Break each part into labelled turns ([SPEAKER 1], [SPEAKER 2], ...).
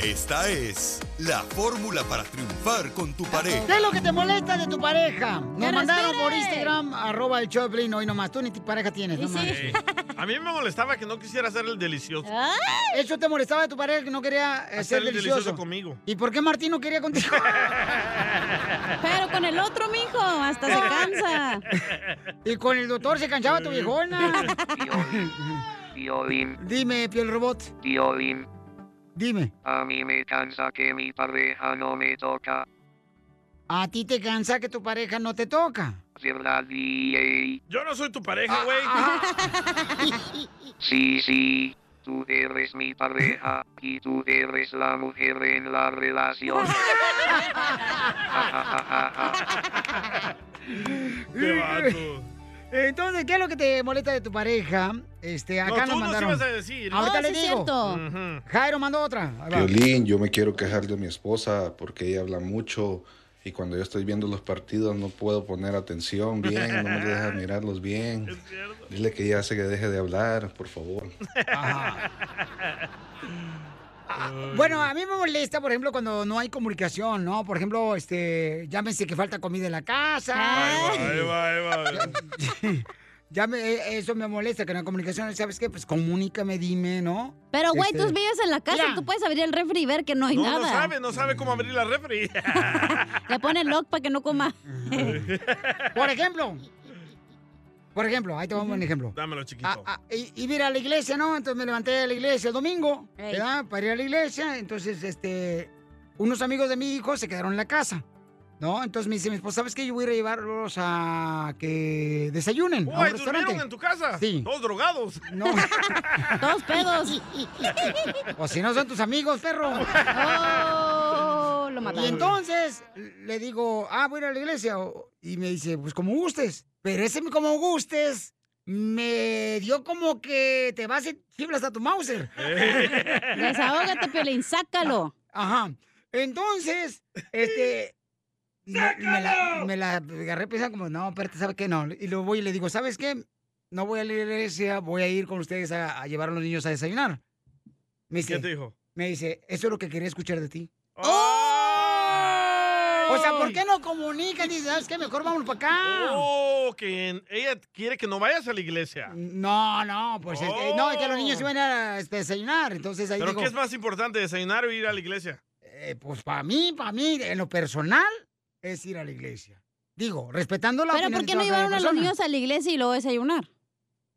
[SPEAKER 1] Esta es la fórmula para triunfar con tu pareja.
[SPEAKER 2] ¿Qué es lo que te molesta de tu pareja? Nos
[SPEAKER 3] ¡Que
[SPEAKER 2] mandaron
[SPEAKER 3] respire!
[SPEAKER 2] por Instagram, arroba el Choplin, hoy nomás. Tú ni tu pareja tienes, no
[SPEAKER 4] Eh,
[SPEAKER 2] manches.
[SPEAKER 4] a mí me molestaba que no quisiera hacer el delicioso.
[SPEAKER 2] Eso te molestaba de tu pareja que no quería eh,
[SPEAKER 4] Hacer
[SPEAKER 2] ser
[SPEAKER 4] el
[SPEAKER 2] delicioso.
[SPEAKER 4] delicioso conmigo.
[SPEAKER 2] ¿Y por qué Martín no quería contigo?
[SPEAKER 3] Pero con el otro, mijo, hasta se cansa.
[SPEAKER 2] y con el doctor se cansaba tu viejona.
[SPEAKER 5] Violín,
[SPEAKER 2] Dime, piel robot.
[SPEAKER 5] violín,
[SPEAKER 2] Dime.
[SPEAKER 5] a mí me cansa que mi pareja no me toca,
[SPEAKER 2] ¿A ti te cansa que tu pareja no te toca?
[SPEAKER 5] ¿verdad, DJ?
[SPEAKER 4] Yo no soy tu pareja, güey.
[SPEAKER 5] Ah, Sí, sí, tú eres mi pareja y tú eres la mujer en la relación.
[SPEAKER 4] Qué vato.
[SPEAKER 2] Entonces, ¿qué es lo que te molesta de tu pareja? Este, acá
[SPEAKER 4] no,
[SPEAKER 2] nos
[SPEAKER 4] tú nos
[SPEAKER 2] mandaron.
[SPEAKER 4] ibas a decir.
[SPEAKER 2] Ahorita
[SPEAKER 3] Oh,
[SPEAKER 2] le
[SPEAKER 3] sí es
[SPEAKER 2] digo.
[SPEAKER 3] cierto.
[SPEAKER 4] Ujú.
[SPEAKER 2] Jairo mandó otra. Ahí va.
[SPEAKER 6] Violín, yo me quiero quejar de mi esposa porque ella habla mucho y cuando yo estoy viendo los partidos no puedo poner atención bien, no me deja mirarlos bien.
[SPEAKER 4] Es cierto.
[SPEAKER 6] Dile que ya se que deje de hablar, por favor.
[SPEAKER 2] Ajá. Ah, Bueno, a mí me molesta, por ejemplo, cuando no hay comunicación, ¿no? Por ejemplo, este, llámese que falta comida en la casa.
[SPEAKER 4] Ahí va, ahí va, ahí va.
[SPEAKER 2] Ya me- eh, eso me molesta, que no hay comunicación. ¿Sabes qué? Pues comunícame, dime, ¿no?
[SPEAKER 3] Pero, güey,
[SPEAKER 2] Este-
[SPEAKER 3] tú vives en la casa,
[SPEAKER 2] Mira.
[SPEAKER 3] tú puedes abrir el refri y ver que no hay
[SPEAKER 4] No,
[SPEAKER 3] nada.
[SPEAKER 4] no sabe, no sabe cómo abrir la refri.
[SPEAKER 3] Le pones lock para que no coma.
[SPEAKER 2] Por ejemplo, por ejemplo, ahí te vamos un ejemplo.
[SPEAKER 4] Dámelo, chiquito.
[SPEAKER 2] Ah, ah, y, y mira a la iglesia, ¿no? Entonces me levanté de la iglesia el domingo,
[SPEAKER 3] Ey.
[SPEAKER 2] ¿verdad? Para ir a la iglesia. Entonces, este, unos amigos de mi hijo se quedaron en la casa, ¿no? Entonces me dice mi esposa, ¿sabes qué? Yo voy a ir a llevarlos a que desayunen a
[SPEAKER 4] Uy,
[SPEAKER 2] un restaurante.
[SPEAKER 4] durmieron en tu casa.
[SPEAKER 2] Sí.
[SPEAKER 4] Todos drogados.
[SPEAKER 2] No,
[SPEAKER 3] Todos pedos.
[SPEAKER 2] o Pues si no son tus amigos, perro.
[SPEAKER 3] Oh, lo
[SPEAKER 2] Y
[SPEAKER 3] mataron.
[SPEAKER 2] entonces le digo, ah, voy a ir a la iglesia. o- Y me dice, pues como gustes. Pero ese me como gustes me dio como que te vas y fibras a tu Mauser.
[SPEAKER 3] Desahógate, Piolín, sácalo.
[SPEAKER 2] Ajá. Entonces, este. me, me la, me la agarré pensando como, no, espérate, ¿sabes qué? No. Y luego voy y le digo, ¿sabes qué? No voy a la iglesia, voy a ir con ustedes a, a llevar a los niños a desayunar. Me
[SPEAKER 4] ¿Qué
[SPEAKER 2] dice,
[SPEAKER 4] te dijo?
[SPEAKER 2] me dice, eso es lo que quería escuchar de ti.
[SPEAKER 4] ¡Oh!
[SPEAKER 2] O sea, ¿por qué no comunican? Dice, ¿sabes qué? Mejor vámonos para acá.
[SPEAKER 4] Oh, que en- ella quiere que no vayas a la iglesia.
[SPEAKER 2] Mm, No, no, pues este, no, es que los niños
[SPEAKER 4] Oh.
[SPEAKER 2] iban a este, desayunar. Entonces ahí
[SPEAKER 4] ¿Pero
[SPEAKER 2] digo,
[SPEAKER 4] qué es más importante, desayunar o ir a la iglesia?
[SPEAKER 2] eh, pues para mí, para mí, en lo personal, es ir a la iglesia. Digo, respetando la
[SPEAKER 3] Pero
[SPEAKER 2] opinión
[SPEAKER 3] ¿por
[SPEAKER 2] de
[SPEAKER 3] qué no
[SPEAKER 2] toda cada
[SPEAKER 3] llevaron a los
[SPEAKER 2] persona.
[SPEAKER 3] niños a la iglesia y luego desayunar?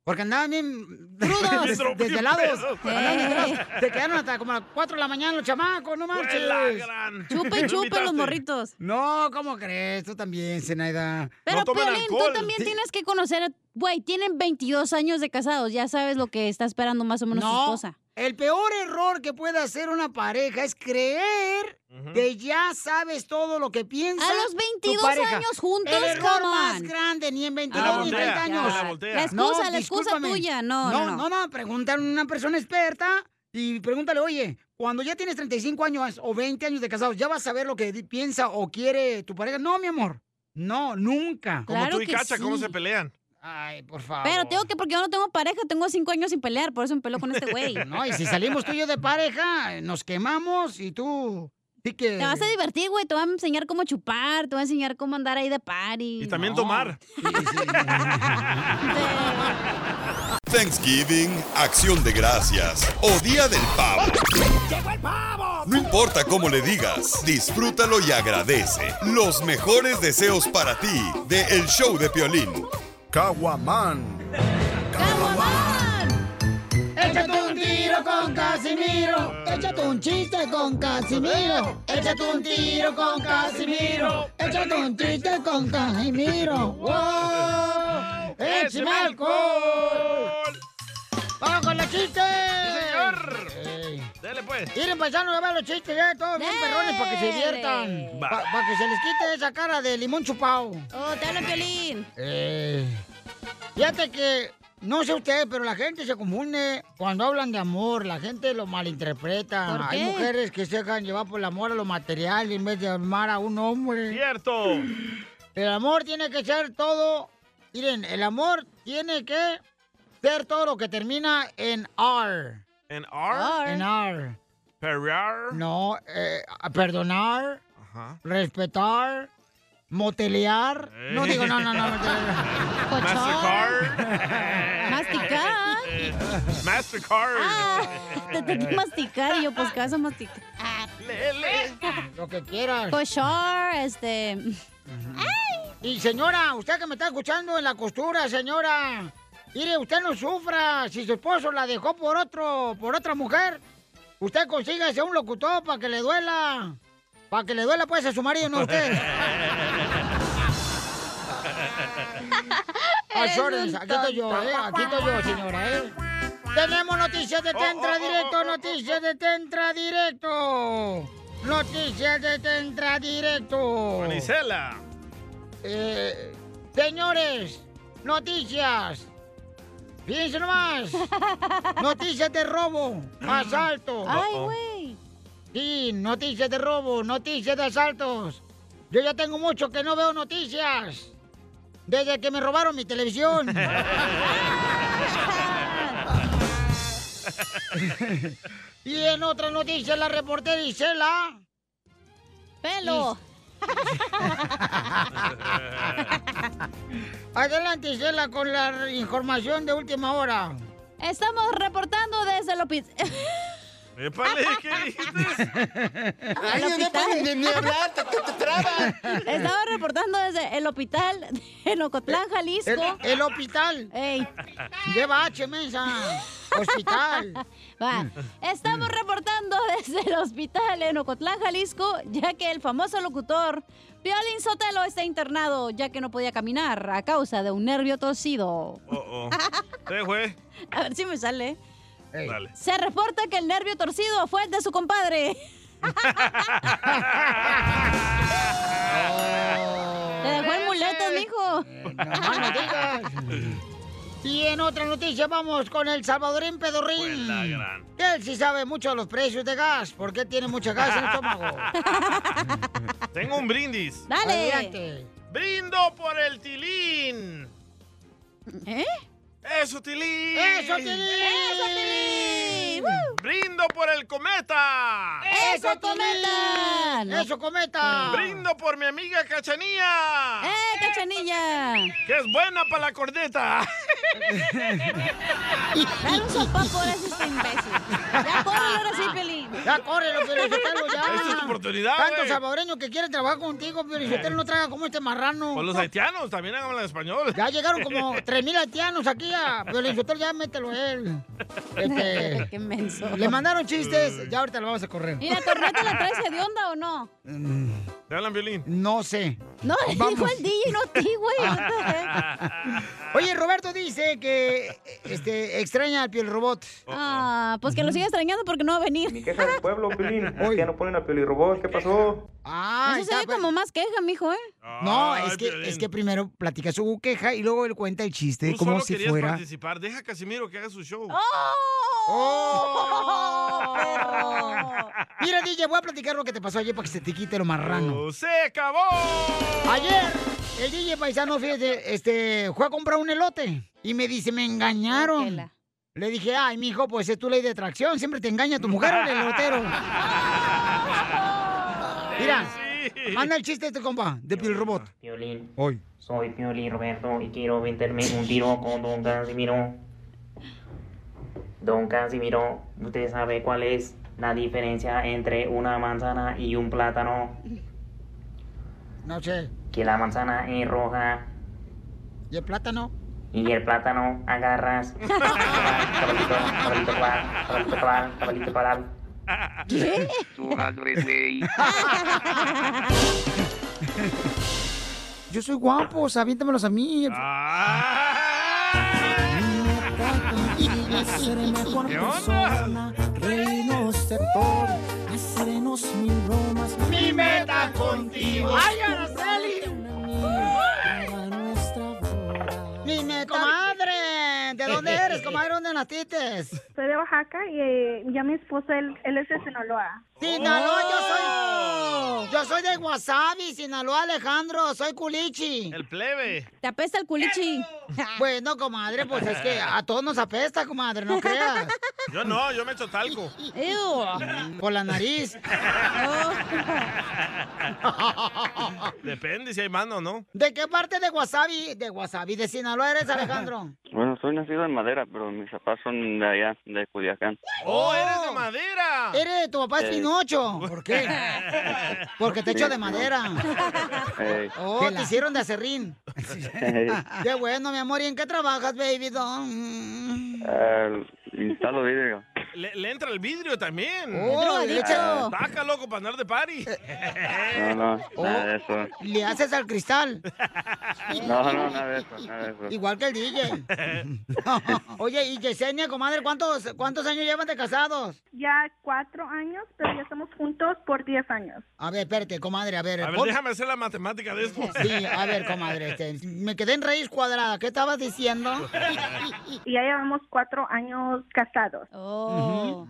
[SPEAKER 2] Porque andaban bien
[SPEAKER 3] Crudos.
[SPEAKER 2] des-
[SPEAKER 4] Bien
[SPEAKER 2] desvelados.
[SPEAKER 4] pedos.
[SPEAKER 2] Andaban desvelados.
[SPEAKER 3] Eh.
[SPEAKER 2] Se quedaron hasta como a las 4 de la mañana los chamacos, no
[SPEAKER 4] ¡Fue
[SPEAKER 2] marches.
[SPEAKER 4] la gran!
[SPEAKER 3] Chupe y
[SPEAKER 4] Lo
[SPEAKER 3] chupe los
[SPEAKER 4] invitaste.
[SPEAKER 3] morritos.
[SPEAKER 2] No, ¿cómo crees? Tú también, Zenaida.
[SPEAKER 3] Pero,
[SPEAKER 4] tomen
[SPEAKER 3] Piolín,
[SPEAKER 4] alcohol.
[SPEAKER 3] tú también
[SPEAKER 4] Sí.
[SPEAKER 3] tienes que conocer, a- güey, tienen 22 años de casados, ya sabes lo que está esperando más o menos tu
[SPEAKER 2] No.
[SPEAKER 3] esposa.
[SPEAKER 2] El peor error que puede hacer una pareja es creer
[SPEAKER 4] Ujú.
[SPEAKER 2] que ya sabes todo lo que piensa.
[SPEAKER 3] A los 22
[SPEAKER 2] pareja.
[SPEAKER 3] años juntos,
[SPEAKER 2] El error
[SPEAKER 3] come
[SPEAKER 2] más
[SPEAKER 3] on.
[SPEAKER 2] grande, ni en
[SPEAKER 4] Te la
[SPEAKER 2] 22 ni en
[SPEAKER 4] voltea,
[SPEAKER 2] 30
[SPEAKER 4] te la
[SPEAKER 2] años.
[SPEAKER 4] voltea.
[SPEAKER 3] La excusa, la excusa
[SPEAKER 2] discúlpame.
[SPEAKER 3] tuya, no,
[SPEAKER 2] no,
[SPEAKER 3] no. no.
[SPEAKER 2] no, preguntar a una persona experta y pregúntale, oye, cuando ya tienes 35 años o 20 años de casados, ¿ya vas a saber lo que di- piensa o quiere tu pareja? No, mi amor. No, nunca.
[SPEAKER 4] Como
[SPEAKER 3] Claro
[SPEAKER 4] tú y
[SPEAKER 3] que
[SPEAKER 4] Cacha, ¿cómo
[SPEAKER 3] sí.
[SPEAKER 4] se pelean?
[SPEAKER 2] Ay, por favor.
[SPEAKER 3] Pero tengo que, porque yo no tengo pareja, tengo 5 años sin pelear, por eso me peleo con este güey.
[SPEAKER 2] No, y si salimos tú y yo de pareja, eh, nos quemamos y tú... Así que.
[SPEAKER 3] Te vas a divertir, güey. Te van a enseñar cómo chupar, te van a enseñar cómo andar ahí de party.
[SPEAKER 4] Y también tomar.
[SPEAKER 1] Thanksgiving, acción de gracias o día del pavo. No importa cómo le digas, disfrútalo y agradece. Los mejores deseos para ti de El Show de Piolín. Caguaman.
[SPEAKER 2] Échate un tiro con Casimiro. Échate un chiste con Casimiro. Échate un tiro con Casimiro. Échate un chiste con Casimiro. ¡Wow! ¡Échame alcohol! ¡Vamos con los chistes!
[SPEAKER 4] señor! Dele pues.
[SPEAKER 2] Miren, paisano, ya van los chistes ya, todos bien perrones para que se diviertan.
[SPEAKER 4] Va.
[SPEAKER 2] Para que se les quite esa cara de limón chupado.
[SPEAKER 3] Oh, te hablan, Piolín.
[SPEAKER 2] Fíjate que, no sé ustedes, pero la gente se confunde cuando hablan de amor. La gente lo malinterpreta.
[SPEAKER 3] ¿Por
[SPEAKER 2] Hay
[SPEAKER 3] qué?
[SPEAKER 2] mujeres que se dejan llevar por el amor a lo material en vez de amar a un hombre.
[SPEAKER 4] Cierto.
[SPEAKER 2] El amor tiene que ser todo. Miren, el amor tiene que ser todo lo que termina en R.
[SPEAKER 4] En R.
[SPEAKER 2] En R.
[SPEAKER 4] Perrar.
[SPEAKER 2] No, eh, a perdonar,
[SPEAKER 4] Ajá.
[SPEAKER 2] respetar, motelear. No digo, no, no, no. motelear.
[SPEAKER 4] Mastercard.
[SPEAKER 3] Masticar.
[SPEAKER 4] Eh, Mastercard.
[SPEAKER 3] Ah, te tengo que masticar y yo, pues, ¿qué vas a masticar?
[SPEAKER 4] Lele.
[SPEAKER 2] Lo que quieras.
[SPEAKER 3] Cochar, este.
[SPEAKER 2] Y señora, usted que me está escuchando en la costura, señora. Mire, usted no sufra si su esposo la dejó por otro, por otra mujer. Usted consígase un locutor para que le duela. Para que le duela pues a su marido, no a usted. A shorts, aquí estoy yo, eh, aquí estoy yo, señora, eh. Tenemos noticias de Tentra Directo, noticias de Tentra Directo. Noticias de Tentra Directo.
[SPEAKER 4] Manicela.
[SPEAKER 2] Eh, señores, noticias. Fíjense nomás. Noticias de robo, asalto.
[SPEAKER 3] Mm. Ay, güey.
[SPEAKER 2] Sí, noticias de robo, noticias de asaltos. Yo ya tengo mucho que no veo noticias. Desde que me robaron mi televisión. y en otra noticia, la reportera Isela.
[SPEAKER 3] Pelo.
[SPEAKER 2] Adelante, Isela, con la información de última hora.
[SPEAKER 3] Estamos reportando desde el hospital.
[SPEAKER 4] Épale, ¿qué dijiste?
[SPEAKER 3] Ay, no hospital. puedes ni- Estamos reportando desde el hospital en Ocotlán,
[SPEAKER 2] Eh, El,
[SPEAKER 3] Jalisco.
[SPEAKER 2] el hospital.
[SPEAKER 3] Ey,
[SPEAKER 2] Lleva H, mensa. Hospital.
[SPEAKER 3] va. Estamos reportando desde el hospital en Ocotlán, Jalisco, ya que el famoso locutor Piolín Sotelo está internado, ya que no podía caminar a causa de un nervio torcido.
[SPEAKER 4] Oh, oh. Sí, güey.
[SPEAKER 3] A ver si me sale.
[SPEAKER 2] Ey.
[SPEAKER 4] Dale.
[SPEAKER 3] Se reporta que el nervio torcido fue el de su compadre. Te dejó el muletas, mijo. Ah.
[SPEAKER 2] Nomás Eh, no digas. Y en otra noticia vamos con el Salvadorín Pedorrín.
[SPEAKER 4] Pues la gran.
[SPEAKER 2] Que Él sí sabe mucho de los precios de gas, porque tiene mucha gas en el estómago.
[SPEAKER 4] Tengo un brindis.
[SPEAKER 3] Dale.
[SPEAKER 2] Adelante.
[SPEAKER 4] Brindo por el tilín.
[SPEAKER 3] ¿Eh?
[SPEAKER 4] Eso, tilín.
[SPEAKER 2] ¡Eso, Tilín! ¡Eso,
[SPEAKER 3] Piolín. ¡Woo!
[SPEAKER 4] Brindo por el cometa.
[SPEAKER 3] ¡Eso, cometa! No.
[SPEAKER 2] ¡Eso, cometa!
[SPEAKER 4] Brindo por mi amiga Cachanía.
[SPEAKER 3] ¡Eh, cachanilla!
[SPEAKER 4] Que es buena para la corneta.
[SPEAKER 3] Dale un sopapo a ese imbécil. Ya córrele ahora sí, Pelín.
[SPEAKER 2] Ya córrelo, Piolichotelo, ya.
[SPEAKER 4] Esta es tu oportunidad,
[SPEAKER 2] Tanto
[SPEAKER 4] güey.
[SPEAKER 2] salvadoreño que quiere trabajar contigo, Piolichotelo, no traga como este marrano.
[SPEAKER 4] Por Pues los haitianos también hablan español.
[SPEAKER 2] Ya llegaron como 3.000 haitianos aquí a Piolichotelo, ya mételo a él. Este,
[SPEAKER 3] Qué menso.
[SPEAKER 2] le mandaron chistes, ya ahorita lo vamos a correr.
[SPEAKER 3] ¿Y la corneta la traes hedionda o no?
[SPEAKER 4] ¿Te hablan violín?
[SPEAKER 2] No sé.
[SPEAKER 3] No, le dijo
[SPEAKER 2] Vamos.
[SPEAKER 3] el DJ, no a ti, güey. What the heck?
[SPEAKER 2] Oye, Roberto dice que este, extraña al piel robot.
[SPEAKER 3] Ah, pues que lo siga extrañando porque no va a venir.
[SPEAKER 7] Queja del pueblo, Pilín.
[SPEAKER 2] Hoy.
[SPEAKER 7] Ya no ponen a Pelirrobot, ¿qué pasó?
[SPEAKER 2] Ah,
[SPEAKER 3] Eso se
[SPEAKER 2] está,
[SPEAKER 3] ve
[SPEAKER 2] pues.
[SPEAKER 3] como más queja, mijo, ¿eh?
[SPEAKER 2] No,
[SPEAKER 4] Ay,
[SPEAKER 2] es que,
[SPEAKER 4] Piolín.
[SPEAKER 2] es que primero platica su queja y luego él cuenta el chiste
[SPEAKER 4] Tú
[SPEAKER 2] como
[SPEAKER 4] solo
[SPEAKER 2] si
[SPEAKER 4] querías
[SPEAKER 2] fuera.
[SPEAKER 4] participar. Deja a Casimiro que haga su show.
[SPEAKER 2] ¡Oh!
[SPEAKER 3] ¡Oh!
[SPEAKER 2] Mira, DJ, voy a platicar lo que te pasó ayer para que se te quite lo marrano.
[SPEAKER 4] Oh, ¡Se acabó!
[SPEAKER 2] Ayer, el DJ paisano, fíjate, este, fue a comprar un elote y me dice, me engañaron.
[SPEAKER 3] Ángela.
[SPEAKER 2] Le dije, ay, mijo, pues es tu ley de atracción, siempre te engaña tu mujer o el elotero. Mira, manda el chiste de tu compa, de Pil Robot.
[SPEAKER 8] Piolín.
[SPEAKER 2] Hoy.
[SPEAKER 8] Soy Piolín Roberto y quiero meterme un tiro con Don Casimiro. Don Casimiro, ¿usted sabe cuál es la diferencia entre una manzana y un plátano?
[SPEAKER 2] No sé.
[SPEAKER 8] Que la manzana es roja
[SPEAKER 2] ¿Y el plátano?
[SPEAKER 8] y el plátano agarras. Cabalito, cabalito, cual, cabalito, cual, cabalito, cual.
[SPEAKER 9] Tu madre güey.
[SPEAKER 2] Yo soy guapo, o sea, aviéntamelos a mí.
[SPEAKER 4] Ah.
[SPEAKER 10] ¿Qué onda? Reinos de Thor, hacernos mil bromas.
[SPEAKER 2] Mi meta contigo.
[SPEAKER 10] ¡Ay,
[SPEAKER 2] Dime, comadre, ¿de dónde eres, comadre? ¿Dónde naciste?
[SPEAKER 11] Soy de Oaxaca y eh, ya mi esposo, él, él es de Sinaloa.
[SPEAKER 2] Sinaloa, yo
[SPEAKER 4] ¡Oh!
[SPEAKER 2] soy. Yo soy de Wasabi, Sinaloa, Alejandro, soy culichi.
[SPEAKER 4] El plebe.
[SPEAKER 2] ¿Te apesta el culichi? Bueno, comadre, pues es que a todos nos apesta, comadre, no creas.
[SPEAKER 4] Yo no, yo me echo talco.
[SPEAKER 2] Por la nariz. Oh.
[SPEAKER 4] Depende si hay mano o no.
[SPEAKER 2] ¿De qué parte de Wasabi, de Wasabi, de Sinaloa eres, Alejandro?
[SPEAKER 12] Bueno, soy nacido en Madera, pero mis papás son de allá, de Culiacán.
[SPEAKER 4] ¡Oh, eres de madera!
[SPEAKER 2] Eres, tu papá es
[SPEAKER 12] Eh.
[SPEAKER 2] Pinocho. ¿Por qué? Porque te echo de madera.
[SPEAKER 12] Ey.
[SPEAKER 2] Oh, te hicieron de acerrín.
[SPEAKER 4] Eh.
[SPEAKER 12] Ey.
[SPEAKER 2] Qué bueno, mi amor. ¿Y en qué trabajas, baby? don?
[SPEAKER 12] Eh, instalo vidrio.
[SPEAKER 4] Le, le entra el vidrio también.
[SPEAKER 2] Oh, Eh, drogadicto.
[SPEAKER 4] Taca, loco, para andar de party.
[SPEAKER 12] No, no, nada de eso.
[SPEAKER 2] Le haces al cristal.
[SPEAKER 12] No, no, nada de eso, nada de eso.
[SPEAKER 2] Igual que el DJ. Oye, y Yesenia, comadre, ¿cuántos, ¿cuántos años llevan de casados?
[SPEAKER 11] Ya cuatro años, pero ya estamos juntos por diez años.
[SPEAKER 2] A ver, espérate, comadre, a ver.
[SPEAKER 4] A ver,
[SPEAKER 2] pon-
[SPEAKER 4] déjame hacer la matemática de esto.
[SPEAKER 2] Sí, a ver, comadre, este, me quedé en raíz cuadrada. ¿Qué estabas diciendo?
[SPEAKER 11] Y ya llevamos cuatro años casados.
[SPEAKER 2] Oh.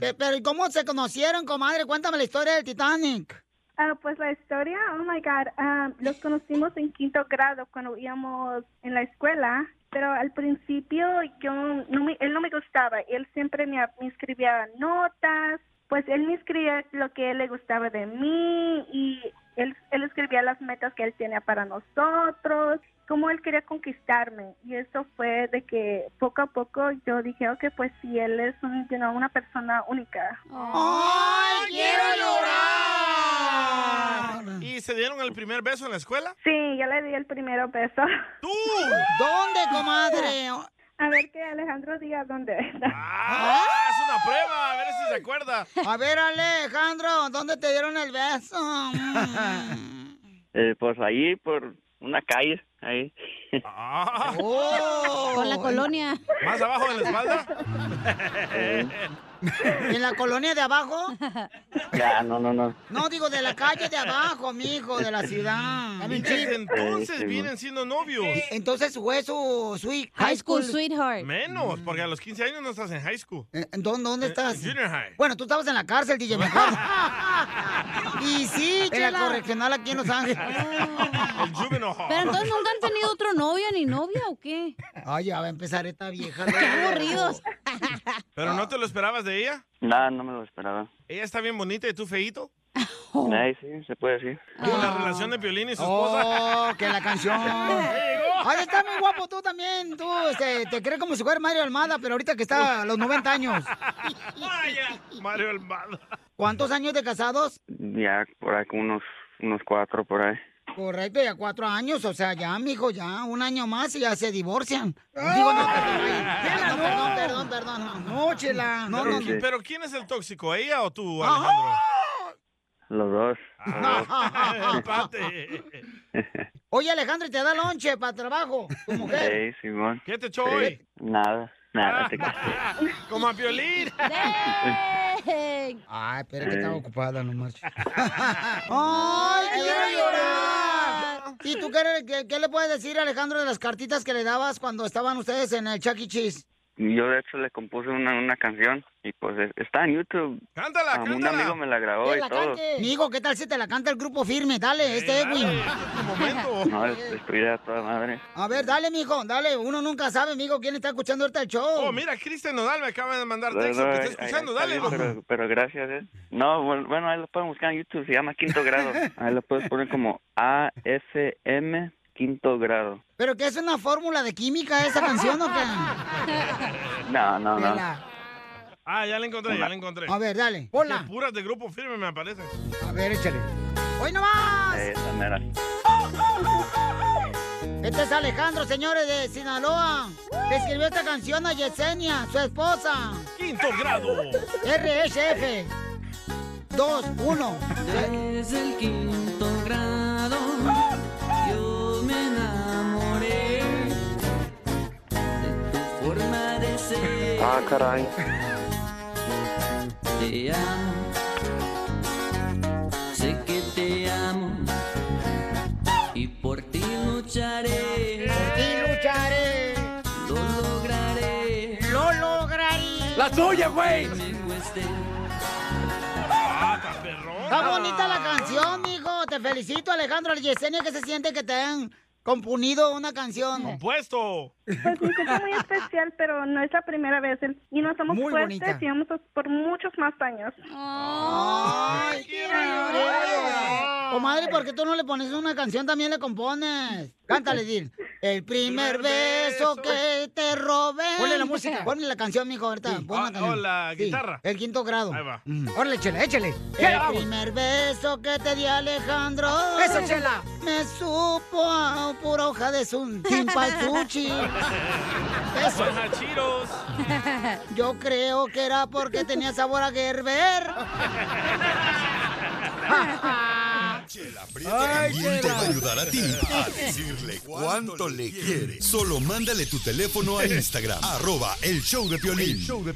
[SPEAKER 2] Pe- Pero, ¿y cómo se conocieron, comadre? Cuéntame la historia del Titanic.
[SPEAKER 11] Ah, pues la historia, oh my God, ah, los conocimos en quinto grado cuando íbamos en la escuela, pero al principio yo no me- él no me gustaba, él siempre me, me escribía notas, pues él me escribía lo que él le gustaba de mí y él, él escribía las metas que él tenía para nosotros, cómo él quería conquistarme y eso fue de que poco a poco yo dije, ok, pues si él es un, you know, una persona única.
[SPEAKER 10] Oh.
[SPEAKER 2] ¡Ay,
[SPEAKER 4] quiero llorar! ¿Y se dieron el primer beso en la escuela?
[SPEAKER 11] Sí, yo le di el primero beso.
[SPEAKER 4] ¡Tú!
[SPEAKER 2] ¿Dónde, comadre?
[SPEAKER 11] A ver que Alejandro diga dónde.
[SPEAKER 4] ¡Ah! Es una prueba, a ver si se acuerda.
[SPEAKER 2] A ver, Alejandro, ¿dónde te dieron el beso? Mm.
[SPEAKER 12] Eh, pues ahí, por una calle, ahí.
[SPEAKER 2] Con la colonia.
[SPEAKER 4] ¿Más abajo de la espalda?
[SPEAKER 2] ¿En la colonia de abajo?
[SPEAKER 12] Ya, no, no, no.
[SPEAKER 2] No, digo, de la calle de abajo, mijo, de la ciudad.
[SPEAKER 4] Desde
[SPEAKER 12] Eh,
[SPEAKER 4] entonces
[SPEAKER 12] sí,
[SPEAKER 4] vienen siendo novios.
[SPEAKER 2] Entonces fue su sweet
[SPEAKER 4] High
[SPEAKER 2] high
[SPEAKER 4] school
[SPEAKER 2] school.
[SPEAKER 3] sweetheart.
[SPEAKER 4] Menos, porque a los 15 años no estás en high school.
[SPEAKER 2] ¿Dónde, dónde estás?
[SPEAKER 4] Junior high.
[SPEAKER 2] Bueno, tú estabas en la cárcel, DJ, me acuerdo. Y sí, En la
[SPEAKER 3] Chela.
[SPEAKER 2] correccional aquí en Los Ángeles.
[SPEAKER 4] El juvenile hall.
[SPEAKER 3] Pero entonces nunca han tenido otro novio ni novia o qué?
[SPEAKER 2] Ay, ya va a empezar esta vieja.
[SPEAKER 3] Qué aburridos.
[SPEAKER 4] ¿Pero no te lo esperabas de ella?
[SPEAKER 12] No, no me lo esperaba.
[SPEAKER 4] ¿Ella está bien bonita y tú feíto?
[SPEAKER 12] Ahí sí, se puede decir.
[SPEAKER 4] Como la relación de Piolín y su
[SPEAKER 2] Ah. Oh,
[SPEAKER 4] esposa.
[SPEAKER 2] que la canción. Ay, está muy guapo tú también. Tú este, te crees como si fuera Mario Almada, pero ahorita que está a los 90 años.
[SPEAKER 4] Vaya, Mario Almada.
[SPEAKER 2] ¿Cuántos años de casados?
[SPEAKER 12] Ya, por ahí, como unos, unos cuatro, por ahí.
[SPEAKER 2] Correcto, ya cuatro años. O sea, ya, mijo, ya un año más y ya se divorcian. Digo, no, perdón, perdón, perdón, perdón. No, no, chela. No,
[SPEAKER 4] pero,
[SPEAKER 2] no,
[SPEAKER 4] qui-
[SPEAKER 2] no.
[SPEAKER 4] pero ¿quién es el tóxico? ¿Ella o tú, Alejandro?
[SPEAKER 12] Los dos.
[SPEAKER 10] Ah,
[SPEAKER 4] Empate.
[SPEAKER 2] Oye, Alejandro, ¿y te da lonche para trabajo? ¿Tu mujer?
[SPEAKER 12] Ey, Simón.
[SPEAKER 4] ¿Qué te echó
[SPEAKER 12] Sí,
[SPEAKER 10] eh?
[SPEAKER 4] hoy?
[SPEAKER 12] Nada, nada. te creas.
[SPEAKER 4] Como a Piolín.
[SPEAKER 2] Ay, espera que
[SPEAKER 12] Eh.
[SPEAKER 2] estaba ocupada, no marches. ¡Ay, quiero llorar! ¿Y tú qué, le- qué- qué le puedes decir, Alejandro, de las cartitas que le dabas cuando estaban ustedes en el Chuck E. Cheese?
[SPEAKER 12] Yo, de hecho, le compuse una, una canción. Y pues es- está en YouTube.
[SPEAKER 4] Cántala,
[SPEAKER 12] cántala. Un amigo me la grabó
[SPEAKER 2] Que
[SPEAKER 12] y
[SPEAKER 2] la
[SPEAKER 12] todo.
[SPEAKER 2] cante. Mijo, ¿qué tal si te la canta el grupo firme? Dale, este Edwin.
[SPEAKER 12] No, es destruida a toda madre.
[SPEAKER 2] A ver, dale, mijo, dale. Uno nunca sabe, mijo, quién está escuchando ahorita el show.
[SPEAKER 4] Oh, mira, Cristian Nodal me acaba de mandar
[SPEAKER 12] No,
[SPEAKER 4] texto
[SPEAKER 12] no,
[SPEAKER 4] que
[SPEAKER 12] ahí-
[SPEAKER 4] está
[SPEAKER 12] ahí
[SPEAKER 4] escuchando,
[SPEAKER 12] está
[SPEAKER 4] dale.
[SPEAKER 12] bien, pero, pero gracias, ¿eh? No, bueno, bueno, ahí lo pueden buscar en YouTube, se llama Quinto Grado. Ahí lo puedes poner como AFM Quinto Grado.
[SPEAKER 2] ¿Pero qué es una fórmula de química esa canción o qué?
[SPEAKER 12] No, no, no.
[SPEAKER 2] Vela.
[SPEAKER 4] Ah, ya la encontré, ya la encontré.
[SPEAKER 2] A ver, dale, ponla.
[SPEAKER 4] Qué Puras de grupo firme me aparecen.
[SPEAKER 2] A ver, échale. ¡Hoy nomás!
[SPEAKER 12] Eh, esa mera.
[SPEAKER 2] Este es Alejandro, señores de Sinaloa. Le escribió esta canción a Yesenia, su esposa.
[SPEAKER 4] Quinto grado.
[SPEAKER 2] RSF. 2, 1.
[SPEAKER 13] Desde el quinto grado yo me enamoré de tu forma de ser.
[SPEAKER 7] Ah, caray.
[SPEAKER 13] Te amo, sé que te amo y por ti lucharé.
[SPEAKER 2] Por ti lucharé.
[SPEAKER 13] Lo lograré.
[SPEAKER 2] Lo lograré.
[SPEAKER 13] La tuya, güey. este.
[SPEAKER 2] Está bonita la canción, mijo. Te felicito, Alejandro. A Yesenia, que se siente que te han componido una canción.
[SPEAKER 4] Compuesto.
[SPEAKER 14] Pues me siento muy especial, pero no es la primera vez. El- Y nos somos
[SPEAKER 4] Muy
[SPEAKER 14] fuertes
[SPEAKER 4] bonita.
[SPEAKER 14] y vamos a- por muchos más años.
[SPEAKER 4] Oh.
[SPEAKER 2] Ay, Comadre, ¿por qué tú no le pones una canción también le compones? Cántale, Dil. El primer beso que te robé. Ponle la música. Ponle la canción, mijo, ahorita. Pon la canción.
[SPEAKER 4] oh, la
[SPEAKER 2] Sí,
[SPEAKER 4] guitarra.
[SPEAKER 2] el quinto grado. Ahí
[SPEAKER 4] va.
[SPEAKER 2] Órale, chela, échale.
[SPEAKER 4] Ya,
[SPEAKER 2] el
[SPEAKER 4] vamos.
[SPEAKER 2] primer beso que te di, Alejandro.
[SPEAKER 13] Eso, chela.
[SPEAKER 2] Me supo a pura hoja de sun. Sin paltuchi. Eso.
[SPEAKER 4] Guanachiros.
[SPEAKER 2] Yo creo que era porque tenía sabor a Gerber.
[SPEAKER 1] Chela Prieto también te va a ayudar a ti a decirle cuánto le quiere. Solo mándale tu teléfono a Instagram, arroba el show de Piolín. show de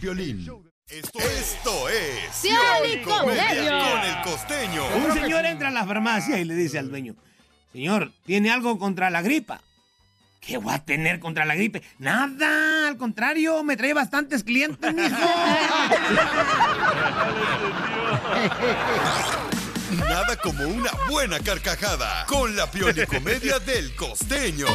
[SPEAKER 1] Esto, esto es
[SPEAKER 13] Pioli Comedia.
[SPEAKER 1] con el costeño.
[SPEAKER 15] Un señor entra a la farmacia y le dice al dueño, señor, ¿tiene algo contra la gripa? ¿Qué voy a tener contra la gripe? Nada, al contrario, me trae bastantes clientes, mijo.
[SPEAKER 1] Nada como una buena carcajada con la piolicomedia del costeño.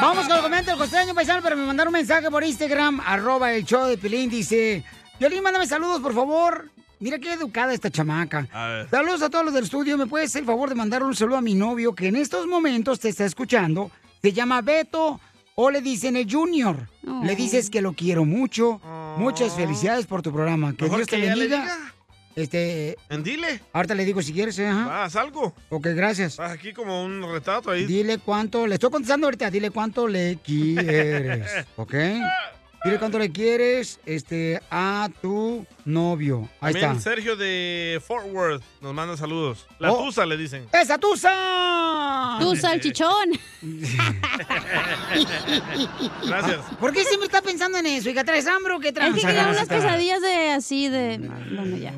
[SPEAKER 2] Vamos con el comentario del costeño paisano, pero me mandaron un mensaje por Instagram, arroba el show de Pilín, dice, Violín, mándame saludos, por favor. Mira qué educada esta chamaca. Saludos a todos los del estudio. ¿Me puedes hacer el favor de mandar un saludo a mi novio que en estos momentos te está escuchando? Se llama Beto o le dicen el Junior.
[SPEAKER 4] Oh.
[SPEAKER 2] Le dices que lo quiero mucho. Muchas felicidades por tu programa. Que
[SPEAKER 4] Mejor
[SPEAKER 2] Dios te
[SPEAKER 4] que ya le
[SPEAKER 2] bendiga.
[SPEAKER 4] diga.
[SPEAKER 2] Este.
[SPEAKER 4] Dile.
[SPEAKER 2] Ahorita le digo si quieres, ¿eh? ajá.
[SPEAKER 4] Ah, salgo.
[SPEAKER 2] Ok, gracias.
[SPEAKER 4] Estás aquí como un retrato ahí.
[SPEAKER 2] Dile cuánto, le estoy contestando ahorita, dile cuánto le quieres, ¿ok? Dile cuánto le quieres este, a tu novio. Ahí
[SPEAKER 4] También
[SPEAKER 2] está.
[SPEAKER 4] Sergio de Fort Worth nos manda saludos. La
[SPEAKER 2] Oh.
[SPEAKER 4] Tusa le dicen.
[SPEAKER 2] ¡Esa tusa!
[SPEAKER 4] Tusa, el
[SPEAKER 2] chichón!
[SPEAKER 4] Gracias.
[SPEAKER 2] ¿Por qué siempre está pensando en eso? ¿Y que traes hambre o qué traes?
[SPEAKER 3] Es que quería unas quesadillas de así, de... Bueno, ya.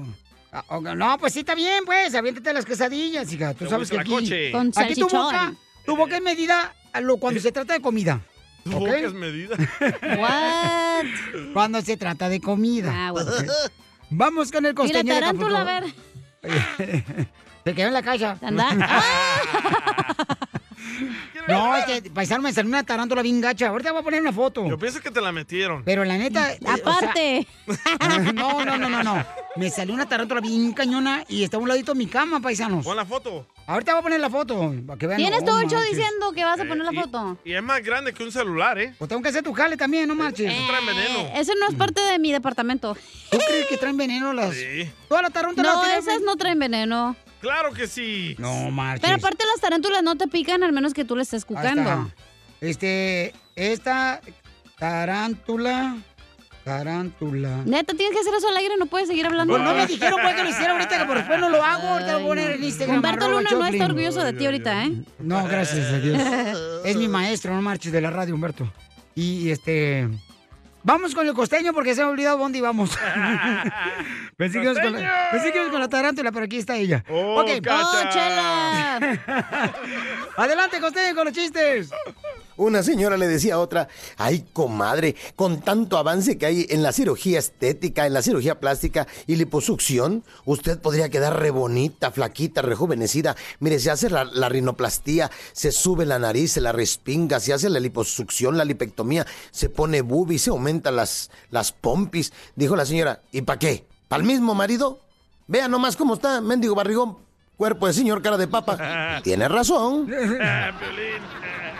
[SPEAKER 2] Ah, ok, No, pues sí, está bien, pues. Aviéntate las quesadillas, hija. Tú
[SPEAKER 4] Te
[SPEAKER 2] sabes que
[SPEAKER 4] gusta
[SPEAKER 2] aquí,
[SPEAKER 4] la coche. Con
[SPEAKER 2] aquí tu
[SPEAKER 4] salchichón.
[SPEAKER 2] boca, tu boca es medida a lo, cuando se trata de comida.
[SPEAKER 4] Tu
[SPEAKER 2] ¿ok?
[SPEAKER 4] boca es medida.
[SPEAKER 2] What? Cuando se trata de comida.
[SPEAKER 4] Ah, bueno.
[SPEAKER 2] Ok. Vamos con el
[SPEAKER 3] Y la
[SPEAKER 2] costeño de
[SPEAKER 3] tarántula, a
[SPEAKER 2] Acapulco.
[SPEAKER 3] ver.
[SPEAKER 2] Se quedó en la casa.
[SPEAKER 3] Anda. Ah.
[SPEAKER 2] no, es que paisano me salió una tarántula bien gacha. Ahorita voy a poner una foto.
[SPEAKER 4] Yo pienso que te la metieron.
[SPEAKER 2] Pero la neta. eh, o sea- no, no, no, no, no. Me salió una tarántula bien cañona y está a un ladito de mi cama, paisanos.
[SPEAKER 4] Pon la foto.
[SPEAKER 2] Ahorita voy a poner la foto. Para que vean.
[SPEAKER 3] Tienes
[SPEAKER 2] Oh,
[SPEAKER 3] todo el show
[SPEAKER 2] manches.
[SPEAKER 3] diciendo que vas a
[SPEAKER 4] Eh,
[SPEAKER 3] poner
[SPEAKER 4] y-
[SPEAKER 3] la foto.
[SPEAKER 4] Y es más grande que un celular, ¿eh?
[SPEAKER 2] Pues tengo que hacer tu jale también, no marches.
[SPEAKER 4] traen
[SPEAKER 2] eh,
[SPEAKER 4] veneno.
[SPEAKER 3] Eso no es parte de mi departamento.
[SPEAKER 2] ¿Tú crees que traen veneno las...?
[SPEAKER 4] Sí.
[SPEAKER 2] Todas las tarántulas
[SPEAKER 3] No,
[SPEAKER 2] tienen
[SPEAKER 3] esas no traen veneno.
[SPEAKER 4] Claro que sí.
[SPEAKER 2] No marches.
[SPEAKER 3] Pero aparte las tarántulas no te pican al menos que tú le estés
[SPEAKER 2] Ah, Ahí
[SPEAKER 3] cucando.
[SPEAKER 2] está. Este, esta tarántula, tarántula.
[SPEAKER 3] Neta, tienes que hacer eso al aire, no puedes seguir hablando.
[SPEAKER 2] Pues no me dijeron pues que lo hiciera ahorita, que por después no lo hago, ahorita lo voy a poner en Instagram.
[SPEAKER 3] Humberto
[SPEAKER 2] arroba
[SPEAKER 3] Luna no
[SPEAKER 2] Choplin.
[SPEAKER 3] está orgulloso de ti ahorita, ¿eh?
[SPEAKER 2] No, gracias a Dios. Es mi maestro, no marches, de la radio, Humberto. Y este... Vamos con el costeño porque se me ha olvidado dónde íbamos. pensé, que íbamos con la, pensé que íbamos con la tarántula, pero aquí está ella.
[SPEAKER 13] ¡Oh,
[SPEAKER 2] Ok.
[SPEAKER 13] cacha! ¡Oh, chela!
[SPEAKER 2] Adelante, costeño, con los chistes.
[SPEAKER 16] Una señora le decía a otra, ay comadre, con tanto avance que hay en la cirugía estética, en la cirugía plástica y liposucción, usted podría quedar re bonita, flaquita, rejuvenecida. Mire, se hace la, la rinoplastía, se sube la nariz, se la respinga, se hace la liposucción, la lipectomía, se pone bubi, se aumentan las, las pompis. Dijo la señora, ¿y para qué? ¿Para el mismo marido? Vea nomás cómo está, mendigo barrigón, cuerpo de señor, cara de papa. Tiene razón.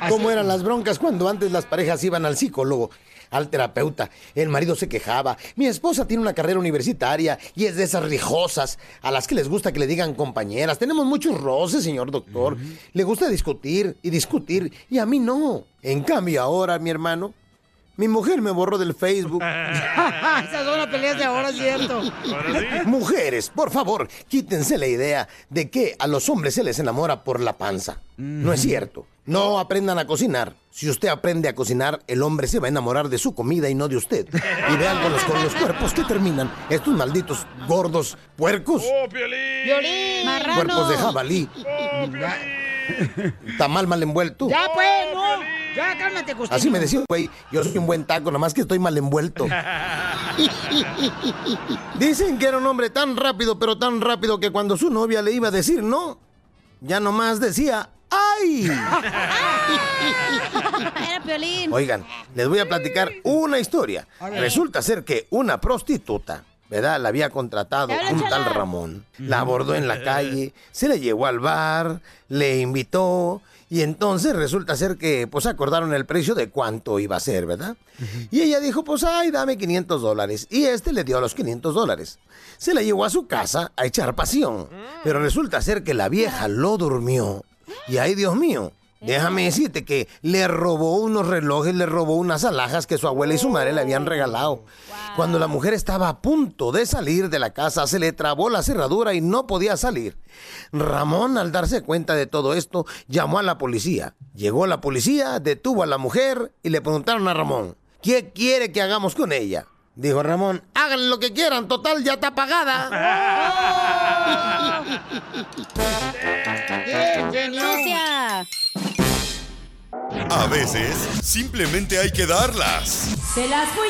[SPEAKER 16] ¿Cómo eran las broncas cuando antes las parejas iban al psicólogo, al terapeuta? El marido se quejaba. Mi esposa tiene una carrera universitaria y es de esas rijosas a las que les gusta que le digan compañeras. Tenemos muchos roces, señor doctor. Le gusta discutir y discutir y a mí no. En cambio ahora, mi hermano, mi mujer me borró del Facebook.
[SPEAKER 2] Esas son las peleas de ahora, ¿eh? ¿cierto?
[SPEAKER 16] Mujeres, por favor, quítense la idea de que a los hombres se les enamora por la panza. No es cierto. No aprendan a cocinar. Si usted aprende a cocinar, el hombre se va a enamorar de su comida y no de usted. Y vean con los, con los cuerpos que terminan estos malditos gordos puercos,
[SPEAKER 3] Violín. Marrano.
[SPEAKER 16] cuerpos de jabalí, tamal mal envuelto.
[SPEAKER 2] Ya, pues, no. Ya, cálmate, Costino.
[SPEAKER 16] Así me decía, un güey, yo soy un buen taco, nomás que estoy mal envuelto. Dicen que era un hombre tan rápido, pero tan rápido que cuando su novia le iba a decir no, ya nomás decía, ¡ay!
[SPEAKER 3] Era Piolín.
[SPEAKER 16] Oigan, les voy a platicar una historia.
[SPEAKER 3] ver.
[SPEAKER 16] Resulta ser que una prostituta, ¿verdad? La había contratado
[SPEAKER 3] Te habla,
[SPEAKER 16] un tal
[SPEAKER 3] chala.
[SPEAKER 16] Ramón. La abordó en la calle, se la llevó al bar, le invitó y entonces resulta ser que pues acordaron el precio de cuánto iba a ser, ¿verdad? Y ella dijo, pues ay, dame 500 dólares. Y este le dio los 500 dólares. Se la llevó a su casa a echar pasión. Pero resulta ser que la vieja lo durmió. Y ay, Dios mío, déjame decirte que le robó unos relojes, le robó unas alhajas que su abuela y su madre le habían regalado. Cuando la mujer estaba a punto de salir de la casa, se le trabó la cerradura y no podía salir. Ramón, al darse cuenta de todo esto, llamó a la policía. Llegó la policía, detuvo a la mujer y le preguntaron a Ramón, ¿qué quiere que hagamos con ella? Dijo Ramón, hagan lo que quieran, total, ya está pagada.
[SPEAKER 3] Sucia.
[SPEAKER 1] A veces, simplemente hay que darlas.
[SPEAKER 3] Se las voy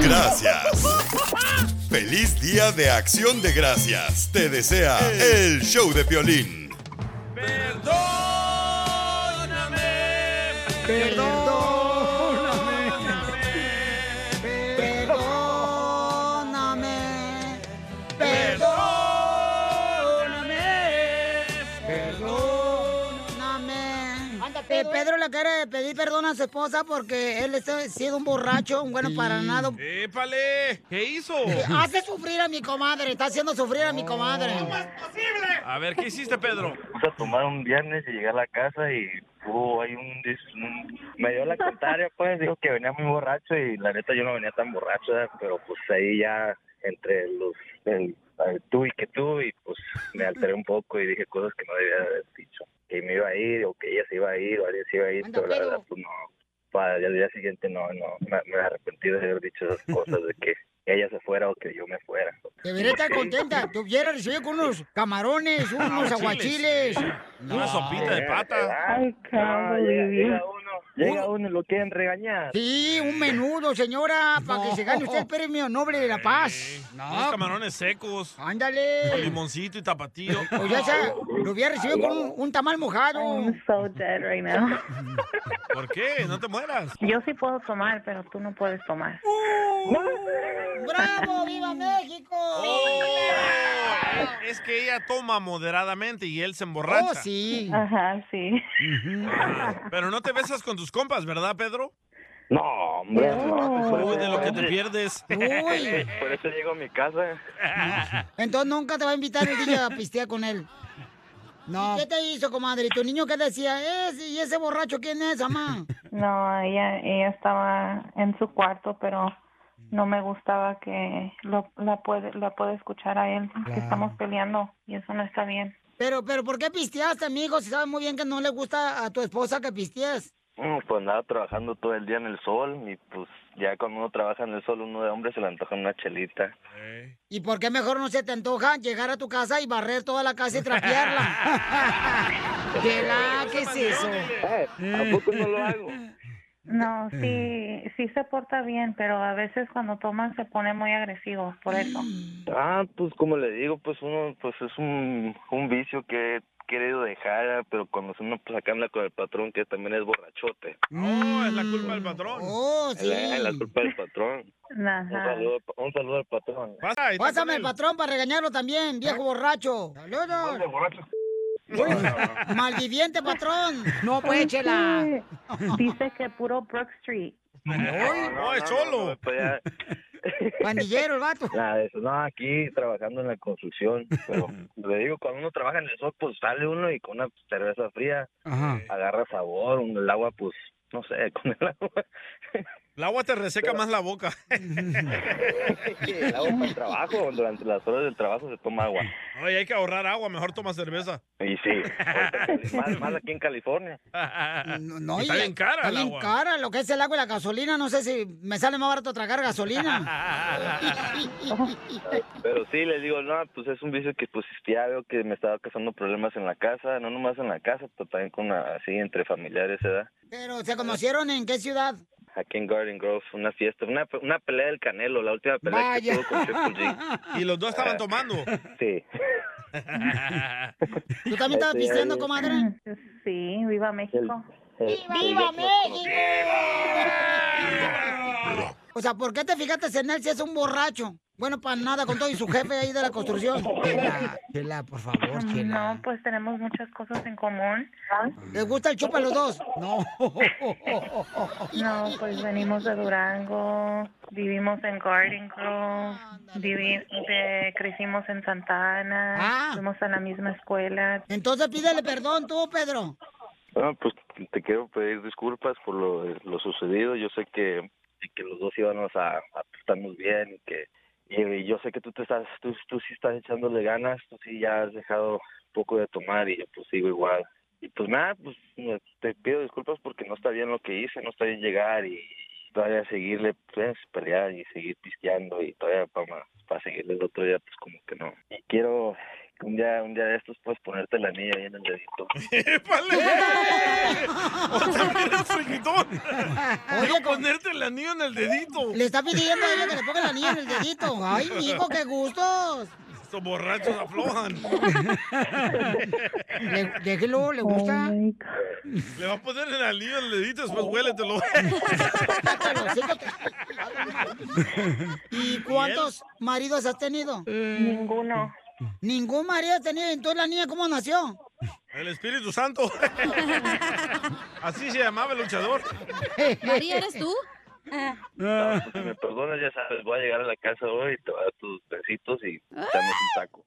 [SPEAKER 1] Gracias. Feliz día de acción de gracias. Te desea el show de violín.
[SPEAKER 2] Perdóname. Perdóname. Perdóname. Perdóname. Eh, Pedro le quiere pedir perdón a su esposa porque él ha sido un borracho, un bueno para nada.
[SPEAKER 4] ¡Épale! ¿Qué hizo?
[SPEAKER 2] Hace sufrir a mi comadre, está haciendo sufrir a mi comadre.
[SPEAKER 4] A ver, ¿qué hiciste, Pedro?
[SPEAKER 12] Vamos a tomar un viernes y llegué a la casa y hubo ahí un, dis- un- Me dio la contraria, pues, dijo que venía muy borracho y la neta yo no venía tan borracho, ¿verdad? pero pues ahí ya entre los... el- el tú y que tú y pues me alteré un poco y dije cosas que no debía haber dicho. Que me iba a ir o que ella se iba a ir o alguien se iba a ir, pero la verdad pues no. Para el día siguiente no, no, me, me arrepentí de haber dicho esas cosas de que ella se fuera o que yo me fuera.
[SPEAKER 2] Debería estar contenta. Te hubiera recibido con unos camarones,
[SPEAKER 12] Ah,
[SPEAKER 2] unos aguachiles.
[SPEAKER 4] Una sopita de pata.
[SPEAKER 2] Ay,
[SPEAKER 12] No, Ah, llega, llega uno, llega uno y lo quieren regañar.
[SPEAKER 2] Sí, un menudo, señora, para que se gane usted el premio Noble de la Paz.
[SPEAKER 4] Unos camarones secos.
[SPEAKER 2] Ándale.
[SPEAKER 4] Con limoncito y tapatío.
[SPEAKER 2] O ya sea, lo hubiera recibido con un, un tamal mojado.
[SPEAKER 17] so dead right now.
[SPEAKER 4] ¿Por qué? No te mueras.
[SPEAKER 17] Yo sí puedo tomar, pero tú no puedes tomar.
[SPEAKER 2] ¡Bravo! ¡Viva México!
[SPEAKER 4] Oh. Es que ella toma moderadamente y él se
[SPEAKER 2] Oh,
[SPEAKER 4] emborracha.
[SPEAKER 17] Ajá, sí.
[SPEAKER 4] Mm. Pero no te besas con tus compas, ¿verdad, Pedro?
[SPEAKER 12] No, hombre, no.
[SPEAKER 4] Uy, de lo que te pierdes.
[SPEAKER 2] Uy.
[SPEAKER 12] Por eso llego a mi casa.
[SPEAKER 2] Entonces nunca te va a invitar el niño a pistear con él. No. ¿Qué te hizo, comadre? ¿Tu niño qué decía? ¿Ese, ¿Y ese borracho quién es, mamá?
[SPEAKER 17] No, ella, ella estaba en su cuarto, pero no me gustaba que lo, la puede, la pueda escuchar a él, que estamos peleando y eso no está bien.
[SPEAKER 2] Pero, pero, ¿por qué pisteaste, amigo? Si sabes muy bien que no le gusta a tu esposa que pistees.
[SPEAKER 12] Mm, Pues andaba trabajando todo el día en el sol y pues ya cuando uno trabaja en el sol uno de hombre se le antoja una chelita.
[SPEAKER 2] ¿Y por qué mejor no se te antoja llegar a tu casa y barrer toda la casa y trapearla? ¿Qué, la- ¿Qué es eso?
[SPEAKER 12] ¿A poco Eh, no lo hago?
[SPEAKER 17] No, sí, sí se porta bien, pero a veces cuando toman se pone muy agresivo, por eso.
[SPEAKER 12] Ah, pues como le digo, pues uno pues es un, un vicio que he querido dejar, pero cuando uno pues acá anda con el patrón que también es borrachote.
[SPEAKER 4] No, Oh, es la culpa del patrón.
[SPEAKER 2] Oh,
[SPEAKER 12] Es la, es la culpa del patrón. Un saludo, un saludo al patrón.
[SPEAKER 2] Pásame el patrón para regañarlo también, viejo borracho. Saludos. Uy, Malviviente patrón. No, pues échela.
[SPEAKER 17] Dice que puro Brook Street.
[SPEAKER 12] No, es solo.
[SPEAKER 2] Pandillero el vato.
[SPEAKER 12] pues, Nada de eso. No, aquí trabajando en la construcción. Pero le digo, cuando uno trabaja en el sol, pues sale uno y con una cerveza fría
[SPEAKER 4] Ajá.
[SPEAKER 12] agarra sabor. un- El agua, pues, no sé, con el agua.
[SPEAKER 4] El agua te reseca más la boca.
[SPEAKER 12] El agua para el trabajo. Durante las horas del trabajo se toma agua.
[SPEAKER 4] Oye, hay que ahorrar agua, mejor toma cerveza.
[SPEAKER 12] Y sí, ahorita, más, más aquí en California.
[SPEAKER 4] No,
[SPEAKER 2] No,
[SPEAKER 4] está
[SPEAKER 2] y-
[SPEAKER 4] bien cara
[SPEAKER 2] Está
[SPEAKER 4] el
[SPEAKER 2] bien
[SPEAKER 4] agua.
[SPEAKER 2] cara lo que es el agua y la gasolina. No sé si me sale más barato tragar gasolina.
[SPEAKER 12] Pero sí, les digo, no, pues es un vicio que pues ya veo que me estaba causando problemas en la casa, no nomás en la casa, pero también con la- así entre familiares, ¿verdad?
[SPEAKER 2] Pero, ¿se conocieron en qué ciudad?
[SPEAKER 12] Aquí en Garden Grove, una fiesta, una, una pelea del Canelo, la última pelea
[SPEAKER 2] Vaya.
[SPEAKER 12] que tuvo con Triple G. Ah,
[SPEAKER 4] Y los dos estaban tomando.
[SPEAKER 12] Sí.
[SPEAKER 2] ¿Tú también estabas pisteando, comadre?
[SPEAKER 17] Sí, viva México.
[SPEAKER 2] ¡Viva México! O sea, ¿por qué te fijaste en él si es un borracho? Bueno, para nada, con todo y su jefe ahí de la construcción. Chela, Chela, por favor, Chela.
[SPEAKER 17] No, pues tenemos muchas cosas en común.
[SPEAKER 2] ¿Les gusta el chupa a los dos? No.
[SPEAKER 17] No, pues venimos de Durango, vivimos en Garden Grove, vivi- de- crecimos en Santa Ana, fuimos a la misma escuela.
[SPEAKER 2] Ah. Entonces pídele perdón tú, Pedro.
[SPEAKER 12] Bueno, pues te quiero pedir disculpas por lo, lo sucedido. Yo sé que, que los dos íbamos a, a estarnos bien y que y, y yo sé que tú te estás, tú, tú sí estás echándole ganas, tú sí ya has dejado un poco de tomar y yo pues sigo igual. Y pues nada, pues me- te pido disculpas porque no está bien lo que hice, no está bien llegar y todavía seguirle, pues pelear y seguir pisteando y todavía para, para seguirle el otro día pues como que no. Y quiero que un día, un día de estos puedes ponerte la anilla ahí en el dedito. Pues,
[SPEAKER 4] ¡Eh! Oye, ponerte el anillo en el dedito.
[SPEAKER 2] Le está pidiendo a ella que le ponga la niña en el dedito. Ay, hijo, qué gustos.
[SPEAKER 4] Estos borrachos aflojan.
[SPEAKER 2] Le, déjelo, le gusta.
[SPEAKER 4] Le va a poner el anillo en el dedito, después huéletelo.
[SPEAKER 2] ¿Y cuántos maridos has tenido?
[SPEAKER 17] Ninguno.
[SPEAKER 2] ¿Ningún marido has tenido? Entonces la niña, ¿cómo nació?
[SPEAKER 4] El Espíritu Santo. Así se llamaba el luchador.
[SPEAKER 3] María, ¿eres tú?
[SPEAKER 12] No, pues, si me perdonas, ya sabes, voy a llegar a la casa hoy y te voy a dar tus besitos y dame un
[SPEAKER 2] Ah.
[SPEAKER 12] taco.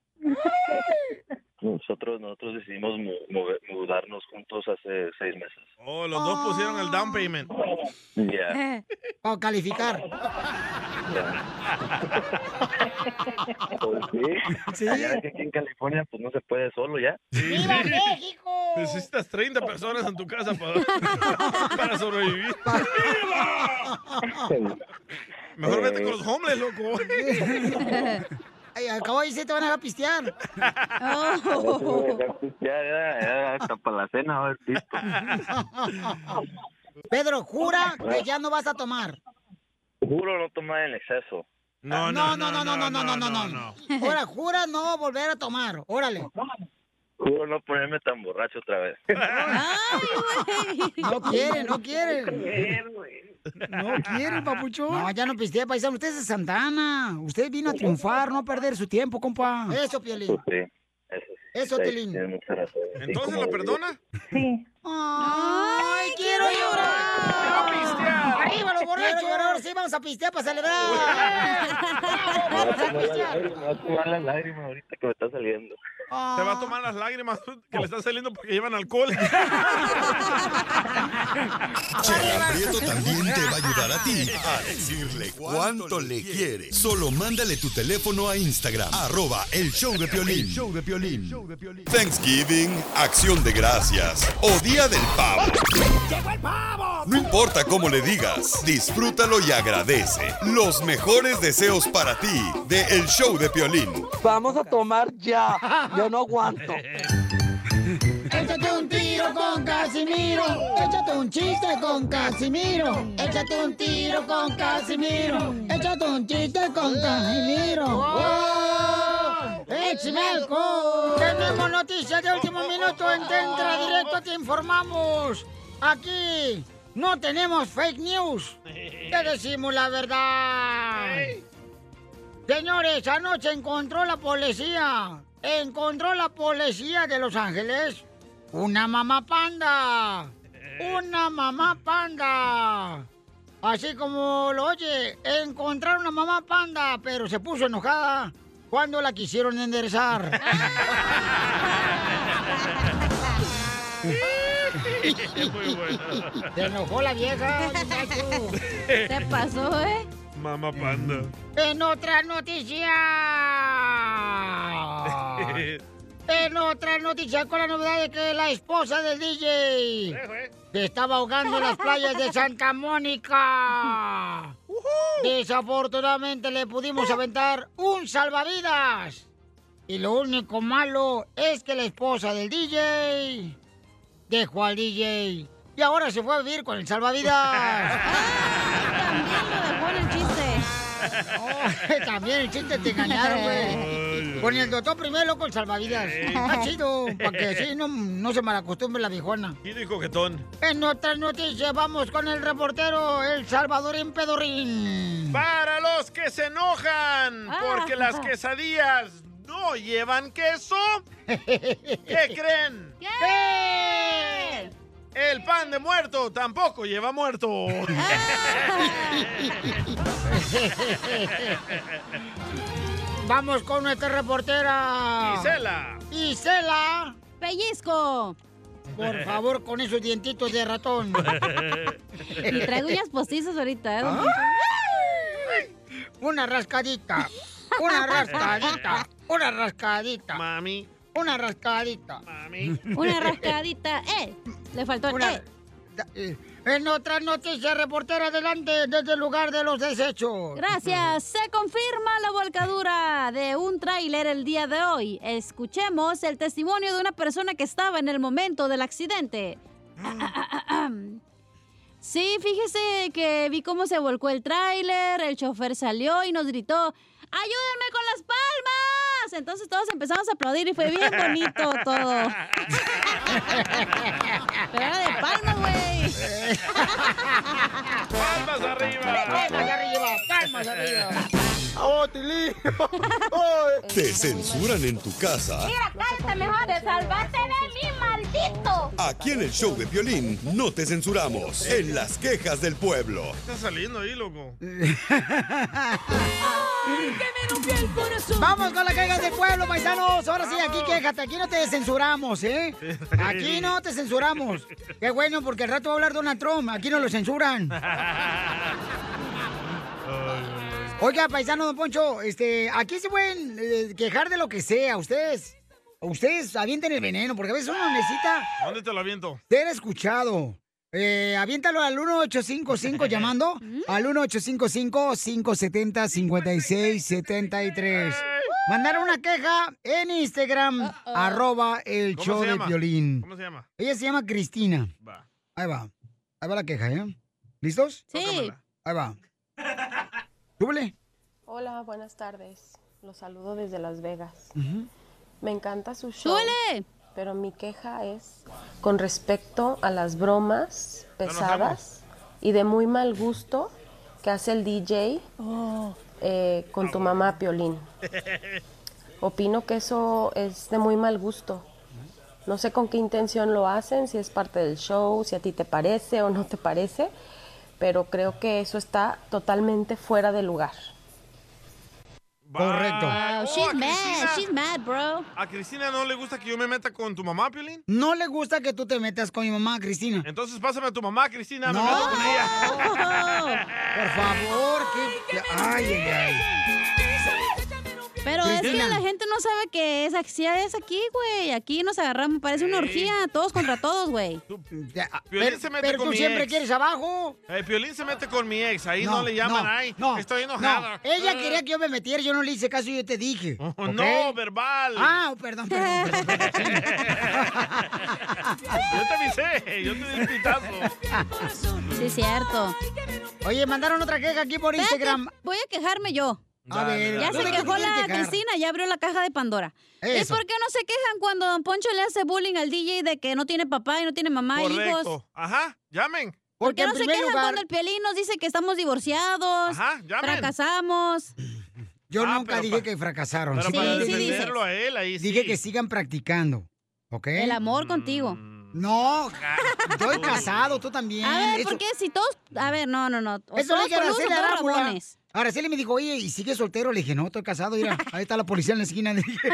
[SPEAKER 12] Nosotros nosotros decidimos mu- mover- mudarnos juntos hace seis meses.
[SPEAKER 4] Oh, los dos pusieron el down payment.
[SPEAKER 12] Ya.
[SPEAKER 2] Para calificar.
[SPEAKER 12] Pues
[SPEAKER 2] sí.
[SPEAKER 12] Ya ves que aquí en California pues no se puede solo ya.
[SPEAKER 2] ¡Viva México!
[SPEAKER 4] Necesitas 30 personas en tu casa para, para sobrevivir. Mejor vete con los homeless, loco.
[SPEAKER 2] Ay, al cabo ahí sí te van a dejar pistear.
[SPEAKER 17] Oh.
[SPEAKER 2] Oh.
[SPEAKER 12] Ya, ya, ya, hasta para la cena va a haber pisto.
[SPEAKER 2] Pedro, jura que ya no vas a tomar.
[SPEAKER 12] Juro no tomar en exceso.
[SPEAKER 4] No,
[SPEAKER 2] No, Ah, no, no, no, no, no, no, no, no. Ahora, jura no volver a tomar. Órale.
[SPEAKER 12] Juro no ponerme tan borracho otra vez.
[SPEAKER 2] No quiere, no quiere. No quiere, papuchón. No, ya no pistea, paisano. Usted es de Santana. Usted vino a triunfar, no a perder su tiempo, compa. Eso, Pielín.
[SPEAKER 12] Pues sí, eso sí.
[SPEAKER 2] Eso,
[SPEAKER 12] Sí,
[SPEAKER 2] Tilín.
[SPEAKER 12] tienes mucha razón. Sí,
[SPEAKER 4] ¿Entonces
[SPEAKER 12] como
[SPEAKER 4] lo
[SPEAKER 12] le digo,
[SPEAKER 4] perdona?
[SPEAKER 17] Sí.
[SPEAKER 2] ¡Ay, quiero llorar!
[SPEAKER 4] pistear!
[SPEAKER 2] ¡Arriba los borrachos! Quiero llorar, ahora sí, vamos a pistear para celebrar.
[SPEAKER 12] pues Me va a tomar la lágrima ahorita que me está saliendo.
[SPEAKER 4] Se va a tomar las lágrimas que le están saliendo porque llevan alcohol.
[SPEAKER 1] Chela Prieto también te va a ayudar a ti a decirle cuánto le quiere. Solo mándale tu teléfono a Instagram, arroba el show de Piolín. Thanksgiving, Acción de Gracias o Día del Pavo. No importa cómo le digas, disfrútalo y agradece. Los mejores deseos para ti de El Show de Piolín.
[SPEAKER 18] Vamos a tomar ya. Yo no aguanto.
[SPEAKER 10] Échate un tiro con Casimiro. Échate un chiste con Casimiro. Échate un tiro con Casimiro. Échate un chiste con Casimiro. ¡Eh, ¡Wow! ¡Échame alcohol!
[SPEAKER 2] Tenemos noticias de último minuto en Tentra Directo, te informamos. Aquí no tenemos fake news. Te decimos la verdad. Señores, anoche encontró la policía. Encontró la policía de Los Ángeles. Una mamá panda. Una mamá panda. Así como lo oye, encontraron una mamá panda, pero se puso enojada cuando la quisieron enderezar.
[SPEAKER 4] Ah, Muy buena.
[SPEAKER 2] Se enojó la vieja.
[SPEAKER 4] ¿Qué pasó,
[SPEAKER 2] eh?
[SPEAKER 4] Mamá panda.
[SPEAKER 2] En otra noticia. En otra noticia con la novedad de que la esposa del DJ se estaba ahogando en las playas de Santa Mónica. Desafortunadamente le pudimos aventar un salvavidas. Y lo único malo es que la esposa del DJ dejó al DJ y ahora se fue a vivir con el salvavidas. Oh, también el chiste te engañaron, güey. Con el doctor primero, loco, el salvavidas. Está chido, para que así no, no se malacostumbre la viejona.
[SPEAKER 4] Chido y coquetón.
[SPEAKER 2] En otras noticias, vamos con el reportero, el Salvadorín Pedorrín.
[SPEAKER 4] Para los que se enojan porque las quesadillas no llevan queso, ¿qué creen?
[SPEAKER 3] ¿Qué?
[SPEAKER 4] ¡Eh! El pan de muerto tampoco lleva muerto.
[SPEAKER 2] Vamos con nuestra reportera.
[SPEAKER 4] Isela.
[SPEAKER 2] Isela.
[SPEAKER 3] Pellizco.
[SPEAKER 2] Por favor, con esos dientitos de ratón.
[SPEAKER 3] Y traigo uñas postizas ahorita, ¿eh? don Poncho?
[SPEAKER 2] Una rascadita. Una rascadita. Una rascadita. Mami. Una rascadita. Mami.
[SPEAKER 3] Una rascadita. ¡Eh! Le faltó el
[SPEAKER 2] Una-
[SPEAKER 3] eh.
[SPEAKER 2] En otras noticias, reportera, adelante desde el lugar de los desechos.
[SPEAKER 3] Gracias. Se confirma la volcadura de un tráiler el día de hoy. Escuchemos el testimonio de una persona que estaba en el momento del accidente.
[SPEAKER 2] Mm.
[SPEAKER 3] Sí, fíjese que vi cómo se volcó el tráiler, el chofer salió y nos gritó, ¡ayúdenme con las palmas! Entonces todos empezamos a aplaudir y fue bien bonito todo. Pero era de palmas, güey.
[SPEAKER 4] ¡Palmas arriba!
[SPEAKER 2] ¡Palmas arriba! ¡Palmas arriba!
[SPEAKER 4] ¡Oh, Tilín!
[SPEAKER 1] ¿Te censuran en tu casa?
[SPEAKER 19] canta mejor, te salvaste de mí, maldito.
[SPEAKER 1] Aquí en el show de violín no te censuramos. En las quejas del pueblo.
[SPEAKER 4] Está saliendo ahí, loco.
[SPEAKER 2] Vamos con las quejas del pueblo, paisanos. Ahora sí, aquí quéjate. Aquí no te censuramos, ¿eh? Aquí no te censuramos. Qué bueno, porque al rato va a hablar Donald Trump. Aquí no lo censuran. Oiga, paisano Don Poncho, este, aquí se pueden eh, quejar de lo que sea. Ustedes, ustedes avienten el veneno, porque a veces uno necesita
[SPEAKER 4] ¿Dónde te lo aviento?
[SPEAKER 2] ser escuchado. Eh, aviéntalo al 1855 llamando al 1855-570-5673. Mandar una queja en Instagram, arroba el
[SPEAKER 4] ¿Cómo
[SPEAKER 2] show
[SPEAKER 4] se
[SPEAKER 2] de
[SPEAKER 4] llama?
[SPEAKER 2] violín.
[SPEAKER 4] ¿Cómo se llama?
[SPEAKER 2] Ella se llama Cristina. Ahí va. Ahí va la queja, ¿eh? ¿Listos?
[SPEAKER 19] Sí.
[SPEAKER 2] Ahí va. Súbele.
[SPEAKER 19] Hola, buenas tardes. Los saludo desde Las Vegas. Me encanta su show.
[SPEAKER 3] ¡Súbele!
[SPEAKER 19] Pero mi queja es con respecto a las bromas pesadas y de muy mal gusto que hace el DJ
[SPEAKER 20] Oh.
[SPEAKER 19] eh, con tu mamá Piolín. Opino que eso es de muy mal gusto. No sé con qué intención lo hacen, si es parte del show, si a ti te parece o no te parece, pero creo que eso está totalmente fuera de lugar.
[SPEAKER 2] Correcto.
[SPEAKER 19] Wow,
[SPEAKER 3] Ah, she's mad, she's mad, bro.
[SPEAKER 4] Oh, ¿A Cristina no le gusta que yo me meta con tu mamá, Piolín?
[SPEAKER 2] No le gusta que tú te metas con mi mamá, Cristina.
[SPEAKER 4] Entonces pásame a tu mamá, Cristina,
[SPEAKER 2] No.
[SPEAKER 4] me meto con ella.
[SPEAKER 2] Por favor, que... Ay, ay, ay.
[SPEAKER 3] Pero es
[SPEAKER 2] Cristina.
[SPEAKER 3] que la gente no sabe que esa axia es aquí, güey. Aquí nos agarramos, parece una orgía, todos contra todos, güey.
[SPEAKER 2] ah,
[SPEAKER 4] Piolín
[SPEAKER 3] Pero-
[SPEAKER 4] se mete
[SPEAKER 3] pero
[SPEAKER 4] con
[SPEAKER 3] tú
[SPEAKER 4] mi
[SPEAKER 3] siempre
[SPEAKER 4] ex.
[SPEAKER 3] quieres
[SPEAKER 2] abajo.
[SPEAKER 4] Eh, Piolín se mete con mi ex, ahí no, le llaman, ay, estoy
[SPEAKER 2] no.
[SPEAKER 4] enojada. Eh,
[SPEAKER 2] Ella quería que yo me metiera, yo no le hice caso y yo te dije. ¿ok?
[SPEAKER 4] Oh, No, verbal.
[SPEAKER 2] Ah, perdón, perdón. perdón.
[SPEAKER 4] Yo te avisé, yo te di el pitazo.
[SPEAKER 3] Sí, es cierto.
[SPEAKER 2] Oye, mandaron otra queja aquí por Instagram.
[SPEAKER 3] Voy a quejarme yo.
[SPEAKER 2] A ver,
[SPEAKER 3] ya
[SPEAKER 2] tú
[SPEAKER 3] se
[SPEAKER 2] de qué te
[SPEAKER 3] quejó
[SPEAKER 2] quieres
[SPEAKER 3] la
[SPEAKER 2] quejar.
[SPEAKER 3] Cristina, ya abrió la caja de Pandora. ¿Es
[SPEAKER 4] Eso.
[SPEAKER 3] por qué no se quejan cuando Don Poncho le hace bullying al DJ de que no tiene papá y no tiene mamá y hijos?
[SPEAKER 4] Correcto. Ajá, llamen.
[SPEAKER 3] ¿Por qué no se quejan cuando el Piolín nos dice que estamos divorciados,
[SPEAKER 4] Ajá, llamen.
[SPEAKER 3] fracasamos?
[SPEAKER 2] Yo nunca dije que fracasaron.
[SPEAKER 4] Ah, Pero
[SPEAKER 2] Sí,
[SPEAKER 4] para
[SPEAKER 2] sí, dices.
[SPEAKER 4] defenderlo a él, ahí sí.
[SPEAKER 2] Dije que sigan practicando, ¿ok?
[SPEAKER 3] El amor contigo.
[SPEAKER 2] No, estoy casado, tú también.
[SPEAKER 3] A ver,
[SPEAKER 2] Eso-
[SPEAKER 3] porque si todos... A ver, no, no, no. O
[SPEAKER 2] Eso
[SPEAKER 3] todos
[SPEAKER 2] le dije a
[SPEAKER 3] con luz o
[SPEAKER 2] Araceli
[SPEAKER 3] todos
[SPEAKER 2] Arámbula.
[SPEAKER 3] rabones.
[SPEAKER 2] Araceli me dijo, oye, ¿y sigue soltero? Le dije, no, estoy casado, mira, ahí está la policía en la esquina. Le dije.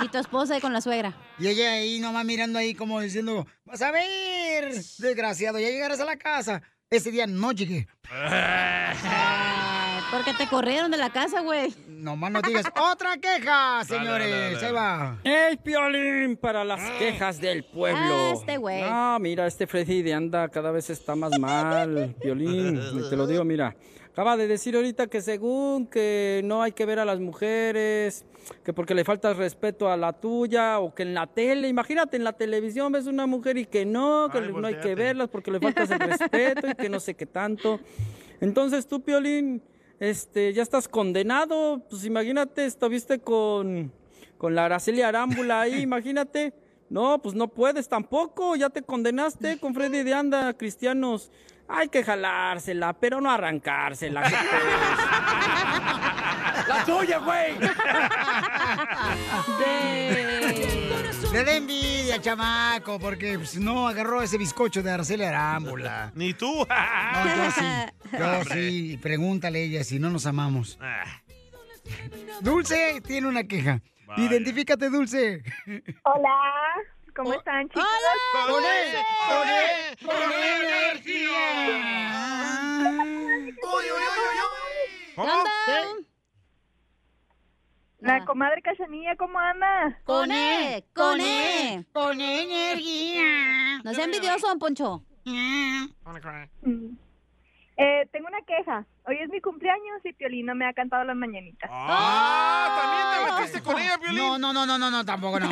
[SPEAKER 3] Y tu esposa ahí con la suegra.
[SPEAKER 2] Y ella ahí nomás mirando ahí como diciendo, vas a ver, desgraciado, ya llegarás a la casa. Ese día no llegué.
[SPEAKER 3] Ay, porque te corrieron de la casa, güey.
[SPEAKER 2] Nomás no digas, otra queja, señores.
[SPEAKER 10] Eh,
[SPEAKER 2] Ahí va.
[SPEAKER 21] El piolín para las quejas del pueblo.
[SPEAKER 3] Ah, este güey.
[SPEAKER 21] Ah, mira, este Freddy de anda cada vez está más mal, piolín. Te lo digo, mira. Acaba de decir ahorita que según que no hay que ver a las mujeres, que porque le falta el respeto a la tuya, o que en la tele, imagínate, en la televisión ves una mujer y que no, que
[SPEAKER 22] Ay,
[SPEAKER 21] no hay
[SPEAKER 22] volteate.
[SPEAKER 21] que verlas porque le faltas el respeto y que no sé qué tanto. Entonces tú, Piolín, este, ya estás condenado. Pues imagínate, estuviste con, con la Araceli Arámbula ahí, imagínate. No, pues no puedes tampoco, ya te condenaste con Freddy de Anda, cristianos. Hay que jalársela, pero no arrancársela. ¿qué pedos? ¡La tuya, güey!
[SPEAKER 2] Le da envidia, chamaco, porque pues, no agarró ese bizcocho de Araceli Arámbula.
[SPEAKER 4] Ni tú.
[SPEAKER 2] No, yo sí. Yo sí. Pregúntale a ella si no nos amamos. Dulce tiene una queja.
[SPEAKER 4] Vaya.
[SPEAKER 2] Identifícate, Dulce.
[SPEAKER 15] Hola,
[SPEAKER 2] Oh.
[SPEAKER 15] ¿cómo están, chicos?
[SPEAKER 2] ¡Hola! ¡Con él!
[SPEAKER 15] ¡Con
[SPEAKER 2] él! ¡Con Ah.
[SPEAKER 15] ¿Cómo? La comadre Cachanilla, ¿cómo anda?
[SPEAKER 3] Con E, con E.
[SPEAKER 2] Con energía.
[SPEAKER 3] No sea envidioso, don Poncho.
[SPEAKER 2] Ah.
[SPEAKER 15] Mm. Eh, tengo una queja. Hoy es mi cumpleaños y Piolín no me ha cantado las mañanitas.
[SPEAKER 4] ¡Ah!
[SPEAKER 2] ¿También te con ella, Piolín? No, no, no, no, no, no, tampoco, no,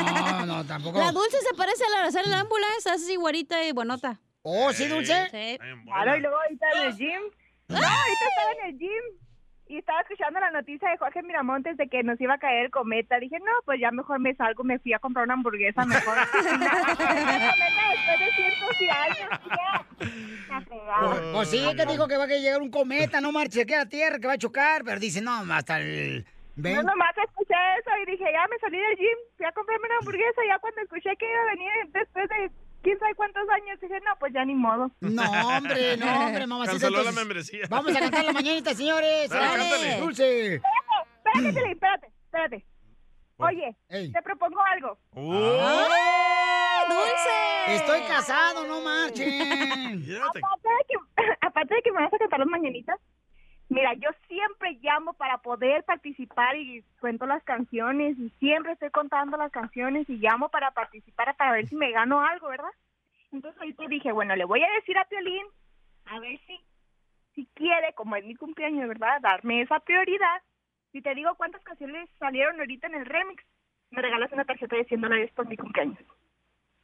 [SPEAKER 2] no, tampoco.
[SPEAKER 3] La dulce se parece a la Araceli Arámbula, es así guarita y buenota.
[SPEAKER 2] Oh, ¿sí, Dulce?
[SPEAKER 3] Sí.
[SPEAKER 15] Claro, y luego ahorita en el gym. No, ahorita estaba en el gym y estaba escuchando la noticia de Jorge Miramontes de que nos iba a caer el cometa. Dije, no, pues ya mejor me salgo, me fui a comprar una hamburguesa mejor. Después de cientos de años,
[SPEAKER 3] Ah,
[SPEAKER 2] Pues- Pues sí, que dijo que va a llegar un cometa, no marche aquí a la Tierra, que va a chocar, pero dice, no, hasta el...
[SPEAKER 15] Yo
[SPEAKER 2] ven-
[SPEAKER 15] nomás escuché eso y dije, ya me salí del gym, fui a comprarme una hamburguesa. Ya cuando escuché que iba a venir después de quién sabe cuántos años, dije, no, pues ya ni modo.
[SPEAKER 2] No, hombre, no, hombre, mamacita.
[SPEAKER 4] Canceló la
[SPEAKER 2] entonces,
[SPEAKER 4] membresía.
[SPEAKER 2] Vamos a cantar la mañanita, señores.
[SPEAKER 4] Dale,
[SPEAKER 2] Dale,
[SPEAKER 4] cántale.
[SPEAKER 2] Dulce.
[SPEAKER 15] Espérate, Piolín, espérate, espérate. Oye, te propongo algo.
[SPEAKER 2] ¡Ay,
[SPEAKER 15] ¡Dulce!
[SPEAKER 2] Ah. Estoy casado, no marchen.
[SPEAKER 15] Aparte de, que, aparte de que me vas a cantar las mañanitas, mira, yo siempre llamo para poder participar y cuento las canciones y siempre estoy contando las canciones y llamo para participar para ver si me gano algo, ¿verdad? Entonces ahorita dije, bueno, le voy a decir a Piolín, a ver si, si quiere, como es mi cumpleaños, ¿verdad? Darme esa prioridad. Si te digo cuántas canciones salieron ahorita en el remix, me regalas una tarjeta de 100 dólares por mi cumpleaños.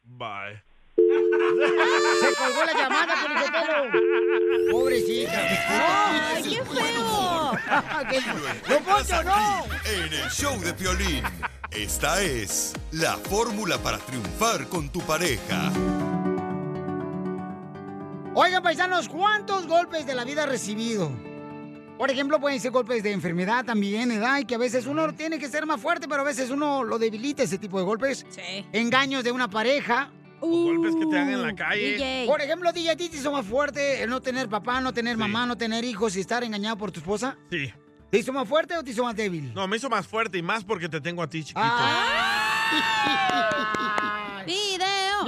[SPEAKER 4] Bye.
[SPEAKER 2] Se colgó la llamada, Felicitelo. Pobrecita.
[SPEAKER 3] ¡Ay, qué feo!
[SPEAKER 2] ¡No, Poncho, no!
[SPEAKER 1] En el show de Piolín. Esta es la fórmula para triunfar con tu pareja.
[SPEAKER 2] Oigan, paisanos, ¿cuántos golpes de la vida has recibido? Por ejemplo, pueden ser golpes de enfermedad también, ¿verdad? Y que a veces uno tiene que ser más fuerte, pero a veces uno lo debilita ese tipo de golpes.
[SPEAKER 3] Sí.
[SPEAKER 2] Engaños de una pareja.
[SPEAKER 4] golpes que te dan en la calle. DJ.
[SPEAKER 2] Por ejemplo, DJ, ¿a ti te hizo más fuerte el no tener papá, no tener mamá, no tener hijos y estar engañado por tu esposa?
[SPEAKER 4] Sí.
[SPEAKER 2] ¿Te hizo más fuerte o te hizo más débil?
[SPEAKER 4] No, me hizo más fuerte y más porque te tengo a ti, chiquito.
[SPEAKER 2] Ah.
[SPEAKER 3] ¡Video!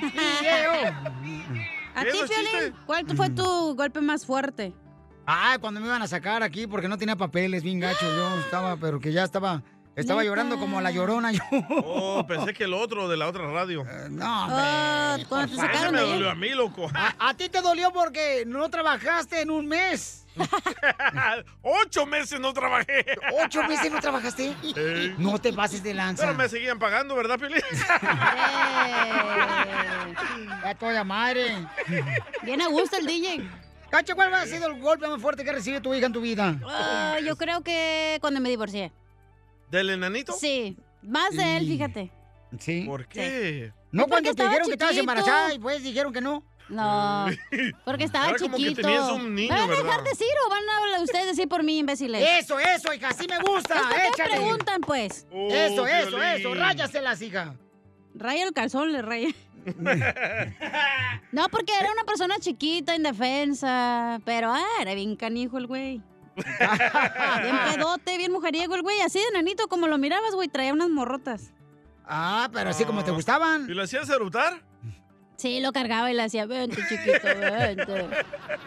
[SPEAKER 2] ¡Video!
[SPEAKER 3] ¿A ti, Piolín? ¿Cuál fue tu
[SPEAKER 2] Mm.
[SPEAKER 3] golpe más fuerte?
[SPEAKER 2] Ah, cuando me iban a sacar aquí porque no tenía papeles, bien gacho. Yo estaba, pero que ya estaba. Estaba
[SPEAKER 4] Neta.
[SPEAKER 2] llorando como la llorona yo.
[SPEAKER 4] Oh, pensé que el otro de la otra radio.
[SPEAKER 2] Eh, no,
[SPEAKER 4] hombre.
[SPEAKER 2] Oh, Ah, cuando te
[SPEAKER 4] Ese
[SPEAKER 2] sacaron
[SPEAKER 4] me
[SPEAKER 2] de ahí.
[SPEAKER 4] dolió a mí, loco.
[SPEAKER 2] A, a ti te dolió porque no trabajaste en un mes.
[SPEAKER 4] Ocho meses no trabajé.
[SPEAKER 2] ¿Ocho meses no trabajaste? No te pases de lanza.
[SPEAKER 4] Pero me seguían pagando, ¿verdad, Piolín?
[SPEAKER 2] A toda madre. Bien a gusto el DJ. Cacho, ¿cuál ha sido el golpe más fuerte que recibió tu hija en tu vida?
[SPEAKER 3] Ah, yo creo que cuando me divorcié.
[SPEAKER 4] ¿Del enanito?
[SPEAKER 3] Sí, más de él, fíjate.
[SPEAKER 2] Sí.
[SPEAKER 4] ¿Por qué?
[SPEAKER 2] No, cuando te
[SPEAKER 3] estaba
[SPEAKER 2] dijeron que estabas
[SPEAKER 3] chiquito.
[SPEAKER 2] embarazada y pues dijeron que no.
[SPEAKER 3] No,
[SPEAKER 10] Mm.
[SPEAKER 3] porque estaba
[SPEAKER 2] Era
[SPEAKER 3] chiquito.
[SPEAKER 2] como que tenías un niño,
[SPEAKER 3] ¿Van a dejar
[SPEAKER 2] ¿verdad?
[SPEAKER 3] de decir o van a hablar ustedes decir por mí, imbéciles?
[SPEAKER 2] Eso, eso, hija, así me gusta,
[SPEAKER 3] Es que ustedes
[SPEAKER 2] échale.
[SPEAKER 3] preguntan, pues.
[SPEAKER 2] eso, eso, eso. Ráyaselas, hija.
[SPEAKER 3] Raya el calzón, le raya. No, porque era una persona chiquita, indefensa. Pero, ah, era bien canijo el güey. bien pedote, bien mujeriego el güey. Así de nanito, como lo mirabas, güey, traía unas morrotas.
[SPEAKER 2] Ah, pero así como te gustaban.
[SPEAKER 4] ¿Y lo hacías erutar?
[SPEAKER 3] Sí, lo cargaba y le hacía, vente, chiquito, vente.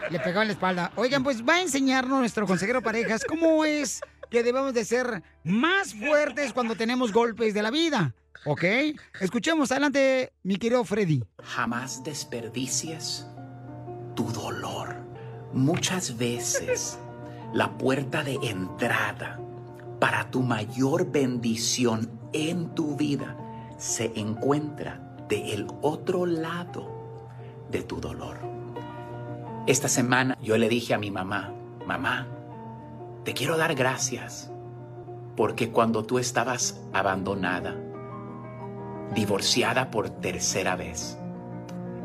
[SPEAKER 2] Le pegaba en la espalda. Oigan, pues va a enseñarnos nuestro consejero parejas cómo es que debemos de ser más fuertes cuando tenemos golpes de la vida. ¿Ok? Escuchemos, adelante, mi querido Freddy.
[SPEAKER 23] Jamás desperdicies tu dolor. Muchas veces la puerta de entrada para tu mayor bendición en tu vida se encuentra del otro lado de tu dolor. Esta semana yo le dije a mi mamá, mamá, te quiero dar gracias porque cuando tú estabas abandonada, divorciada por tercera vez,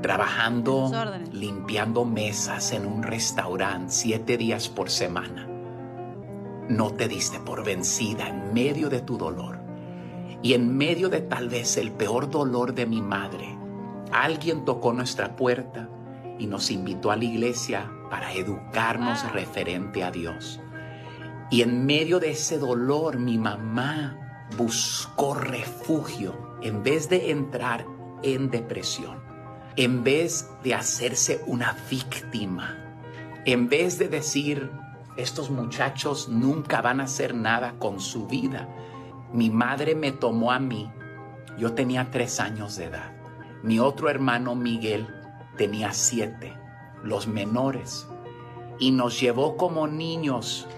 [SPEAKER 23] trabajando,
[SPEAKER 3] Desórdenes.
[SPEAKER 23] limpiando mesas en un restaurante siete días por semana. No te diste por vencida en medio de tu dolor y en medio de tal vez el peor dolor de mi madre. Alguien tocó nuestra puerta y nos invitó a la iglesia para educarnos referente a Dios. Y en medio de ese dolor mi mamá buscó refugio en vez de entrar en depresión en vez de hacerse una víctima, en vez de decir, estos muchachos nunca van a hacer nada con su vida. Mi madre me tomó a mí, yo tenía tres años de edad. Mi otro hermano Miguel tenía siete, los menores, y nos llevó como niños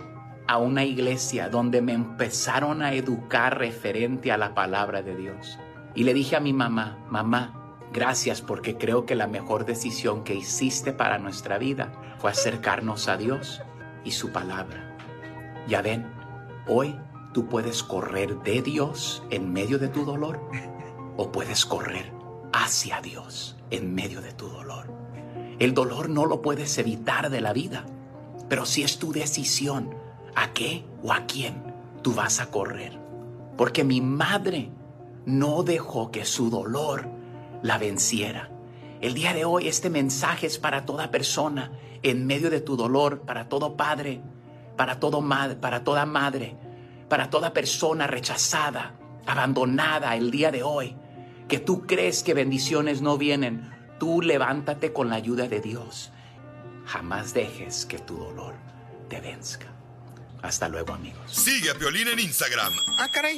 [SPEAKER 23] a una iglesia donde me empezaron a educar referente a la palabra de Dios. Y le dije a mi mamá, mamá, gracias porque creo que la mejor decisión que hiciste para nuestra vida fue acercarnos a Dios y su palabra. Ya ven, hoy tú puedes correr de Dios en medio de tu dolor o puedes correr hacia Dios en medio de tu dolor. El dolor no lo puedes evitar de la vida, pero si es tu decisión a qué o a quién tú vas a correr. Porque mi madre no dejó que su dolor la venciera. El día de hoy este mensaje es para toda persona en medio de tu dolor, para todo padre, para, todo ma- para toda madre, para toda persona rechazada, abandonada el día de hoy, que tú crees que bendiciones no vienen, tú levántate con la ayuda de Dios. Jamás dejes que tu dolor te venzca. Hasta luego, amigos.
[SPEAKER 1] Sigue a Piolín en Instagram,
[SPEAKER 23] Ah, caray.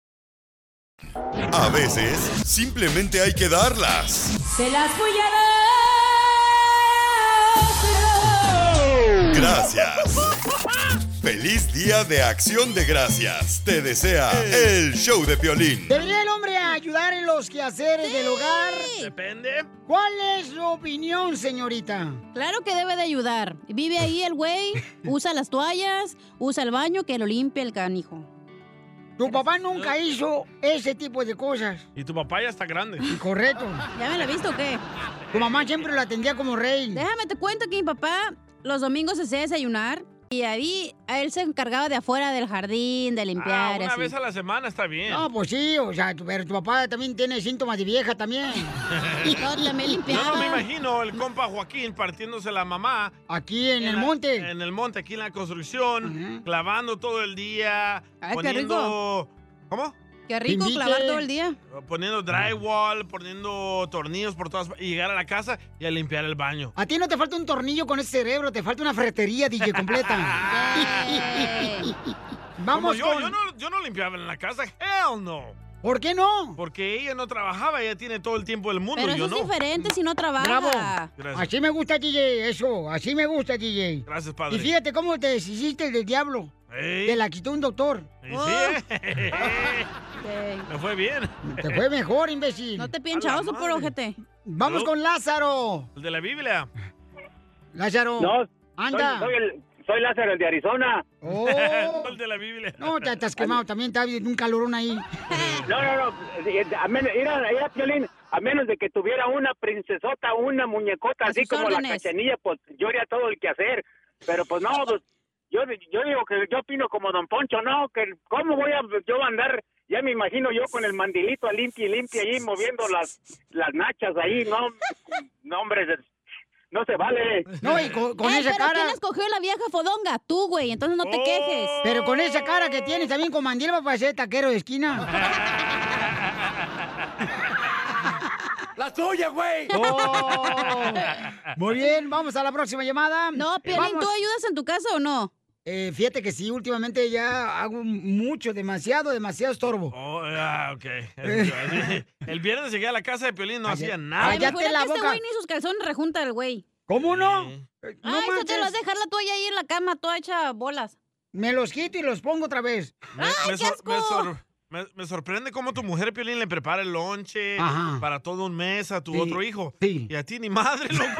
[SPEAKER 1] A veces, simplemente hay que darlas.
[SPEAKER 24] Se las voy a dar.
[SPEAKER 1] Gracias. Feliz Día de Acción de Gracias. Te desea el show de Piolín.
[SPEAKER 2] ¿Debería el hombre ayudar en los quehaceres del hogar?
[SPEAKER 4] Depende.
[SPEAKER 2] ¿Cuál es su opinión, señorita?
[SPEAKER 3] Claro que debe de ayudar. Vive ahí el güey, usa las toallas, usa el baño, que lo limpie el canijo.
[SPEAKER 2] Tu papá nunca hizo ese tipo de cosas.
[SPEAKER 4] Y tu papá ya está grande.
[SPEAKER 2] Correcto.
[SPEAKER 3] ¿Ya me la viste o qué?
[SPEAKER 2] Tu mamá siempre lo atendía como rey.
[SPEAKER 3] Déjame te cuento que mi papá los domingos se hacía desayunar y ahí a él se encargaba de afuera del jardín, de
[SPEAKER 4] Ah,
[SPEAKER 3] limpiar.
[SPEAKER 4] una
[SPEAKER 3] así.
[SPEAKER 4] vez a la semana está bien.
[SPEAKER 2] No, pues sí, o sea, tu- pero tu papá también tiene síntomas de vieja también.
[SPEAKER 3] No, también limpiaba.
[SPEAKER 4] No, me imagino el compa Joaquín partiéndose la mamá.
[SPEAKER 2] Aquí en,
[SPEAKER 4] el
[SPEAKER 2] monte.
[SPEAKER 4] En el monte, aquí en la construcción, clavando todo el día.
[SPEAKER 3] Ay, qué
[SPEAKER 4] poniendo, ¿Cómo?
[SPEAKER 3] Qué rico
[SPEAKER 4] Invite.
[SPEAKER 3] clavar todo el día.
[SPEAKER 4] Poniendo drywall, poniendo tornillos por todas y llegar a la casa y a limpiar el baño.
[SPEAKER 2] A ti no te falta un tornillo con ese cerebro, te falta una ferretería, DJ, completa. Vamos
[SPEAKER 4] Como yo,
[SPEAKER 2] con-
[SPEAKER 4] yo, no, yo no limpiaba en la casa, hell no.
[SPEAKER 2] ¿Por qué no?
[SPEAKER 4] Porque ella no trabajaba, ella tiene todo el tiempo del mundo,
[SPEAKER 3] Pero
[SPEAKER 4] yo
[SPEAKER 3] eso
[SPEAKER 4] no.
[SPEAKER 3] es diferente si no trabaja.
[SPEAKER 2] Bravo.
[SPEAKER 4] Gracias.
[SPEAKER 2] Así me gusta, DJ, eso. Así me gusta, DJ.
[SPEAKER 4] Gracias, padre.
[SPEAKER 2] Y fíjate cómo te deshiciste del diablo.
[SPEAKER 4] Ey.
[SPEAKER 2] Te la quitó un doctor.
[SPEAKER 4] Y sí, eh. Me fue bien.
[SPEAKER 2] Oh. Te fue mejor, imbécil.
[SPEAKER 3] No te pincha oso por ojete.
[SPEAKER 2] Vamos
[SPEAKER 4] No.
[SPEAKER 2] con Lázaro.
[SPEAKER 4] El de la Biblia.
[SPEAKER 2] Lázaro.
[SPEAKER 4] No,
[SPEAKER 2] Anda.
[SPEAKER 4] soy- soy
[SPEAKER 2] el...
[SPEAKER 4] Soy Lázaro, el de Arizona.
[SPEAKER 2] Oh.
[SPEAKER 4] el de la Biblia.
[SPEAKER 2] No, te, te has quemado también, está bien, un calorón ahí.
[SPEAKER 13] No, no, no. A menos, mira, mira, Piolín, a menos de que tuviera una princesota, una muñecota, así
[SPEAKER 10] sus
[SPEAKER 13] como la
[SPEAKER 10] órdenes.
[SPEAKER 13] cachanilla, pues yo haría todo el quehacer. Pero pues no, pues, yo, yo digo que yo opino como Don Poncho, no, que cómo voy a yo andar, ya me imagino yo con el mandilito a limpia y limpia ahí, moviendo las, las nachas ahí, no, no, hombre, se- no se vale.
[SPEAKER 3] Ey, Eh, pero ¿Quién escogió la vieja fodonga? Tú, güey. Entonces no te quejes.
[SPEAKER 2] Oh. Pero con esa cara que tienes también con mandil va a ser taquero de esquina.
[SPEAKER 10] ¡La tuya, güey!
[SPEAKER 2] Oh. Muy bien, vamos a la próxima llamada. No,
[SPEAKER 3] Piolín, ¿tú ayudas en tu casa o no?
[SPEAKER 2] fíjate que sí, últimamente ya hago mucho, demasiado, demasiado estorbo.
[SPEAKER 4] Oh, ah, ok. El viernes llegué a la casa de Piolín, no hacía nada.
[SPEAKER 3] Ay, me jura que este güey ni sus calzones rejunta el güey.
[SPEAKER 2] ¿Cómo no?
[SPEAKER 3] Ah, eso te lo vas a dejar la toalla ahí en la cama, toda hecha bolas.
[SPEAKER 2] Me los quito y los pongo otra vez.
[SPEAKER 4] Me, me sor- me sor- me- me sorprende cómo tu mujer, Piolín, le prepara el lonche
[SPEAKER 2] Ajá.
[SPEAKER 4] para todo un mes a tu
[SPEAKER 2] Sí,
[SPEAKER 4] otro hijo.
[SPEAKER 2] sí.
[SPEAKER 4] Y a ti ni madre, loco.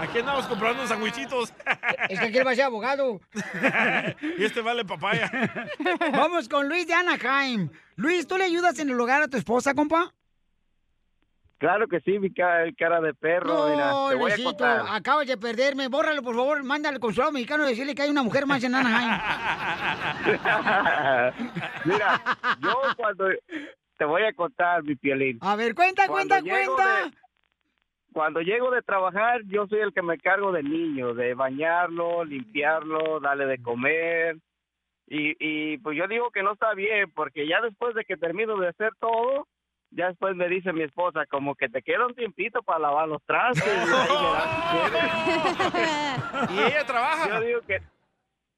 [SPEAKER 4] Aquí andamos comprando sandwichitos.
[SPEAKER 2] Es que aquí va a ser abogado.
[SPEAKER 4] y este vale papaya.
[SPEAKER 2] Vamos con Luis de Anaheim. Luis, ¿tú le ayudas en el hogar a tu esposa, compa?
[SPEAKER 5] Claro que sí, mi ca- cara de perro, mira, te voy a
[SPEAKER 2] Luisito,
[SPEAKER 5] contar.
[SPEAKER 2] acabas de perderme. Bórralo, por favor. Mándale al consulado mexicano y decirle que hay una mujer más en Anaheim.
[SPEAKER 5] mira, yo cuando te voy a contar mi pielín.
[SPEAKER 2] A ver, cuenta, cuenta, cuenta.
[SPEAKER 5] cuando llego de trabajar, yo soy el que me cargo del niño, de bañarlo, limpiarlo, darle de comer. Y, y pues yo digo que no está bien, porque ya después de que termino de hacer todo, ya después me dice mi esposa, como que te queda un tiempito para lavar los trastes. y ahí me das si quieres.
[SPEAKER 4] ¿Y ella trabaja?
[SPEAKER 5] Yo digo que,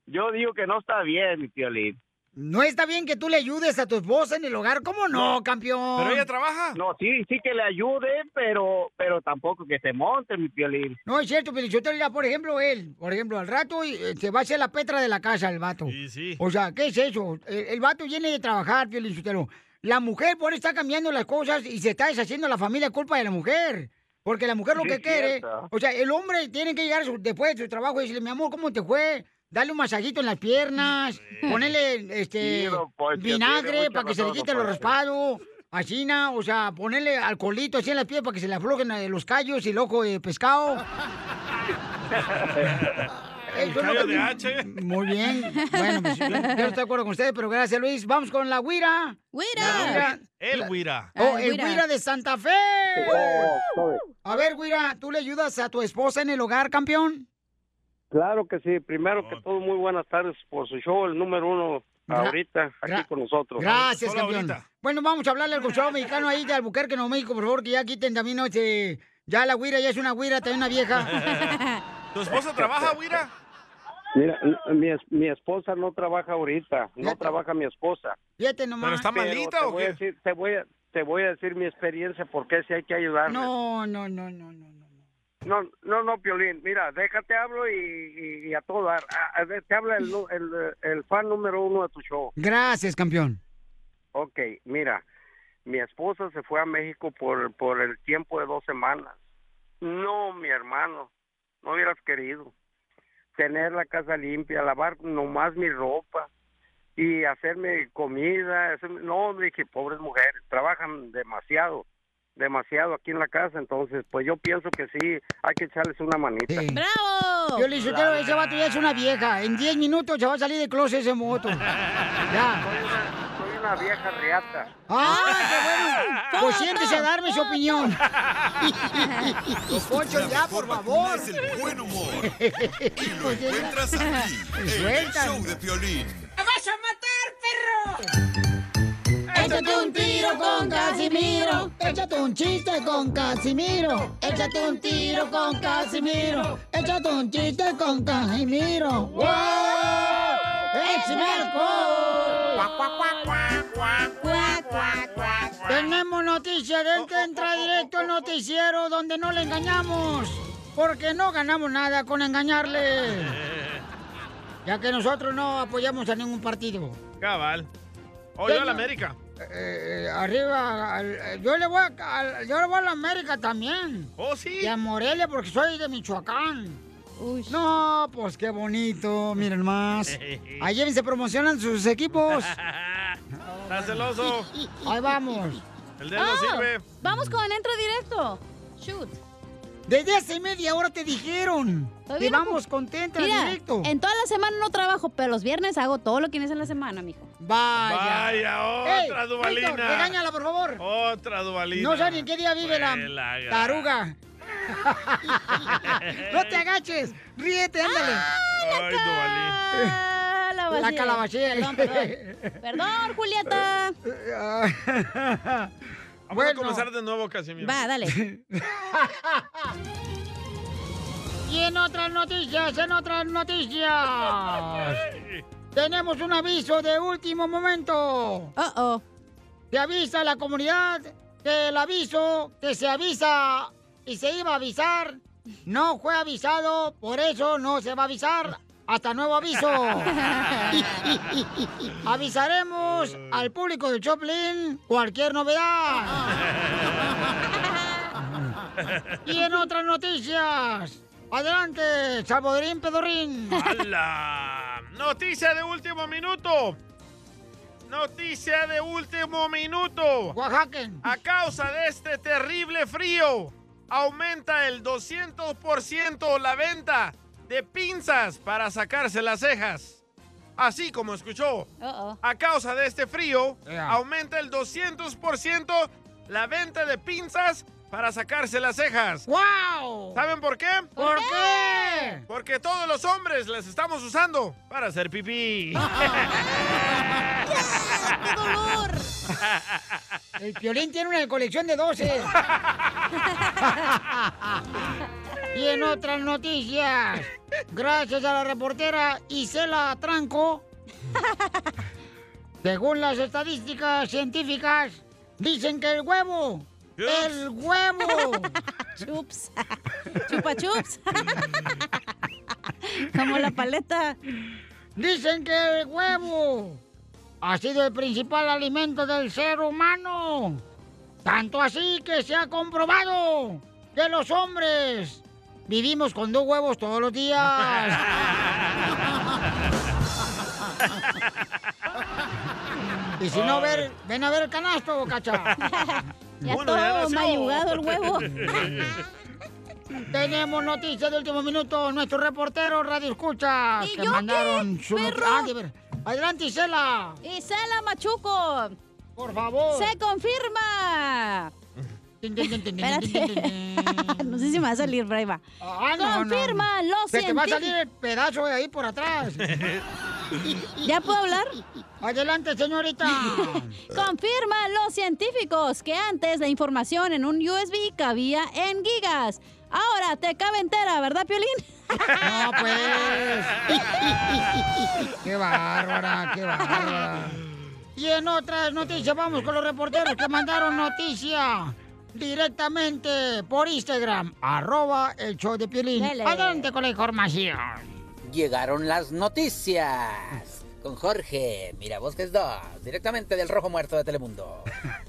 [SPEAKER 5] yo digo que no está bien, mi piolín.
[SPEAKER 2] No está bien que tú le ayudes a tu esposa en el hogar. ¿Cómo no, campeón?
[SPEAKER 4] trabaja.
[SPEAKER 5] No, sí, sí que le ayude, pero pero tampoco que se monte mi piolín.
[SPEAKER 2] No, es cierto, pero yo te diría, por ejemplo, él, por ejemplo, al rato eh, se va a hacer la petra de la casa el vato.
[SPEAKER 5] sí.
[SPEAKER 2] O sea, ¿qué es eso? El, el vato viene de trabajar, Piolinsutelo. La mujer por ahí está cambiando las cosas y se está deshaciendo la familia culpa de la mujer. Porque la mujer lo
[SPEAKER 5] Sí,
[SPEAKER 2] que
[SPEAKER 5] es
[SPEAKER 2] quiere,
[SPEAKER 5] cierto.
[SPEAKER 2] o sea, el hombre tiene que llegar a su- después de su trabajo y decirle, mi amor, ¿cómo te fue? Dale un masajito en las piernas, ponele este,
[SPEAKER 25] Sí, don Poncho, tiene
[SPEAKER 2] vinagre
[SPEAKER 25] mucha
[SPEAKER 2] para que se le
[SPEAKER 25] razón,
[SPEAKER 2] quite
[SPEAKER 25] don
[SPEAKER 2] los
[SPEAKER 25] Poncho.
[SPEAKER 2] raspados, así, na, o sea, ponele alcoholito así en las piernas para que se le aflojen eh, los callos y el ojo de pescado.
[SPEAKER 4] El
[SPEAKER 2] Yo no-
[SPEAKER 4] callo de H.
[SPEAKER 2] Muy bien. Bueno, pues, yo yo no estoy de acuerdo con ustedes, pero gracias, Luis. Vamos con la Huira.
[SPEAKER 4] ¡Huira! El Huira.
[SPEAKER 2] Oh, el Huira de Santa Fe. A ver, Huira, ¿tú le ayudas a tu esposa en el hogar, campeón?
[SPEAKER 5] Claro que sí. Primero que todo, muy buenas tardes por su show, el número uno ahorita aquí con nosotros.
[SPEAKER 2] Gracias, campeón. Bueno, vamos a hablarle al consulado mexicano ahí de Albuquerque, Nuevo México, por favor, que ya quiten también este... Ya la Huira ya es una Huira, también una vieja.
[SPEAKER 4] ¿Tu esposa trabaja, Huira?
[SPEAKER 5] Mira, n- mi, es- mi esposa no trabaja ahorita, no trabaja mi esposa.
[SPEAKER 2] Fíjate nomás.
[SPEAKER 5] te voy a decir- te, voy a, te voy a decir mi experiencia porque si hay que ayudarle.
[SPEAKER 2] No, no, no, no. no.
[SPEAKER 5] No, no, no, Piolín, mira, déjate hablo y, y- y a todo dar. A- a ver, te habla el, nu- el- el fan número uno de tu show.
[SPEAKER 2] Gracias, campeón.
[SPEAKER 5] Ok, mira, mi esposa se fue a México por, por el tiempo de dos semanas. No, mi hermano, no hubieras querido. Tener la casa limpia, lavar nomás mi ropa y hacerme comida. hacerme- No, dije, pobres mujeres, trabajan demasiado, demasiado aquí en la casa. Entonces, pues yo pienso que sí, hay que echarles una manita.
[SPEAKER 2] ¡Bravo! Yo le dije, "Tero, ese vato ya es una vieja. En 10 minutos ya va a salir de closet ese moto. Ya.
[SPEAKER 5] Soy una vieja reata.
[SPEAKER 2] ¡Ah, qué bueno! Pues siéntese a darme su opinión. Don Poncho, ya, por favor.
[SPEAKER 1] buen humor.
[SPEAKER 2] Y
[SPEAKER 1] lo encuentras aquí, en el
[SPEAKER 2] Suéltalo.
[SPEAKER 1] show de Piolín.
[SPEAKER 10] ¡Me vas a matar, perro! Échate un tiro con Casimiro.
[SPEAKER 2] Échate un chiste con Casimiro.
[SPEAKER 10] Échate un tiro con Casimiro. Échate un chiste con Casimiro. ¡Wow!
[SPEAKER 2] ¡Échame alcohol! Tenemos noticias del que entra directo al noticiero donde no le engañamos. Porque no ganamos nada con engañarle. Ya que nosotros no apoyamos a ningún partido.
[SPEAKER 4] Cabal. Oye,
[SPEAKER 2] Señor.
[SPEAKER 4] Oh, a la América.
[SPEAKER 2] Eh, arriba, al- eh, yo le voy a, al- yo le voy a la América también.
[SPEAKER 4] Oh, sí.
[SPEAKER 2] Y a Morelia porque soy de Michoacán. No, pues qué bonito, miren más. Ayer se promocionan sus equipos.
[SPEAKER 4] Está celoso.
[SPEAKER 2] Ahí vamos. Ah,
[SPEAKER 4] El dedo sirve.
[SPEAKER 3] Ah, Vamos con entra directo. Shoot.
[SPEAKER 2] Desde hace media hora te dijeron.
[SPEAKER 3] Estoy
[SPEAKER 2] Te
[SPEAKER 3] bien
[SPEAKER 2] vamos
[SPEAKER 3] ocu-
[SPEAKER 2] contenta
[SPEAKER 3] Mira,
[SPEAKER 2] directo.
[SPEAKER 3] En toda la semana no trabajo, pero los viernes hago todo lo que es en la semana, mijo.
[SPEAKER 2] Vaya.
[SPEAKER 4] Vaya,
[SPEAKER 2] Ey,
[SPEAKER 4] otra Dubalina.
[SPEAKER 2] Víctor, regáñala, por favor.
[SPEAKER 4] Otra Dubalina.
[SPEAKER 2] No saben en qué día vive la
[SPEAKER 4] Fue la gran-
[SPEAKER 2] taruga. no te agaches. Ríete, ándale.
[SPEAKER 4] Ay, Dubalín.
[SPEAKER 2] La calabacera.
[SPEAKER 3] Ah, Perdón, perdón. Perdón, Julieta.
[SPEAKER 2] Ah.
[SPEAKER 4] Vamos a comenzar de nuevo, Casimiro.
[SPEAKER 3] Va, dale.
[SPEAKER 2] Y en otras noticias, en otras Ah. noticias. Tenemos un aviso de último momento. Oh, oh. Se avisa a la comunidad que el aviso que se avisa y se iba a avisar no fue avisado, por eso no se va a avisar. Hasta nuevo aviso. Avisaremos al público del Choplin cualquier novedad. Y en otras noticias, adelante, Salvadorín Pedorrín.
[SPEAKER 4] ¡Hala! Noticia de último minuto. Noticia de último minuto. A causa de este terrible frío, aumenta el 200% la venta de pinzas para sacarse las cejas. Así como escuchó. A causa de este frío,
[SPEAKER 6] Ea.
[SPEAKER 4] aumenta el 200% la venta de pinzas para sacarse las cejas.
[SPEAKER 2] ¡Wow!
[SPEAKER 4] ¿Saben por qué?
[SPEAKER 2] ¿Por qué?
[SPEAKER 4] Porque todos los hombres las estamos usando para hacer pipí.
[SPEAKER 3] ¡Qué dolor!
[SPEAKER 2] El Piolín tiene una colección de 12. Y en otras noticias, gracias a la reportera Isela Tranco, según las estadísticas científicas, dicen que el huevo, el huevo,
[SPEAKER 3] chups, chupa chups, como la paleta.
[SPEAKER 2] Dicen que el huevo ha sido el principal alimento del ser humano. Tanto así que se ha comprobado que los hombres vivimos con dos huevos todos los días. Y si no, ver, ven a ver el canasto, bocacha.
[SPEAKER 3] Ya Bueno, ya todo nació. mayugado el huevo.
[SPEAKER 2] Tenemos noticias de último minuto. Nuestro reportero Radio Escucha
[SPEAKER 3] ¿Y
[SPEAKER 2] que
[SPEAKER 3] yo
[SPEAKER 2] mandaron
[SPEAKER 3] qué,
[SPEAKER 2] su not-
[SPEAKER 3] perro?
[SPEAKER 2] Ah, de ver. Adelante, Isela.
[SPEAKER 3] Isela Machuco.
[SPEAKER 2] Por favor.
[SPEAKER 3] Se confirma. Espérate. no sé si me va a salir, pero ahí va.
[SPEAKER 2] Ah, no, no.
[SPEAKER 3] confirma los
[SPEAKER 2] Se te va a
[SPEAKER 3] científicos-
[SPEAKER 2] salir el pedazo de ahí por atrás.
[SPEAKER 3] ¿Ya puedo hablar?
[SPEAKER 2] Adelante, señorita.
[SPEAKER 3] Confirman los científicos que antes la información en un USB cabía en gigas. Ahora te cabe entera, ¿verdad, Piolín?
[SPEAKER 2] No, pues. qué bárbara, qué bárbara. Y en otras noticias, vamos con los reporteros que mandaron noticia directamente por Instagram, arroba el show de Piolín. Adelante con la información.
[SPEAKER 6] Llegaron las noticias con Jorge Mirabosques 2, directamente del Rojo Muerto de Telemundo.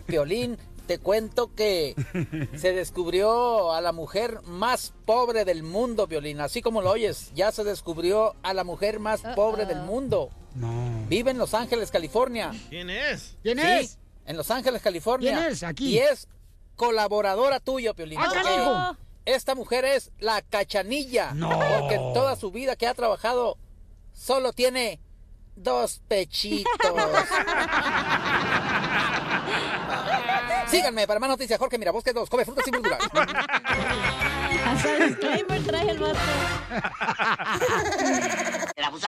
[SPEAKER 6] Piolín, te cuento que se descubrió a la mujer más pobre del mundo, Piolín. Así como lo oyes, ya se descubrió a la mujer más pobre del mundo. Vive en Los Ángeles, California.
[SPEAKER 4] ¿Quién es?
[SPEAKER 2] ¿Quién
[SPEAKER 6] Sí,
[SPEAKER 2] es?
[SPEAKER 6] En Los Ángeles, California.
[SPEAKER 4] ¿Quién es? Aquí.
[SPEAKER 6] Y es colaboradora tuya, Piolín.
[SPEAKER 4] ¡Ah,
[SPEAKER 6] porque
[SPEAKER 4] canijo!
[SPEAKER 6] Esta mujer es la cachanilla. Porque toda su vida que ha trabajado solo tiene dos pechitos. Síganme para más noticias. Jorge Mirabosques 2. Come frutas y verduras.
[SPEAKER 3] Hasta el disclaimer trae el vato.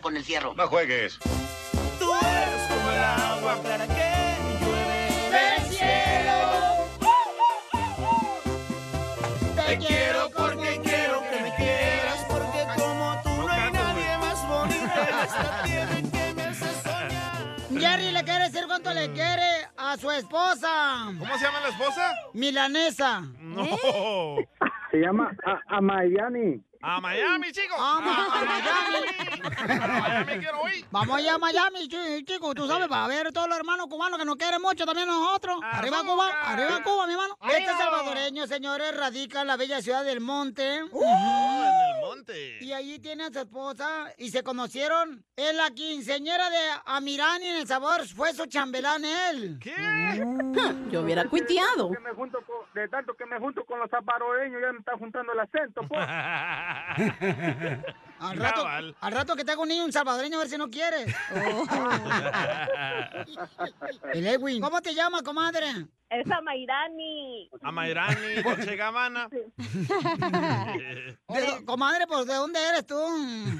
[SPEAKER 8] con el fierro. No juegues. Tú eres como el agua clara que llueve del cielo. Te quiero porque quiero que me quieras, porque como tú no hay nadie más bonito en esta tierra en que me haces soñar.
[SPEAKER 2] Jerry le quiere decir cuánto le quiere a su esposa. ¿Cómo se llama la esposa? Milanesa. No.
[SPEAKER 3] ¿Eh?
[SPEAKER 13] Se llama a, a Miami.
[SPEAKER 4] A Miami, chicos. Ah,
[SPEAKER 2] Vamos a Miami. Vamos allá a Miami, chi- chicos. Tú sabes, para ver todos los hermanos cubanos que nos quieren mucho también nosotros.
[SPEAKER 4] Ah,
[SPEAKER 2] Arriba Cuba, arriba Cuba, mi hermano.
[SPEAKER 4] Arriba.
[SPEAKER 2] Este salvadoreño, señores, radica en la bella ciudad del Monte.
[SPEAKER 4] Uh, en el monte.
[SPEAKER 2] Y allí tiene a su esposa y se conocieron. En la quinceñera de Amirani en El Sabor fue su chambelán él. ¿Qué?
[SPEAKER 3] Yo hubiera cuiteado.
[SPEAKER 13] Que me junto con- de tanto que me junto con los zaparoreños, ya me está juntando el acento, pues.
[SPEAKER 2] Al rato,
[SPEAKER 13] Cabal.
[SPEAKER 2] al rato que te haga un niño un salvadoreño a ver si no quieres.
[SPEAKER 10] Oh.
[SPEAKER 2] El Edwin. ¿Cómo te llamas, comadre?
[SPEAKER 15] Es Amairani.
[SPEAKER 4] A Mayrani, Dolce Gabbana.
[SPEAKER 2] De do- comadre, pues, ¿de dónde eres tú?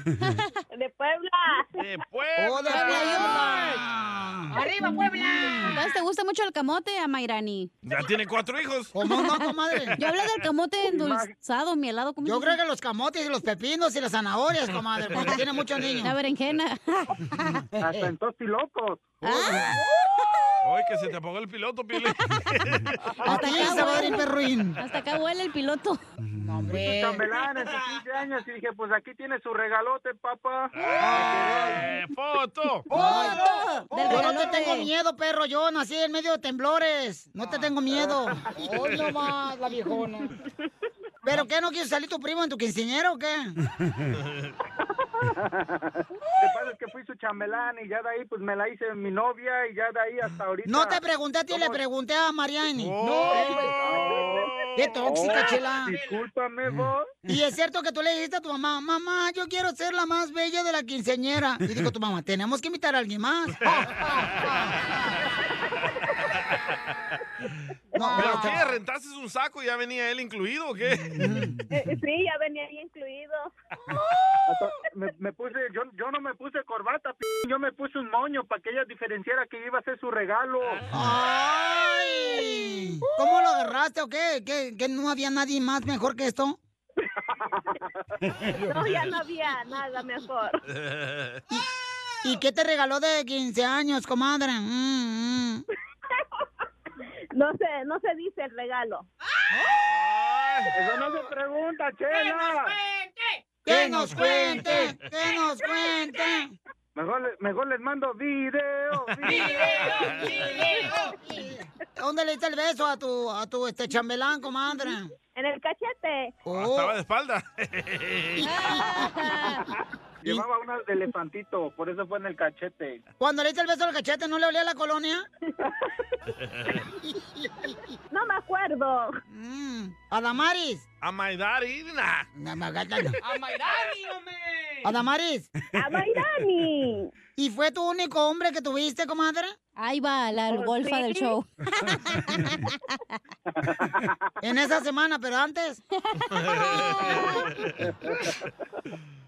[SPEAKER 15] De Puebla.
[SPEAKER 4] De Puebla.
[SPEAKER 2] Oh, de Puebla.
[SPEAKER 3] ¡Arriba, Puebla! Entonces, ¿te gusta mucho el camote, Amairani?
[SPEAKER 4] Ya tiene cuatro hijos.
[SPEAKER 2] ¿Cómo no, comadre?
[SPEAKER 3] Yo hablo del camote endulzado, mielado. ¿cómo
[SPEAKER 2] Yo
[SPEAKER 3] se
[SPEAKER 2] creo
[SPEAKER 3] dice?
[SPEAKER 2] que los camotes y los pepinos y las zanahorias, comadre, porque tiene muchos niños.
[SPEAKER 3] La berenjena.
[SPEAKER 13] Hasta en tostilocos.
[SPEAKER 2] Ah.
[SPEAKER 4] Hoy que se te apagó el piloto, Piolín.
[SPEAKER 2] Hasta acá,
[SPEAKER 4] Salvadorín Perruín.
[SPEAKER 3] Hasta acá huele el piloto.
[SPEAKER 2] No,
[SPEAKER 13] Fui su chambelán en sus 15 años y dije, pues aquí tiene su regalote, papá.
[SPEAKER 4] ¡Foto!
[SPEAKER 2] ¡Foto!
[SPEAKER 13] Del
[SPEAKER 2] Yo no te
[SPEAKER 13] regalote.
[SPEAKER 2] tengo miedo, perro. Yo nací en medio de temblores. No te tengo miedo. Hoy nomás, la viejona. ¿Pero qué? ¿No quiso salir tu primo en tu quinceañera o qué?
[SPEAKER 13] Lo que pasa es que fui su chambelán y ya de ahí pues me la hice mi novia y ya de ahí hasta ahorita.
[SPEAKER 2] No te pregunté a ti, le pregunté a Mariani. No. Qué tóxica,
[SPEAKER 13] Oh,
[SPEAKER 2] chela.
[SPEAKER 13] Discúlpame vos.
[SPEAKER 2] Y es cierto que tú le dijiste a tu mamá, mamá, yo quiero ser la más bella de la quinceñera. Y dijo tu mamá, tenemos que invitar a alguien más.
[SPEAKER 4] ¿Pero qué? ¿Rentaste un saco y ya venía él incluido o qué?
[SPEAKER 15] Eh, Sí, ya venía ahí incluido.
[SPEAKER 13] Hasta me, me puse, yo, yo no me puse corbata, p yo me puse un moño para que ella diferenciara que iba a ser su regalo.
[SPEAKER 2] Ah. ¡Ay! ¿Cómo lo agarraste o qué? ¿Qué, qué no había nadie más mejor que esto?
[SPEAKER 15] No, ya no había nada mejor.
[SPEAKER 2] ¿Y qué te regaló de 15 años, comadre? Mm, mm.
[SPEAKER 15] No se, no se dice el regalo.
[SPEAKER 13] Eso no se pregunta, Chela.
[SPEAKER 2] ¡Que nos cuente! ¡Que nos cuente!
[SPEAKER 13] Mejor, le- mejor les mando video,
[SPEAKER 2] Video,
[SPEAKER 13] video.
[SPEAKER 2] ¿Dónde le diste el beso a tu, a tu este chambelán, comadre? En el cachete.
[SPEAKER 4] Ah, Estaba de espalda.
[SPEAKER 13] Llevaba una de elefantito, por eso fue en el cachete.
[SPEAKER 2] Cuando le diste el beso al cachete, ¿no le olía la colonia?
[SPEAKER 15] No me acuerdo.
[SPEAKER 2] Mm. Adamaris.
[SPEAKER 4] A my daddy, nah.
[SPEAKER 2] A Adamaris. Amairani. ¿Y fue tu único hombre que tuviste, comadre? Ahí va, la
[SPEAKER 10] Pues
[SPEAKER 2] golfa del show. en esa semana, pero antes.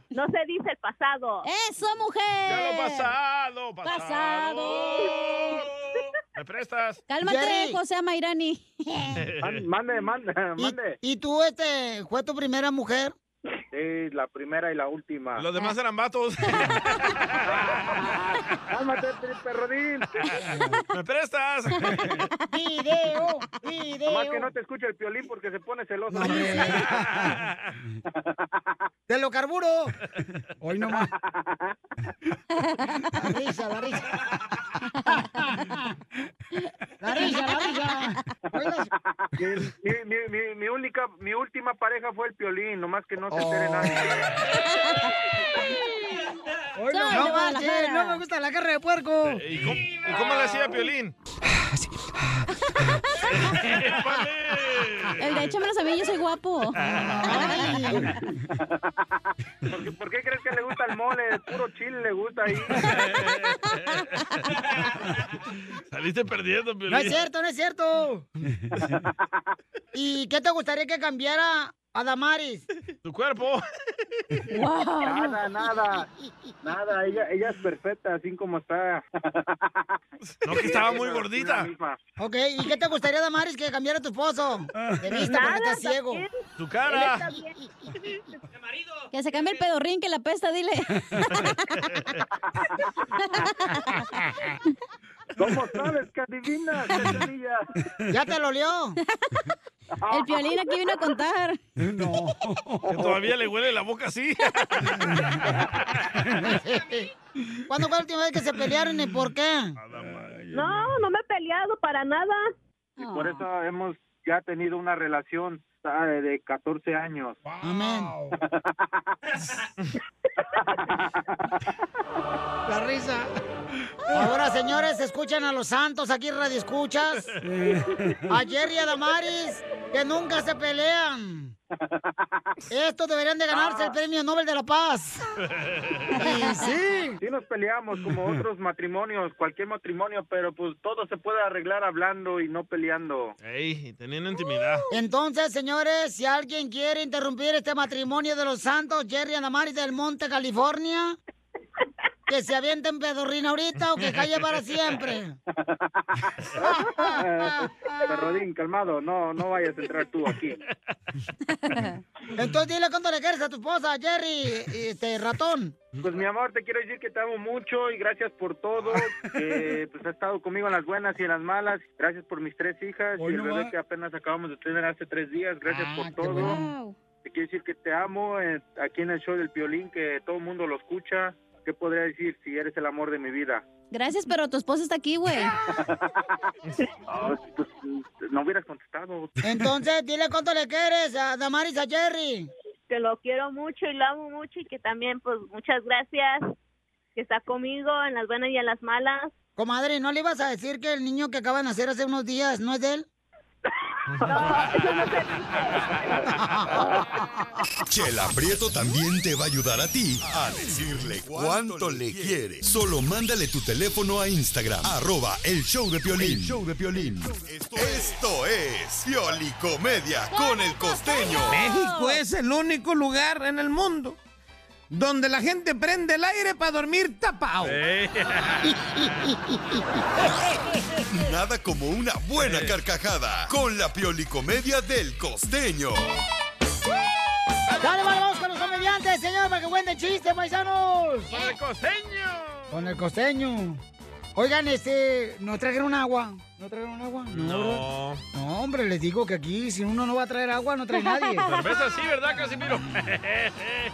[SPEAKER 15] No se dice el pasado.
[SPEAKER 3] ¡Eso, mujer!
[SPEAKER 4] Ya lo pasado, pasado.
[SPEAKER 3] Pasado.
[SPEAKER 4] ¿Me prestas?
[SPEAKER 3] Cálmate, José Amairani.
[SPEAKER 13] mande, mande, mande.
[SPEAKER 2] ¿Y tú, este, fue tu primera mujer?
[SPEAKER 13] Sí, la primera y la última.
[SPEAKER 4] Los
[SPEAKER 2] Ah.
[SPEAKER 4] demás eran vatos.
[SPEAKER 13] Cálmate, tri- perrodín.
[SPEAKER 4] ¿Me prestas?
[SPEAKER 8] Eh,
[SPEAKER 2] Video, video.
[SPEAKER 13] Nomás que no te escuche el piolín porque se pone celoso.
[SPEAKER 2] ¡Te lo carburo! Hoy nomás. La risa, la risa. La risa, la risa.
[SPEAKER 13] mi, mi- mi- mi- mi única, mi última pareja fue el piolín, nomás que no se
[SPEAKER 2] Oh.
[SPEAKER 13] entere nadie.
[SPEAKER 2] Hoy
[SPEAKER 13] Soy de
[SPEAKER 2] no, no, marches,
[SPEAKER 13] Guadalajara.
[SPEAKER 2] no me gusta la carne de puerco.
[SPEAKER 4] Eh, ¿Y cómo, y cómo le hacía Piolín?
[SPEAKER 3] El de échamelos a mí, yo soy guapo.
[SPEAKER 13] ¿Por qué crees que le gusta el mole? Puro chile le gusta ahí.
[SPEAKER 4] Saliste perdiendo, Piolín.
[SPEAKER 2] No es cierto, no es cierto. ¿Y qué te gustaría que cambiara Adamaris?
[SPEAKER 4] Tu cuerpo.
[SPEAKER 13] Nada, nada. Nada, ella, ella es perfecta, así como está.
[SPEAKER 4] No, que estaba muy gordita.
[SPEAKER 2] Ok, ¿y qué te gustaría, Damaris, que cambiara tu esposo? De vista,
[SPEAKER 3] Nada,
[SPEAKER 2] porque
[SPEAKER 3] también.
[SPEAKER 2] estás ciego.
[SPEAKER 4] Tu
[SPEAKER 3] cara. Que se cambie el pedorrín, que la pesta, dile.
[SPEAKER 13] ¿Cómo sabes que adivinas, cachanilla?
[SPEAKER 2] Ya te lo olió.
[SPEAKER 3] El Piolín aquí vino a contar.
[SPEAKER 2] No.
[SPEAKER 4] Que todavía le huele la boca así.
[SPEAKER 2] ¿Cuándo fue la última vez que se pelearon y por qué?
[SPEAKER 15] No, no me he peleado para nada.
[SPEAKER 13] Y
[SPEAKER 2] Ah.
[SPEAKER 13] por eso
[SPEAKER 4] Ah.
[SPEAKER 13] hemos ya tenido una relación ¿sabe? de 14 años.
[SPEAKER 2] Amén. La risa. Ahora, señores, escuchan a los santos aquí en Radio Escuchas. A Jerry y a Damaris, que nunca se pelean. Estos deberían de ganarse el premio Nobel de la Paz. Y sí.
[SPEAKER 13] Sí nos peleamos como otros matrimonios, cualquier matrimonio, pero pues todo se puede arreglar hablando y no peleando.
[SPEAKER 4] Ey, teniendo intimidad.
[SPEAKER 2] Entonces, señores, si alguien quiere interrumpir este matrimonio de los santos, Jerry and Damaris del Monte, California, que se avienten pedorrina ahorita o que calle para siempre.
[SPEAKER 13] Perrodín, calmado, no, no vayas a entrar tú aquí.
[SPEAKER 2] Entonces, dile cuánto le quieres a tu esposa, Jerry, este ratón.
[SPEAKER 13] Pues mi amor, te quiero decir que te amo mucho y gracias por todo.
[SPEAKER 2] Ah.
[SPEAKER 13] que, pues has estado conmigo en las buenas y en las malas. Gracias por mis tres hijas
[SPEAKER 2] Hoy
[SPEAKER 13] y el
[SPEAKER 2] no Ah,
[SPEAKER 13] bebé
[SPEAKER 2] más.
[SPEAKER 13] que apenas acabamos de tener hace tres días. Gracias por todo. Te quiero decir que te amo eh, aquí en el show del Piolín, que todo el mundo lo escucha. ¿Qué podría decir si eres el amor de mi vida?
[SPEAKER 3] Gracias, pero tu esposa está aquí, güey.
[SPEAKER 13] Ah, pues, no hubieras contestado.
[SPEAKER 2] Entonces, dile cuánto le quieres a Damaris a Jerry.
[SPEAKER 15] que lo quiero mucho y lo amo mucho y que también, pues, muchas gracias que está conmigo en las buenas y en las malas.
[SPEAKER 2] Comadre, ¿no le ibas a decir que el niño que acaban de nacer hace unos días no es de él?
[SPEAKER 1] Chela Prieto también te va a ayudar a ti a decirle cuánto le quiere. Solo mándale tu teléfono a Instagram, arroba el show de Piolín.
[SPEAKER 26] El
[SPEAKER 1] show de Piolín. Esto es Piolicomedia con el costeño.
[SPEAKER 27] México es el único lugar en el mundo donde la gente prende el aire para dormir tapado.
[SPEAKER 1] Nada como una buena carcajada con la Piolicomedia del costeño.
[SPEAKER 2] ¡Dale, vale, vamos con los comediantes, señor, para que cuenten chistes, paisanos! ¡Con el costeño! Con el costeño. Oigan, este, ¿nos trajeron agua? ¿No trajeron agua?
[SPEAKER 4] No.
[SPEAKER 2] ¿verdad? No, hombre, les digo que aquí, si uno no va a traer agua, no trae nadie.
[SPEAKER 4] Cerveza sí, ¿verdad, Casimiro?
[SPEAKER 2] Eh.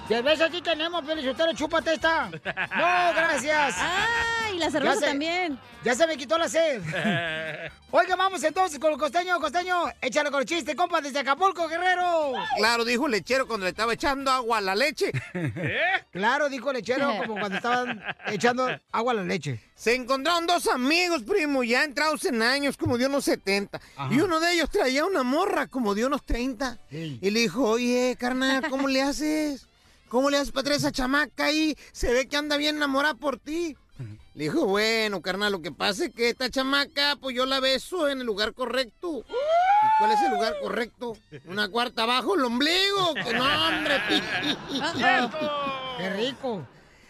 [SPEAKER 2] Cerveza aquí tenemos, Pio Lizotero, chúpate esta. No, gracias.
[SPEAKER 10] Ah, y la cerveza
[SPEAKER 2] también. Ya se me quitó la sed. Eh. Oiga, vamos entonces con el costeño, costeño. Échale con el chiste, compa, desde Acapulco, guerrero.
[SPEAKER 27] Claro, dijo el lechero cuando le estaba echando agua a la leche.
[SPEAKER 4] ¿Eh?
[SPEAKER 2] Claro, dijo el lechero, como cuando estaban echando agua a la leche.
[SPEAKER 27] Se encontraron dos amigos, primo, ya entrados en años, como de unos 70. Y uno de ellos traía una morra, como de unos 30. Y le dijo, oye, carnal, ¿cómo le haces? ¿Cómo le haces para traer esa chamaca ahí? Se ve que anda bien enamorada por ti. Le dijo, bueno, carnal, lo que pasa es que esta chamaca, pues yo la beso en el lugar correcto. ¿Y cuál es el lugar correcto? Una cuarta abajo el ombligo. ¡Qué nombre!
[SPEAKER 2] ¡Qué rico!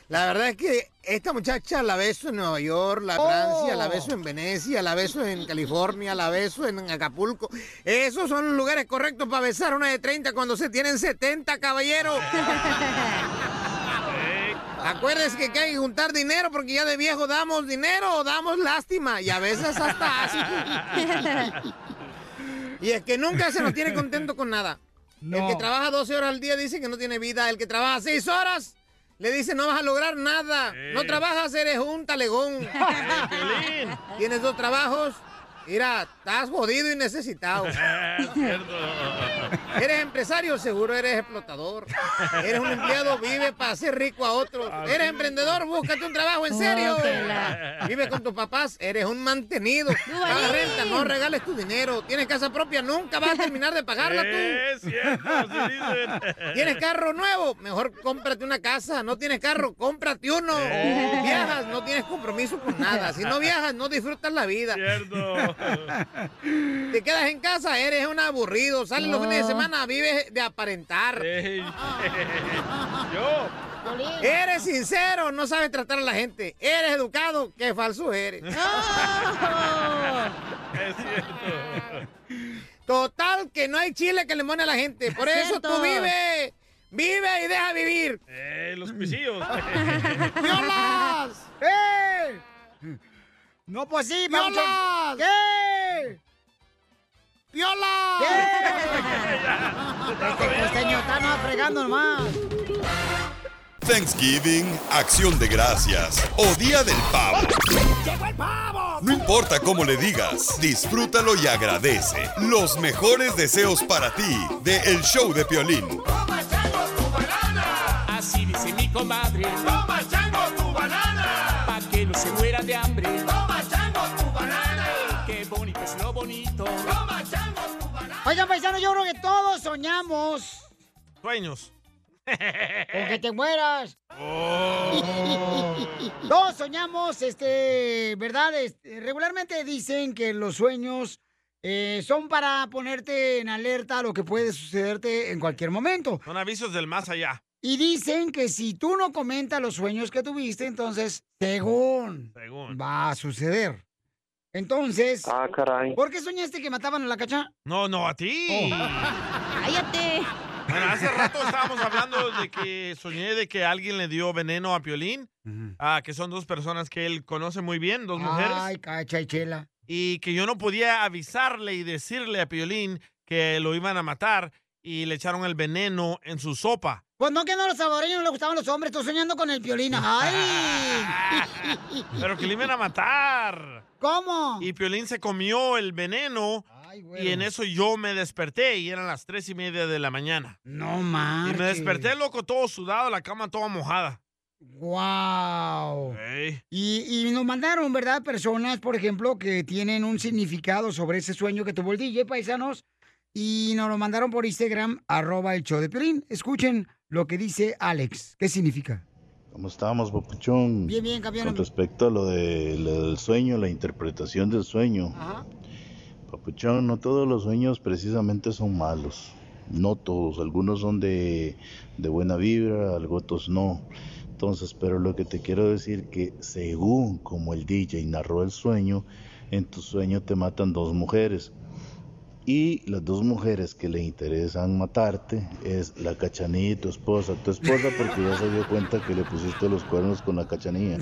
[SPEAKER 27] La verdad es que esta muchacha la beso en Nueva York, la
[SPEAKER 23] Oh.
[SPEAKER 27] Francia, la beso en Venecia, la beso en California, la beso en Acapulco. Esos son los lugares correctos para besar una de 30 cuando se tienen 70, caballero. Acuérdense que hay que juntar dinero porque ya de viejo damos dinero o damos lástima y a veces hasta asco. Y es que nunca se nos tiene contento con nada. El que trabaja 12 horas al día dice que no tiene vida. El que trabaja 6 horas le dice no vas a lograr nada. No trabajas, eres un talegón. Tienes dos trabajos. Mira, estás jodido y necesitado. Eres empresario, seguro eres explotador. Eres un empleado, vive para hacer rico a otros. Eres emprendedor, búscate un trabajo en serio.
[SPEAKER 23] Ópela.
[SPEAKER 27] Vive con tus papás, eres un mantenido. Paga renta, no regales tu dinero. Tienes casa propia, nunca vas a terminar de pagarla
[SPEAKER 23] Es
[SPEAKER 27] tú.
[SPEAKER 23] cierto, así dicen.
[SPEAKER 27] Tienes carro nuevo, mejor cómprate una casa. No tienes carro, cómprate uno.
[SPEAKER 23] Eh.
[SPEAKER 27] Viajas, no tienes compromiso con nada. Si no viajas, no disfrutas la vida. Te quedas en casa, eres un aburrido. Sales los fines de semana, vives de aparentar. Yo.
[SPEAKER 2] Eh,
[SPEAKER 27] Eres sincero, no sabes tratar a la gente. Eres educado, qué falso eres.
[SPEAKER 23] Es cierto.
[SPEAKER 27] Total, que no hay chile que le mone a la gente. Por eso
[SPEAKER 23] Cierto.
[SPEAKER 27] tú vive, vive y deja vivir.
[SPEAKER 4] Eh, los cuisillos.
[SPEAKER 27] ¡Violas!
[SPEAKER 2] ¡Eh! No, pues sí, vamos. ¿Qué?
[SPEAKER 27] ¡Viola!
[SPEAKER 2] ¿Qué? Este costeño está no fregando nomás.
[SPEAKER 1] Thanksgiving, Acción de Gracias o Día del Pavo. No importa cómo le digas, disfrútalo y agradece. Los mejores deseos para ti de El Show de Piolín.
[SPEAKER 23] Toma chango tu banana. Así dice mi comadre. Toma chango tu banana. Pa' que no se muera de hambre. Toma chango tu banana. Qué bonito es lo bonito. Toma chango tu
[SPEAKER 2] Oigan, paisano, yo creo que todos soñamos
[SPEAKER 4] Sueños.
[SPEAKER 2] con que te mueras. Todos soñamos, este, ¿verdad? Este, regularmente dicen que los sueños eh, son para ponerte en alerta a lo que puede sucederte en cualquier momento.
[SPEAKER 4] Son avisos del más allá.
[SPEAKER 2] Y dicen que si tú no comentas los sueños que tuviste, entonces, según, va a suceder. Entonces,
[SPEAKER 4] Ah, caray.
[SPEAKER 2] ¿por qué Oh. soñaste que mataban a la cacha?
[SPEAKER 4] No, no, a ti.
[SPEAKER 2] ¡Cállate!
[SPEAKER 4] Bueno, hace rato estábamos hablando de que soñé de que alguien le dio veneno a Piolín, ah, que son dos personas que él conoce muy bien, dos mujeres.
[SPEAKER 2] Ay, cacha y chela.
[SPEAKER 4] y que yo no podía avisarle y decirle a Piolín que lo iban a matar y le echaron el veneno en su sopa.
[SPEAKER 2] Pues no, que no a los salvadoreños no les gustaban los hombres. Estoy soñando con el violín. ¡Ay!
[SPEAKER 4] Pero que lo iban a matar.
[SPEAKER 2] ¿Cómo?
[SPEAKER 4] Y Piolín se comió el veneno Y en eso yo me desperté y eran las tres y media de la mañana. No más. Y me desperté, loco, todo sudado, la cama toda mojada.
[SPEAKER 2] ¡Wow! Y, y nos mandaron, ¿verdad? Personas, por ejemplo, que tienen un significado sobre ese sueño que tuvo el DJ, paisanos. Y nos lo mandaron por Instagram, arroba el show de Piolín. Escuchen lo que dice Alex. ¿Qué significa?
[SPEAKER 14] ¿Cómo estábamos, Papuchón?
[SPEAKER 2] Bien, bien, campeón.
[SPEAKER 14] Con respecto a lo, de- lo del sueño, la interpretación del sueño. Papuchón, no todos los sueños precisamente son malos. No todos. Algunos son de, de buena vibra, algo otros no. Entonces, pero lo que te quiero decir que según como el DJ narró el sueño, en tu sueño te matan dos mujeres. Y las dos mujeres que le interesan matarte es la cachanilla y tu esposa. Tu esposa porque ya se dio cuenta que le pusiste los cuernos con la cachanilla.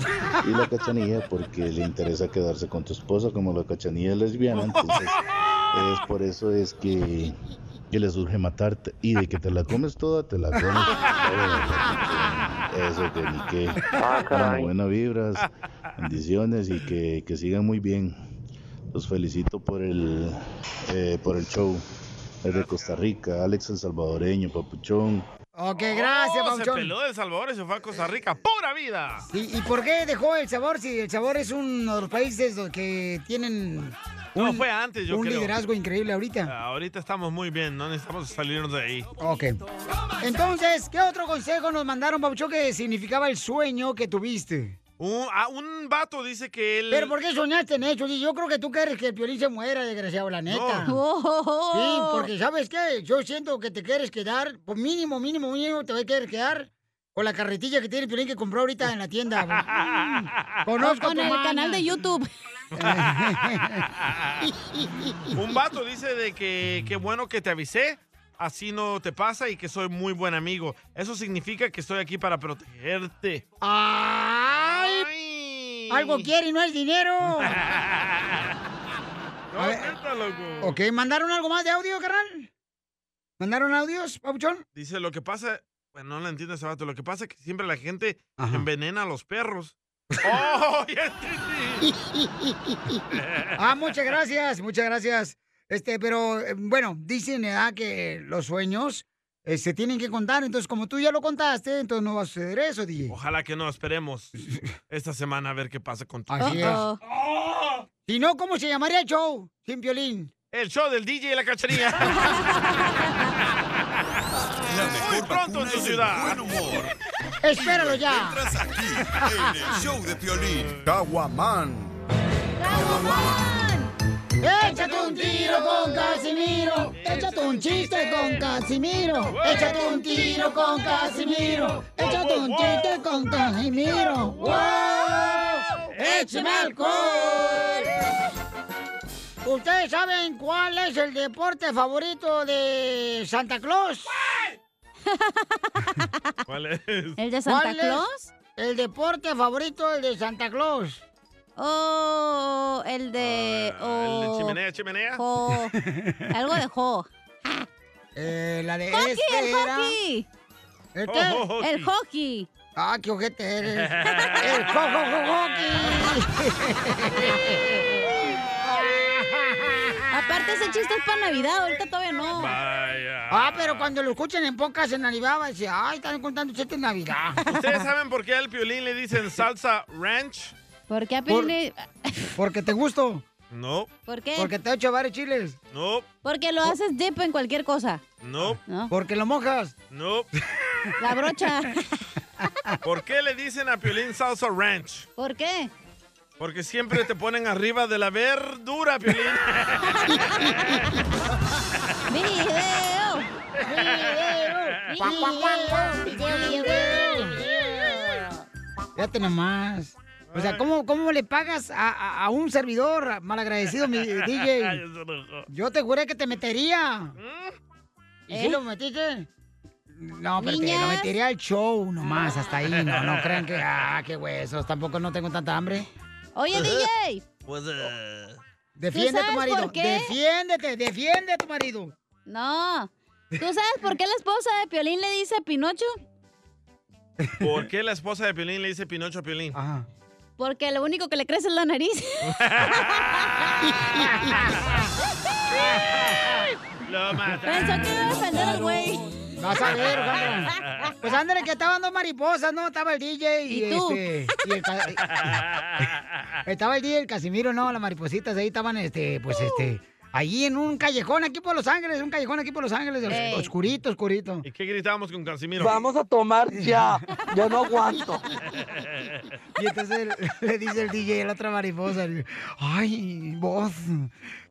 [SPEAKER 14] Y la cachanilla porque le interesa quedarse con tu esposa como la cachanilla es lesbiana. Entonces es por eso es que, que le surge matarte. Y de que te la comes toda, te la comes toda. Eso que ni qué. Bueno, buenas vibras, bendiciones y que, que sigan muy bien. Los felicito por el, eh, por el show. Desde Costa Rica, Alex el Salvadoreño, Papuchón.
[SPEAKER 2] Ok, Eh, gracias,
[SPEAKER 4] Oh, Se
[SPEAKER 2] Pabuchón.
[SPEAKER 4] peló de El Salvador y se fue a Costa Rica. ¡Pura vida!
[SPEAKER 2] ¿Y, y por qué dejó El Sabor si El Sabor es uno de los países do- que tienen
[SPEAKER 4] No,
[SPEAKER 2] un,
[SPEAKER 4] fue antes, yo
[SPEAKER 2] un
[SPEAKER 4] creo.
[SPEAKER 2] liderazgo increíble ahorita?
[SPEAKER 4] Ahorita estamos muy bien, no necesitamos salirnos de ahí.
[SPEAKER 2] Ok. Entonces, ¿qué otro consejo nos mandaron, Pabuchón, que significaba el sueño que tuviste?
[SPEAKER 4] Un, vato dice que él...
[SPEAKER 2] ¿Pero por qué soñaste en eso? Yo creo que tú quieres que el Piolín se muera, desgraciado, la neta.
[SPEAKER 3] Oh.
[SPEAKER 2] Sí, porque ¿sabes qué? Yo siento que te quieres quedar, por mínimo, mínimo, mínimo, te voy a querer quedar con la carretilla que tiene el Piolín que compró ahorita en la tienda. Mm, Conozco
[SPEAKER 3] O con
[SPEAKER 2] a tu
[SPEAKER 3] el
[SPEAKER 2] mana.
[SPEAKER 3] canal de YouTube.
[SPEAKER 4] Un vato dice de que qué bueno que te avisé, así no te pasa y que soy muy buen amigo. Eso significa que estoy aquí para protegerte.
[SPEAKER 2] ¡Ay! Algo quiere y no es dinero.
[SPEAKER 4] No, neta, loco.
[SPEAKER 2] ok, ¿mandaron algo más de audio, carnal? ¿Mandaron audios, papuchón?
[SPEAKER 4] Dice, lo que pasa... Bueno, no lo entiendo ese vato. Lo que pasa es que siempre la gente envenena a los perros. ¡Oh, ya entendí!
[SPEAKER 2] Ah, muchas gracias, muchas gracias. Este, pero eh, bueno, dicen ¿verdad? que los sueños eh, se tienen que contar. Entonces, como tú ya lo contaste, entonces no va a suceder eso, DJ.
[SPEAKER 4] Ojalá que no, esperemos esta semana a ver qué pasa con tu
[SPEAKER 2] Así es. Si no, ¿cómo se llamaría el show? Sin violín.
[SPEAKER 4] El show del DJ y la cachanilla. Muy pronto en tu ciudad.
[SPEAKER 2] Espéralo ya.
[SPEAKER 1] En el show de Piolín. Caguaman.
[SPEAKER 10] Échate un tiro con Casimiro. Échate un chiste con Casimiro. Échate un tiro con Casimiro. Échate un chiste con Casimiro. ¡Wow! ¡Échame alcohol!
[SPEAKER 2] ¿Ustedes saben cuál es el deporte favorito de Santa Claus?
[SPEAKER 4] ¿Cuál es?
[SPEAKER 2] ¿Cuál es El deporte favorito del de Santa Claus.
[SPEAKER 3] Oh, el de.
[SPEAKER 4] Ah, El de
[SPEAKER 3] oh,
[SPEAKER 4] chimenea, chimenea.
[SPEAKER 3] jo. Algo de jo.
[SPEAKER 2] la de
[SPEAKER 3] hockey,
[SPEAKER 2] este
[SPEAKER 3] el
[SPEAKER 2] era-
[SPEAKER 3] hockey.
[SPEAKER 2] este ¿El
[SPEAKER 4] Oh,
[SPEAKER 2] qué? Ho, ho, hockey.
[SPEAKER 3] El hockey.
[SPEAKER 2] Ah, qué ojete eres. el jo, jo, jo, hockey.
[SPEAKER 3] Aparte, ese chiste es para Navidad, ahorita todavía no.
[SPEAKER 2] Ah, pero cuando lo escuchen en pocas en Navidad, va a decir, ay, están contando chistes en Navidad.
[SPEAKER 4] ¿Ustedes saben por qué al piolín le dicen salsa ranch?
[SPEAKER 3] ¿Por qué a
[SPEAKER 2] Por-
[SPEAKER 3] Piolín
[SPEAKER 2] Porque te gusto.
[SPEAKER 4] No,
[SPEAKER 3] Pues ¿Por qué?
[SPEAKER 2] Porque te ha hecho varios chiles.
[SPEAKER 4] no,
[SPEAKER 3] Porque lo haces dip en cualquier cosa.
[SPEAKER 4] no,
[SPEAKER 2] Porque lo mojas.
[SPEAKER 4] no.
[SPEAKER 3] La brocha.
[SPEAKER 4] ¿Por qué le dicen a piolín salsa ranch?
[SPEAKER 3] ¿Por qué?
[SPEAKER 4] Porque siempre te ponen arriba de la verdura, piolín.
[SPEAKER 3] ¡Video!
[SPEAKER 2] Guau, guau, guau, guau. Fíjate nomás. O sea, ¿cómo, cómo le pagas a, a- a un servidor malagradecido, mi DJ? Yo te juré que te metería.
[SPEAKER 3] ¿Mm?
[SPEAKER 2] ¿Y si
[SPEAKER 10] ¿Eh?
[SPEAKER 2] lo metiste? No, pero te lo
[SPEAKER 10] Niñas.
[SPEAKER 2] metería al show nomás, hasta ahí. No, no crean que, ah, qué huesos, tampoco no tengo tanta hambre.
[SPEAKER 3] Oye, DJ.
[SPEAKER 4] Pues, eh.
[SPEAKER 2] Defiende a tu
[SPEAKER 3] sabes
[SPEAKER 2] marido.
[SPEAKER 3] por qué?
[SPEAKER 2] Defiéndete, defiende a tu marido.
[SPEAKER 3] No. ¿Tú sabes por qué la esposa de Piolín le dice a Pinocho?
[SPEAKER 4] ¿Por qué la esposa de piolín le dice pinocho a piolín?
[SPEAKER 3] Porque lo único que le crece es la nariz.
[SPEAKER 4] Lo
[SPEAKER 3] Pensó que iba a defender al güey.
[SPEAKER 2] Vas a ver, Alejandra. Pues ándale, que estaban dos mariposas, ¿no? Estaba el DJ y,
[SPEAKER 3] ¿Y tú?
[SPEAKER 2] este, y el ca- estaba el DJ y el Casimiro, ¿no? Las maripositas ahí estaban, este, pues este. Ahí en un callejón aquí por Los Ángeles, un callejón aquí por Los Ángeles, os-
[SPEAKER 4] Ey.
[SPEAKER 2] oscurito, oscurito.
[SPEAKER 4] ¿Y qué gritábamos con Casimiro?
[SPEAKER 2] Vamos a tomar ya, yo no aguanto. Y entonces el- le dice el DJ a la otra mariposa, le- ay, vos,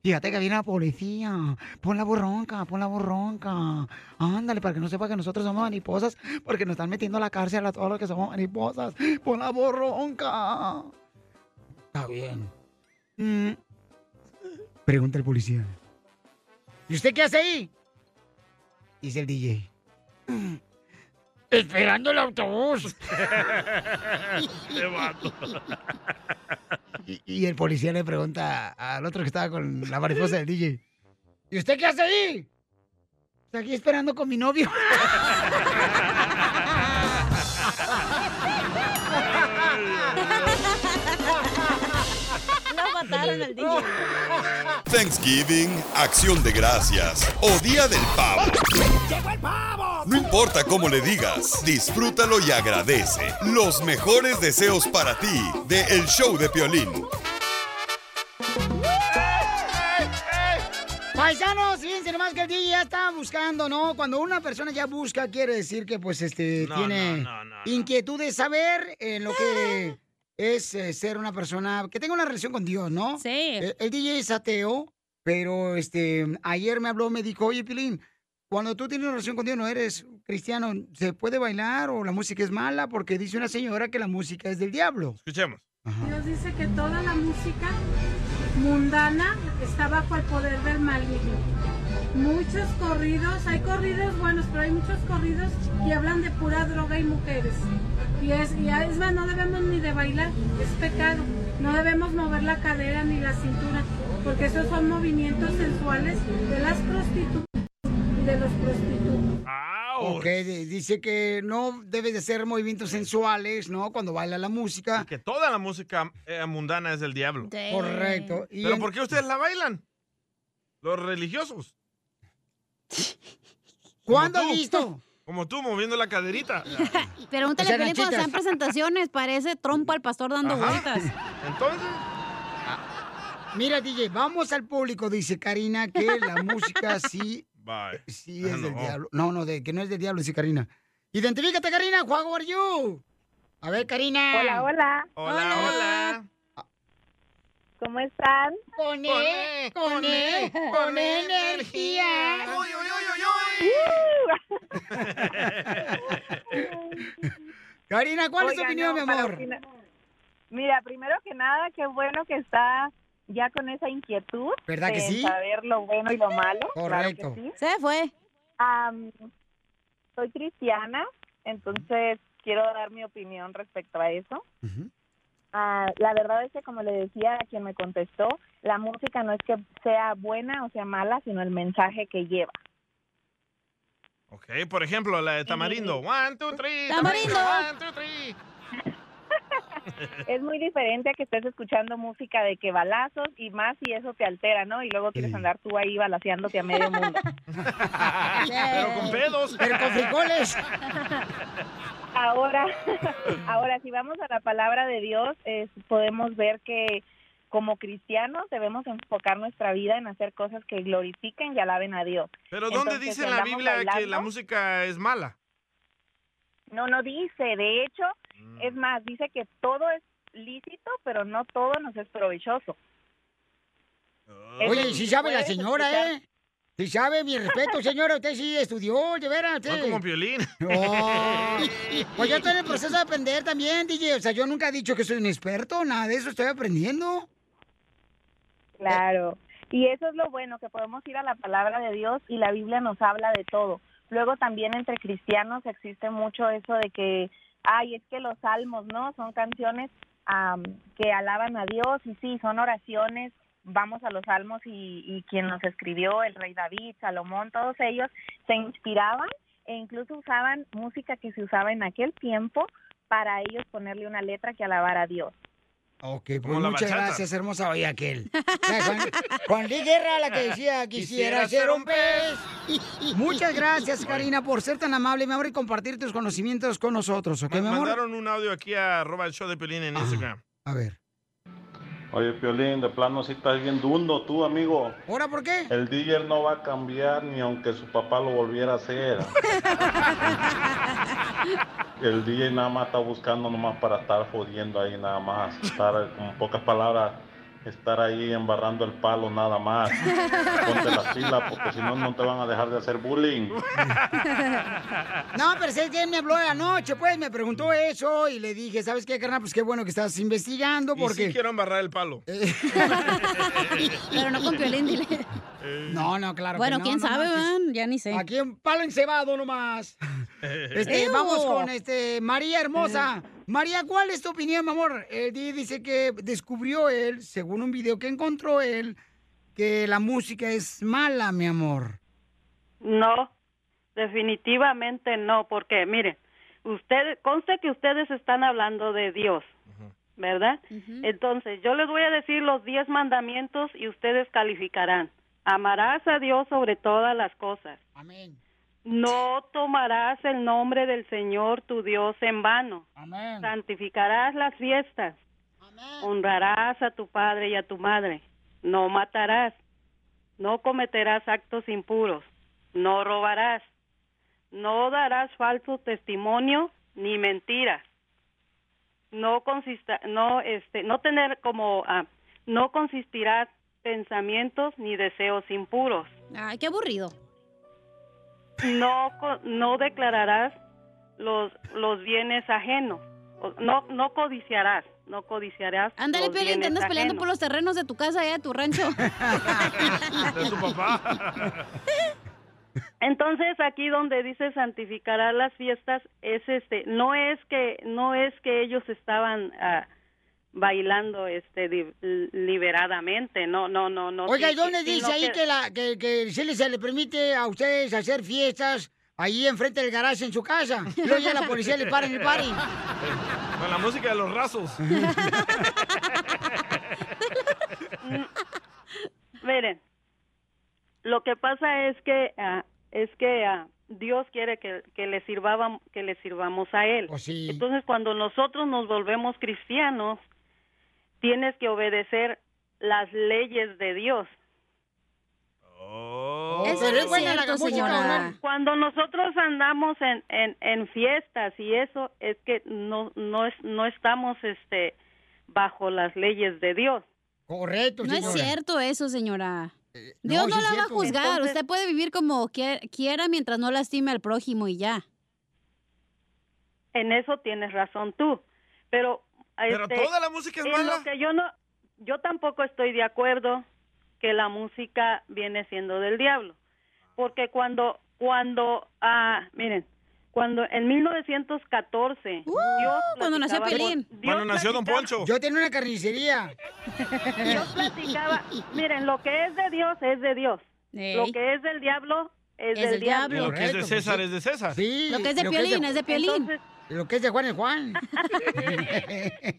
[SPEAKER 2] fíjate que viene la policía, pon la borronca, pon la borronca, ándale, para que no sepa que nosotros somos mariposas, porque nos están metiendo a la cárcel a todos los que somos mariposas, pon la borronca. Está bien. Mm. Pregunta el policía. ¿Y usted qué hace ahí? Dice el DJ. Esperando el autobús.
[SPEAKER 4] Este vato.
[SPEAKER 2] Y, y el policía le pregunta al otro que estaba con la mariposa del DJ. ¿Y usted qué hace ahí? Estoy aquí esperando con mi novio.
[SPEAKER 3] Lo mataron al DJ.
[SPEAKER 1] Thanksgiving, acción de gracias o día del pavo. No importa cómo le digas, disfrútalo y agradece. Los mejores deseos para ti de El Show de Piolín.
[SPEAKER 2] Paisanos, fíjense nomás que el DJ ya está buscando, ¿no? Cuando una persona ya busca, quiere decir que, pues, este,
[SPEAKER 4] No,
[SPEAKER 2] tiene
[SPEAKER 4] no, no, no,
[SPEAKER 2] inquietud de saber en lo que es eh, ser una persona que tenga una relación con Dios, ¿no? Sí. El, el DJ es ateo, pero, este, ayer me habló, me dijo, oye, Pilín, cuando tú tienes una relación con Dios, no eres cristiano, ¿se puede bailar o la música es mala? Porque dice una señora que la música es del diablo.
[SPEAKER 4] Escuchemos.
[SPEAKER 16] Dios dice que toda la música mundana está bajo el poder del maligno. Muchos corridos, hay corridos buenos, pero hay muchos corridos que hablan de pura droga y mujeres. Y es, y es más, no debemos ni de bailar, es pecado. No debemos mover la cadera ni la cintura, porque esos son movimientos sensuales de las prostitutas y de los prostitutos.
[SPEAKER 2] Ok, de- dice que no debes de hacer movimientos sensuales, ¿no? Cuando baila la música.
[SPEAKER 4] Que toda la música eh, mundana es del diablo.
[SPEAKER 2] Sí. Correcto. Y
[SPEAKER 4] ¿Pero
[SPEAKER 2] en-
[SPEAKER 4] por qué ustedes la bailan? Los religiosos.
[SPEAKER 2] ¿Cuándo
[SPEAKER 4] Como tú.
[SPEAKER 3] has visto?
[SPEAKER 4] Como tú, moviendo la caderita.
[SPEAKER 2] Pues
[SPEAKER 3] Pregúntale
[SPEAKER 4] O sea,
[SPEAKER 3] a Piolín cuando
[SPEAKER 4] Nachitas.
[SPEAKER 3] están presentaciones, parece trompa al pastor dando
[SPEAKER 4] Ajá.
[SPEAKER 3] vueltas.
[SPEAKER 4] Entonces, ah,
[SPEAKER 2] Mira, DJ, vamos al público, dice Karina, que la música sí,
[SPEAKER 4] bye.
[SPEAKER 2] sí es
[SPEAKER 4] Ah,
[SPEAKER 2] del
[SPEAKER 4] no.
[SPEAKER 2] diablo. No, no, de, que no es del diablo, dice Karina. Identifícate, Karina, how are you? A ver, Karina.
[SPEAKER 15] Hola, hola.
[SPEAKER 4] Hola, hola.
[SPEAKER 15] ¿Cómo están?
[SPEAKER 2] Con
[SPEAKER 15] él, con él, con energía.
[SPEAKER 2] Karina, ¿cuál es tu
[SPEAKER 15] Oiga,
[SPEAKER 2] opinión,
[SPEAKER 15] no,
[SPEAKER 2] mi
[SPEAKER 15] para
[SPEAKER 2] amor?
[SPEAKER 15] opinar- Mira, primero que nada, qué bueno que está ya con esa inquietud.
[SPEAKER 2] ¿Verdad que
[SPEAKER 15] de
[SPEAKER 2] sí?
[SPEAKER 15] Saber lo bueno y lo malo. claro que
[SPEAKER 2] Correcto.
[SPEAKER 15] sí.
[SPEAKER 3] Se fue.
[SPEAKER 15] Am, soy cristiana, entonces quiero dar mi opinión respecto a eso. Ah, la verdad es que, como le decía a quien me contestó, la música no es que sea buena o sea mala, sino el mensaje que lleva.
[SPEAKER 4] Ok, por ejemplo, la de Tamarindo. One, two, three.
[SPEAKER 15] Tamarindo.
[SPEAKER 4] One, two, three.
[SPEAKER 15] es muy diferente a que estés escuchando música de que balazos y más y eso te altera, ¿no? Y luego quieres andar tú ahí balaseándote a medio mundo.
[SPEAKER 4] Pero con pedos.
[SPEAKER 15] Pero con frijoles. Ahora, ahora si vamos a la palabra de Dios, es- podemos ver que como cristianos debemos enfocar nuestra vida en hacer cosas que glorifiquen y alaben a Dios.
[SPEAKER 4] Pero ¿dónde
[SPEAKER 15] Entonces,
[SPEAKER 4] dice
[SPEAKER 15] si
[SPEAKER 4] en la
[SPEAKER 15] andamos
[SPEAKER 4] Biblia que la
[SPEAKER 15] bailando-
[SPEAKER 4] música es mala?
[SPEAKER 15] no, no dice. De hecho,
[SPEAKER 4] Mm.
[SPEAKER 15] es más, dice que todo es lícito, pero no todo nos es provechoso.
[SPEAKER 4] Ah.
[SPEAKER 2] Oye, si sabe la
[SPEAKER 15] Puedes
[SPEAKER 2] señora,
[SPEAKER 15] escuchar-
[SPEAKER 2] ¿eh? Si sabe, mi respeto, señora, usted sí estudió, de veras.
[SPEAKER 4] No
[SPEAKER 2] usted.
[SPEAKER 4] como violín.
[SPEAKER 2] No. Pues yo estoy en el proceso de aprender también, DJ. O sea, yo nunca he dicho que soy un experto, nada de eso, estoy aprendiendo.
[SPEAKER 15] Claro. Y eso es lo bueno, que podemos ir a la palabra de Dios y la Biblia nos habla de todo. Luego también entre cristianos existe mucho eso de que, ay, es que los salmos, ¿no? Son canciones am, que alaban a Dios y sí, son oraciones. Vamos a los salmos y, y quien los escribió, el rey David, Salomón, todos ellos se inspiraban e incluso usaban música que se usaba en aquel tiempo para ellos ponerle una letra que alabara a Dios.
[SPEAKER 2] Ok, pues
[SPEAKER 4] Como la
[SPEAKER 2] muchas
[SPEAKER 4] bachata.
[SPEAKER 2] gracias, hermosa. Oye, aquel. Ya, Juan, Juan Luis Guerra, la que decía, quisiera, ser un pez. Muchas gracias, Karina, por ser tan amable, mi amor, y compartir tus conocimientos con nosotros, ¿ok, mi amor? Ah.
[SPEAKER 4] Mandaron un audio aquí a arroba el show de Piolín en Instagram.
[SPEAKER 2] A ver.
[SPEAKER 17] Oye, Piolín, de plano sí estás bien dundo tú, amigo.
[SPEAKER 2] ¿Ahora por qué?
[SPEAKER 17] El DJ no va a cambiar ni aunque su papá lo volviera a hacer. El DJ nada más está buscando nomás para estar jodiendo ahí nada más. Estar, con pocas palabras, estar ahí embarrando el palo nada más. Ponte la fila porque si no, no te van a dejar de hacer bullying.
[SPEAKER 2] No, pero sé que él me habló anoche, pues, me preguntó eso y le dije, ¿sabes qué, carnal? Pues qué bueno que estás investigando
[SPEAKER 4] Porque
[SPEAKER 2] porque...
[SPEAKER 4] sí quiero embarrar el palo.
[SPEAKER 3] Pero no con Piolín, dile.
[SPEAKER 2] No, no, claro. que
[SPEAKER 3] Bueno,
[SPEAKER 2] no,
[SPEAKER 3] quién
[SPEAKER 2] no
[SPEAKER 3] sabe,
[SPEAKER 2] manches.
[SPEAKER 3] man, ya ni sé.
[SPEAKER 2] Aquí un palo encebado nomás.
[SPEAKER 10] Eh.
[SPEAKER 2] Este, vamos con este María Hermosa.
[SPEAKER 3] Eh.
[SPEAKER 2] María, ¿cuál es tu opinión, mi amor? El DJ dice que descubrió él, según un video que encontró él, que la música es mala, mi amor.
[SPEAKER 18] No, definitivamente no, porque miren, usted, conste que ustedes están hablando de Dios, ¿verdad? Entonces, yo les voy a decir los diez mandamientos y ustedes calificarán. Amarás a Dios sobre todas las cosas.
[SPEAKER 2] Amén.
[SPEAKER 18] No tomarás el nombre del Señor tu Dios en vano.
[SPEAKER 2] Amén.
[SPEAKER 18] Santificarás las fiestas. Honrarás a tu padre y a tu madre. No matarás. No cometerás actos impuros. No robarás. No darás falso testimonio ni mentiras. No consista, no este, no tener como ah, no consistirás pensamientos ni deseos impuros.
[SPEAKER 3] Ay, qué aburrido.
[SPEAKER 18] No co- no declararás los los bienes ajenos. O- No no codiciarás, no codiciarás.
[SPEAKER 3] Ándale,
[SPEAKER 18] los
[SPEAKER 3] Piolín, te
[SPEAKER 18] bienes
[SPEAKER 3] andas peleando
[SPEAKER 18] ajenos.
[SPEAKER 3] por los terrenos de tu casa, allá de tu rancho.
[SPEAKER 4] De tu papá.
[SPEAKER 18] Entonces aquí donde dice santificará las fiestas es este no es que no es que ellos estaban ah, bailando este di- liberadamente no no no no
[SPEAKER 2] Oiga,
[SPEAKER 18] sí,
[SPEAKER 2] ¿y dónde
[SPEAKER 18] sí,
[SPEAKER 2] dice
[SPEAKER 18] sino
[SPEAKER 2] ahí que, la, que, que se, les, se le permite a ustedes hacer fiestas ahí enfrente del garaje en su casa? Y luego ya la policía le para en el party.
[SPEAKER 4] Con la música de los rasos.
[SPEAKER 18] mm, miren lo que pasa es que ah, es que ah, Dios quiere que, que le sirvaba, que le sirvamos a él
[SPEAKER 2] Pues
[SPEAKER 18] entonces cuando nosotros nos volvemos cristianos tienes que obedecer las leyes de Dios
[SPEAKER 4] Oh.
[SPEAKER 3] Eso pero no es es buena la cierto, música, señora. ¿no?
[SPEAKER 18] Cuando nosotros andamos en, en, en fiestas y eso es que no no es no estamos este bajo las leyes de Dios.
[SPEAKER 2] Correcto,
[SPEAKER 3] No es
[SPEAKER 18] señora.
[SPEAKER 3] cierto eso, señora.
[SPEAKER 18] no,
[SPEAKER 3] Dios no,
[SPEAKER 18] sí es
[SPEAKER 3] la va a
[SPEAKER 18] cierto.
[SPEAKER 3] juzgar.
[SPEAKER 18] Entonces-
[SPEAKER 3] Usted puede vivir como quie- quiera mientras no lastime al prójimo y ya.
[SPEAKER 18] En eso tienes razón tú. Pero
[SPEAKER 3] Pero
[SPEAKER 18] este,
[SPEAKER 3] toda la música es
[SPEAKER 18] en
[SPEAKER 3] mala.
[SPEAKER 18] lo que yo no yo tampoco estoy de acuerdo que la música viene siendo del diablo. Porque cuando cuando ah miren, cuando en 1914
[SPEAKER 3] ¡Uh!
[SPEAKER 18] Dios
[SPEAKER 3] cuando nació
[SPEAKER 18] platicaba con-
[SPEAKER 3] Pelín.
[SPEAKER 18] Dios platicaba-
[SPEAKER 2] Yo tenía una carnicería.
[SPEAKER 18] Yo platicaba, miren, lo que es de Dios es de Dios.
[SPEAKER 3] Ey.
[SPEAKER 18] Lo que es del diablo es, del diablo.
[SPEAKER 4] Lo que es de César es de César.
[SPEAKER 2] pues, Sí.
[SPEAKER 3] Lo que es de Piolín es de Piolín.
[SPEAKER 2] Lo que es de Juan es Juan.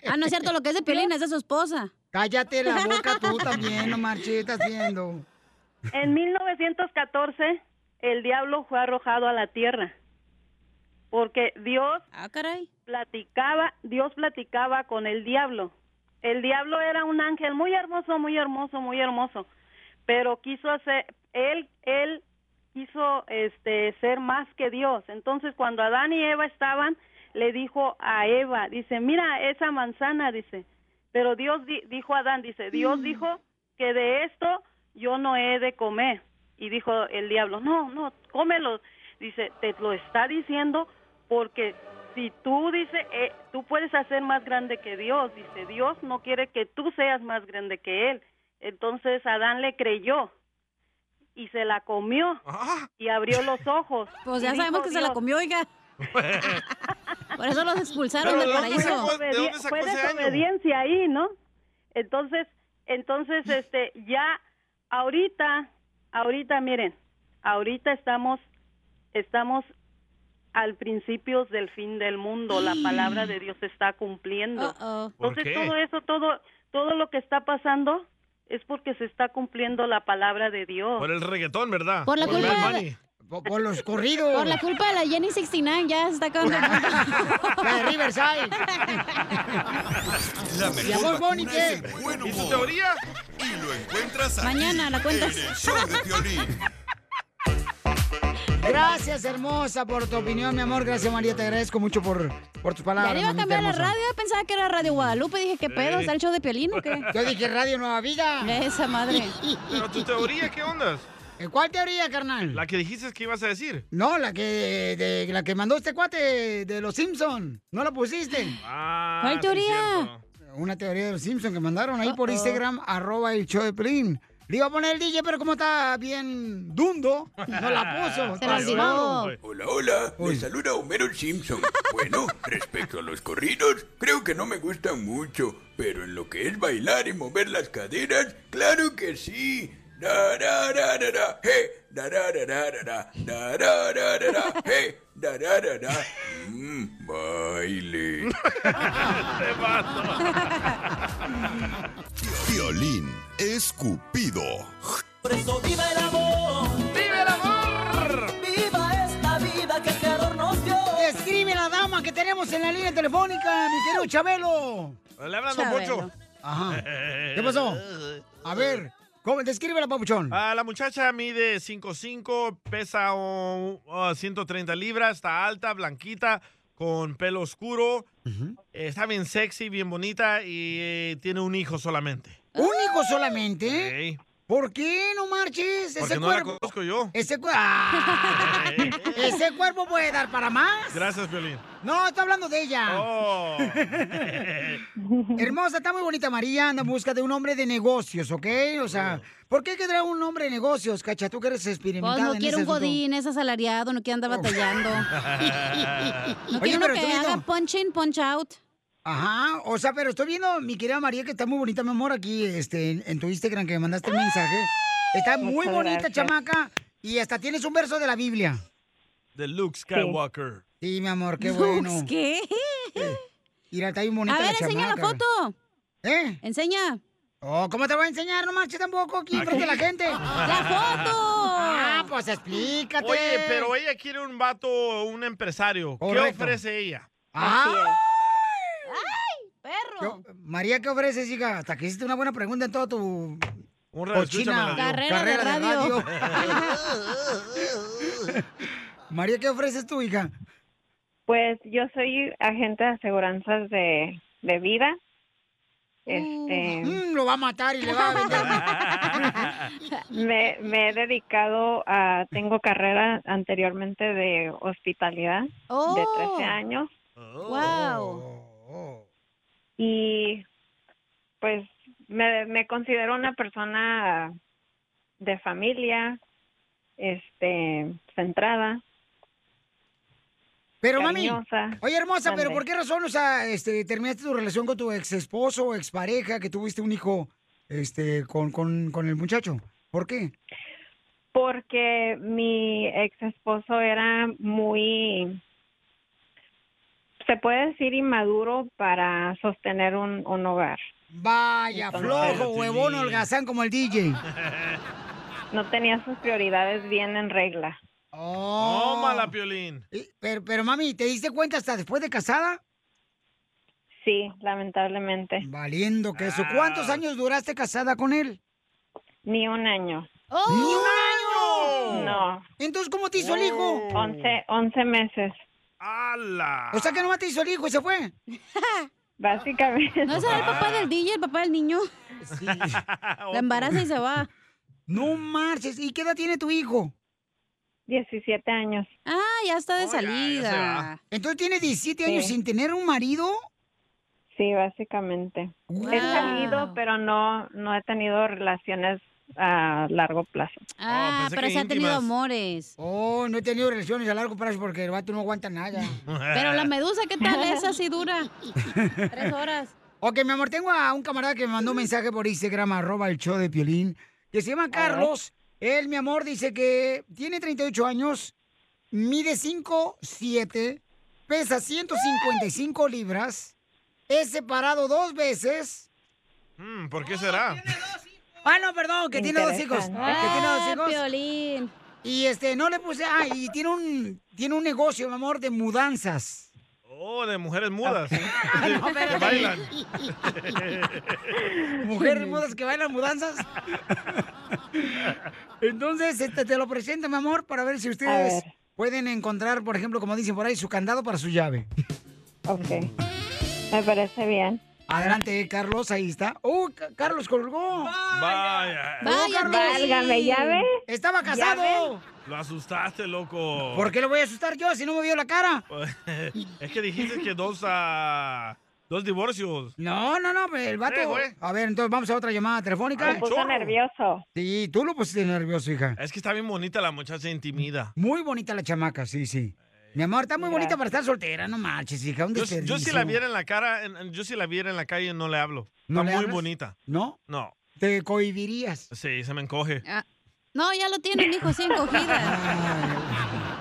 [SPEAKER 3] Ah, no es cierto, lo que es de Piolín es de su esposa.
[SPEAKER 2] Cállate la boca tú también, no marches, estás viendo.
[SPEAKER 18] En 1914, el diablo fue arrojado a la tierra. Porque Dios platicaba, Dios platicaba con el diablo. El diablo era un ángel muy hermoso, muy hermoso, muy hermoso, pero quiso hacer él él quiso este ser más que Dios. Entonces, cuando Adán y Eva estaban, le dijo a Eva, dice, "Mira esa manzana", dice. Pero Dios di- dijo a Adán, dice, "Dios
[SPEAKER 19] Mm.
[SPEAKER 18] dijo que de esto yo no he de comer." Y dijo el diablo, "No, no, cómelo." Dice, "Te lo está diciendo porque si tú dice, eh, tú puedes hacer más grande que Dios, dice, Dios no quiere que tú seas más grande que él." Entonces Adán le creyó y se la comió y abrió los ojos.
[SPEAKER 3] Pues
[SPEAKER 18] Y
[SPEAKER 3] ya
[SPEAKER 18] dijo
[SPEAKER 3] sabemos que se la
[SPEAKER 18] Dios,
[SPEAKER 3] comió, oiga. Por eso los expulsaron del paraíso.
[SPEAKER 18] Obedi- fue desobediencia ahí, ¿no? Entonces, entonces, este, ya ahorita, ahorita, miren, ahorita estamos, estamos al principio del fin del mundo. La palabra de Dios se está cumpliendo.
[SPEAKER 8] ¿Por
[SPEAKER 18] Entonces
[SPEAKER 8] qué?
[SPEAKER 18] todo eso, todo, todo lo que está pasando es porque se está cumpliendo la palabra de Dios.
[SPEAKER 4] Por el reggaetón, ¿verdad?
[SPEAKER 3] Por la
[SPEAKER 4] Bad
[SPEAKER 3] culpa
[SPEAKER 4] Bunny.
[SPEAKER 3] de...
[SPEAKER 2] Por, los corridos.
[SPEAKER 3] Por la culpa de la Jenny 69 ya se está acabando.
[SPEAKER 2] La de Riverside.
[SPEAKER 1] La
[SPEAKER 3] ¿Y a Bob
[SPEAKER 1] mejor
[SPEAKER 3] Bunny
[SPEAKER 1] vacuna es
[SPEAKER 3] qué?
[SPEAKER 1] el buen humor.
[SPEAKER 3] ¿Y su teoría?
[SPEAKER 1] Y lo encuentras aquí,
[SPEAKER 3] Mañana la cuentas.
[SPEAKER 1] en el show de Piolín.
[SPEAKER 2] Gracias, hermosa, por tu opinión, mi amor. Gracias, María. Te agradezco mucho por, por tus palabras.
[SPEAKER 3] Ya le iba a
[SPEAKER 2] mamita
[SPEAKER 3] cambiar la
[SPEAKER 2] hermosa.
[SPEAKER 3] radio, pensaba que era Radio Guadalupe. Dije, ¿qué pedo? ¿Está el show de Piolín o qué?
[SPEAKER 2] Yo dije Radio Nueva Vida.
[SPEAKER 3] Esa madre. Pues
[SPEAKER 4] Pero tu teoría, ¿qué onda?
[SPEAKER 2] ¿Cuál teoría, carnal?
[SPEAKER 4] La que dijiste que ibas a decir.
[SPEAKER 2] No, la que, de- la que mandó este cuate de los Simpson. ¿No la pusiste?
[SPEAKER 4] ¿Cuál sí, teoría?
[SPEAKER 2] Una teoría de los Simpson que mandaron ahí por Instagram, arroba el show de Pelín. Le iba a poner el DJ, pero como está bien dundo, no la puso.
[SPEAKER 28] Se
[SPEAKER 2] Está
[SPEAKER 28] la
[SPEAKER 2] ocupado.
[SPEAKER 28] Hola, hola. Les saluda Homero Simpson. Bueno, respecto a los corridos, creo que no me gustan mucho. Pero en lo que es bailar y mover las caderas, claro que sí. Da, da, da, da, da, eh. Da, da, da, da, da, da. Da, da, da, da, da, eh. Da, da, da, da. Mm, baile.
[SPEAKER 1] Piolín escupido.
[SPEAKER 8] Por eso viva el amor. ¡Viva el amor! ¡Viva esta vida que este te adornos Dios!
[SPEAKER 2] Escribe la dama que tenemos en la línea telefónica, mi querido Chabelo.
[SPEAKER 4] Le hablan Don Poncho.
[SPEAKER 2] Ajá. ¿Qué pasó? A ver, ¿cómo? Descríbela, papuchón.
[SPEAKER 4] Ah, la muchacha mide 5'5", pesa oh, oh, 130 libras, está alta, blanquita, con pelo oscuro. Eh, Está bien sexy, bien bonita y eh, tiene un hijo solamente.
[SPEAKER 2] ¿Un hijo solamente? ¿Por qué no marches?
[SPEAKER 4] Porque no la conozco yo.
[SPEAKER 2] Ese, cu- ¡Ah! Ese cuerpo puede dar para más.
[SPEAKER 4] Gracias, Violín.
[SPEAKER 2] No, está hablando de ella.
[SPEAKER 3] Oh.
[SPEAKER 2] Hermosa, está muy bonita María, anda en busca de un hombre de negocios, ¿ok? O sea, ¿por qué querrá un hombre de negocios, Cacha? Tú que eres experimentada
[SPEAKER 3] Oh. Pues no
[SPEAKER 2] en
[SPEAKER 3] quiero
[SPEAKER 2] ese
[SPEAKER 3] un
[SPEAKER 2] asunto. Oh.
[SPEAKER 3] godín, es asalariado, no quiere andar batallando. No
[SPEAKER 2] Oye,
[SPEAKER 3] quiero uno
[SPEAKER 2] pero
[SPEAKER 3] que
[SPEAKER 2] estoy viendo-
[SPEAKER 3] haga punch in, punch out.
[SPEAKER 2] Ajá, o sea, pero estoy viendo, mi querida María, que está muy bonita, mi amor, aquí este, en, en tu Instagram que me mandaste el mensaje. Está muy
[SPEAKER 4] Muchas
[SPEAKER 2] bonita,
[SPEAKER 4] gracias.
[SPEAKER 2] chamaca, y hasta tienes un verso de la Biblia.
[SPEAKER 4] De Luke Skywalker.
[SPEAKER 2] Sí, mi amor, qué
[SPEAKER 4] Looks,
[SPEAKER 2] bueno.
[SPEAKER 3] pues, ¿Qué?
[SPEAKER 2] Mira, está bien bonita
[SPEAKER 3] a ver,
[SPEAKER 2] la
[SPEAKER 3] enseña la
[SPEAKER 2] chamaca.
[SPEAKER 3] foto.
[SPEAKER 2] ¿Eh?
[SPEAKER 3] Enseña.
[SPEAKER 2] Oh, ¿cómo te voy a enseñar? No manches tampoco aquí frente a la gente.
[SPEAKER 4] ¡La
[SPEAKER 3] foto!
[SPEAKER 2] Ah, pues explícate.
[SPEAKER 4] Oye, pero ella quiere un vato, un empresario.
[SPEAKER 2] Correcto.
[SPEAKER 4] ¿Qué ofrece ella?
[SPEAKER 2] ¡Ah!
[SPEAKER 3] ¡Perro!
[SPEAKER 2] María, ¿qué ofreces, hija? Hasta que hiciste una buena pregunta en toda tu...
[SPEAKER 4] Un
[SPEAKER 2] radio,
[SPEAKER 4] escúchame, radio.
[SPEAKER 3] Carrera de
[SPEAKER 2] María, ¿qué ofreces tú, hija?
[SPEAKER 19] Pues yo soy agente de aseguranzas de, de vida. Este,
[SPEAKER 2] Mm, lo va a matar y le va a vender.
[SPEAKER 19] me, me he dedicado a, tengo carrera anteriormente de hospitalidad
[SPEAKER 2] Oh.
[SPEAKER 19] de 13 años
[SPEAKER 3] ¡Wow!
[SPEAKER 19] y pues me, me considero una persona de familia, este, centrada.
[SPEAKER 2] Pero, mami,
[SPEAKER 19] Cariñosa.
[SPEAKER 2] oye, hermosa, pero
[SPEAKER 19] Mande.
[SPEAKER 2] ¿por qué razón, o sea, este, terminaste tu relación con tu ex esposo o expareja que tuviste un hijo este, con, con, con el muchacho? ¿Por qué?
[SPEAKER 19] Porque mi ex esposo era muy, se puede decir, inmaduro para sostener un, un hogar.
[SPEAKER 2] Vaya,
[SPEAKER 19] Entonces-
[SPEAKER 2] flojo, huevón, holgazán como el DJ.
[SPEAKER 19] No tenía sus prioridades bien en regla.
[SPEAKER 2] Oh.
[SPEAKER 4] Toma la Piolín.
[SPEAKER 2] Y- Eh, Pero, pero, mami, ¿te diste cuenta hasta después de casada?
[SPEAKER 19] Sí, lamentablemente.
[SPEAKER 2] Valiendo que eso. ¿Cuántos
[SPEAKER 19] Ah.
[SPEAKER 2] años duraste casada con él?
[SPEAKER 19] Ni un año.
[SPEAKER 2] ¡Ni un año!
[SPEAKER 19] No.
[SPEAKER 2] Entonces, ¿cómo te hizo el hijo?
[SPEAKER 19] 11, 11 meses.
[SPEAKER 4] ¡Hala!
[SPEAKER 2] O sea que nomás te hizo el hijo y se fue.
[SPEAKER 19] Básicamente.
[SPEAKER 3] ¿No será el papá del DJ, el papá del niño? La embaraza y se va.
[SPEAKER 2] No marches. ¿Y qué edad tiene tu hijo?
[SPEAKER 19] 17 años.
[SPEAKER 3] Ah, ya está de salida.
[SPEAKER 2] Entonces tiene 17
[SPEAKER 19] Sí.
[SPEAKER 2] años sin tener un marido.
[SPEAKER 19] Sí, básicamente.
[SPEAKER 2] Wow.
[SPEAKER 19] He salido, pero no, no he tenido relaciones a largo plazo.
[SPEAKER 3] Ah, pero se ha tenido amores.
[SPEAKER 2] Oh, no he tenido relaciones a largo plazo porque el vato no aguanta nada.
[SPEAKER 3] Pero la medusa, ¿qué tal? Esa sí dura. Tres horas.
[SPEAKER 2] Ok, mi amor, tengo a un camarada que me mandó un mensaje por Instagram, arroba el show de Piolín, que se llama Carlos. Él, mi amor, dice que tiene 38 años mide 5'7", pesa 155 libras, es separado dos veces.
[SPEAKER 4] Mm, ¿Por qué será?
[SPEAKER 2] Ah, no, perdón, que tiene dos hijos.
[SPEAKER 4] Interesante.
[SPEAKER 2] que tiene dos
[SPEAKER 4] Ah,
[SPEAKER 2] hijos. Y este, no le puse, ah, y tiene un, tiene un negocio, mi amor, de mudanzas.
[SPEAKER 4] Oh, de mujeres mudas.
[SPEAKER 2] Ah, no,
[SPEAKER 4] que
[SPEAKER 2] espérate.
[SPEAKER 4] bailan.
[SPEAKER 2] Mujeres mudas que bailan mudanzas. Entonces, este, te lo presento, mi amor, para ver si ustedes
[SPEAKER 10] ver.
[SPEAKER 2] pueden encontrar, por ejemplo, como dicen por ahí, su candado para su llave.
[SPEAKER 19] Ok. Me parece bien.
[SPEAKER 2] Adelante, Carlos, ahí está. ¡Uh, Ca- Carlos colgó! ¡Oh,
[SPEAKER 4] Vaya.
[SPEAKER 19] Válgame, ¿ya ves?
[SPEAKER 2] Estaba
[SPEAKER 19] ¿Ya
[SPEAKER 2] casado.
[SPEAKER 4] Lo asustaste, loco.
[SPEAKER 2] ¿Por qué lo voy a asustar yo si no me vio la cara?
[SPEAKER 4] es que dijiste que dos ah, dos divorcios.
[SPEAKER 2] No, no, no, el vato.
[SPEAKER 4] Sí, güey. Ah,
[SPEAKER 2] a ver, entonces vamos a otra llamada telefónica.
[SPEAKER 4] Me puso Chorro.
[SPEAKER 19] nervioso.
[SPEAKER 2] Sí, tú lo pusiste nervioso, hija.
[SPEAKER 4] Es que está bien bonita la muchacha intimida.
[SPEAKER 2] Muy bonita la chamaca, sí, sí. Mi amor, está muy bonita para estar soltera, no marches, hija. Un
[SPEAKER 4] Yo, yo si
[SPEAKER 2] desperdicio.
[SPEAKER 4] la viera en la cara, en- en- yo si la viera en la calle no le hablo.
[SPEAKER 2] ¿No
[SPEAKER 4] está
[SPEAKER 2] le
[SPEAKER 4] muy
[SPEAKER 2] hablas?
[SPEAKER 4] bonita.
[SPEAKER 2] ¿No?
[SPEAKER 4] No.
[SPEAKER 2] ¿Te cohibirías?
[SPEAKER 4] Sí, se me encoge.
[SPEAKER 3] Ah, no, ya lo tienen, hijo, sí,
[SPEAKER 2] Ah,
[SPEAKER 3] encogida.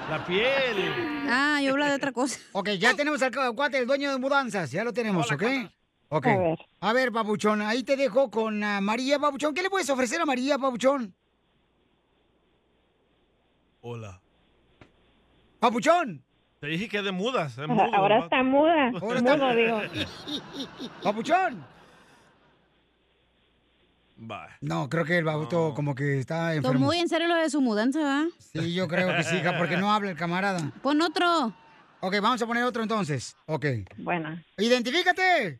[SPEAKER 4] La piel.
[SPEAKER 3] Ah, yo hablaba de otra cosa.
[SPEAKER 2] Ok, ya tenemos al cu- cuate, el dueño de mudanzas, ya lo tenemos, ¿ok? Ok.
[SPEAKER 3] A
[SPEAKER 2] A
[SPEAKER 3] ver.
[SPEAKER 2] ver. Papuchón, ahí te dejo con ah, María, Papuchón. ¿Qué le puedes ofrecer a María, Papuchón?
[SPEAKER 4] Hola.
[SPEAKER 2] ¡Papuchón!
[SPEAKER 4] Te dije que es de mudas. es mudo,
[SPEAKER 19] Ahora
[SPEAKER 4] vato.
[SPEAKER 19] está muda.
[SPEAKER 4] Ahora está-
[SPEAKER 19] Mudo, digo.
[SPEAKER 2] ¡Papuchón!
[SPEAKER 4] Bye.
[SPEAKER 2] No, creo que el babuto como que está
[SPEAKER 3] Tomó
[SPEAKER 2] enfermo.
[SPEAKER 3] muy en serio lo de su mudanza, ¿va?
[SPEAKER 2] Sí, yo creo que sí, hija, porque no habla el camarada.
[SPEAKER 3] Pon otro.
[SPEAKER 2] Ok, vamos a poner otro entonces. Ok.
[SPEAKER 19] Bueno.
[SPEAKER 2] ¡Identifícate!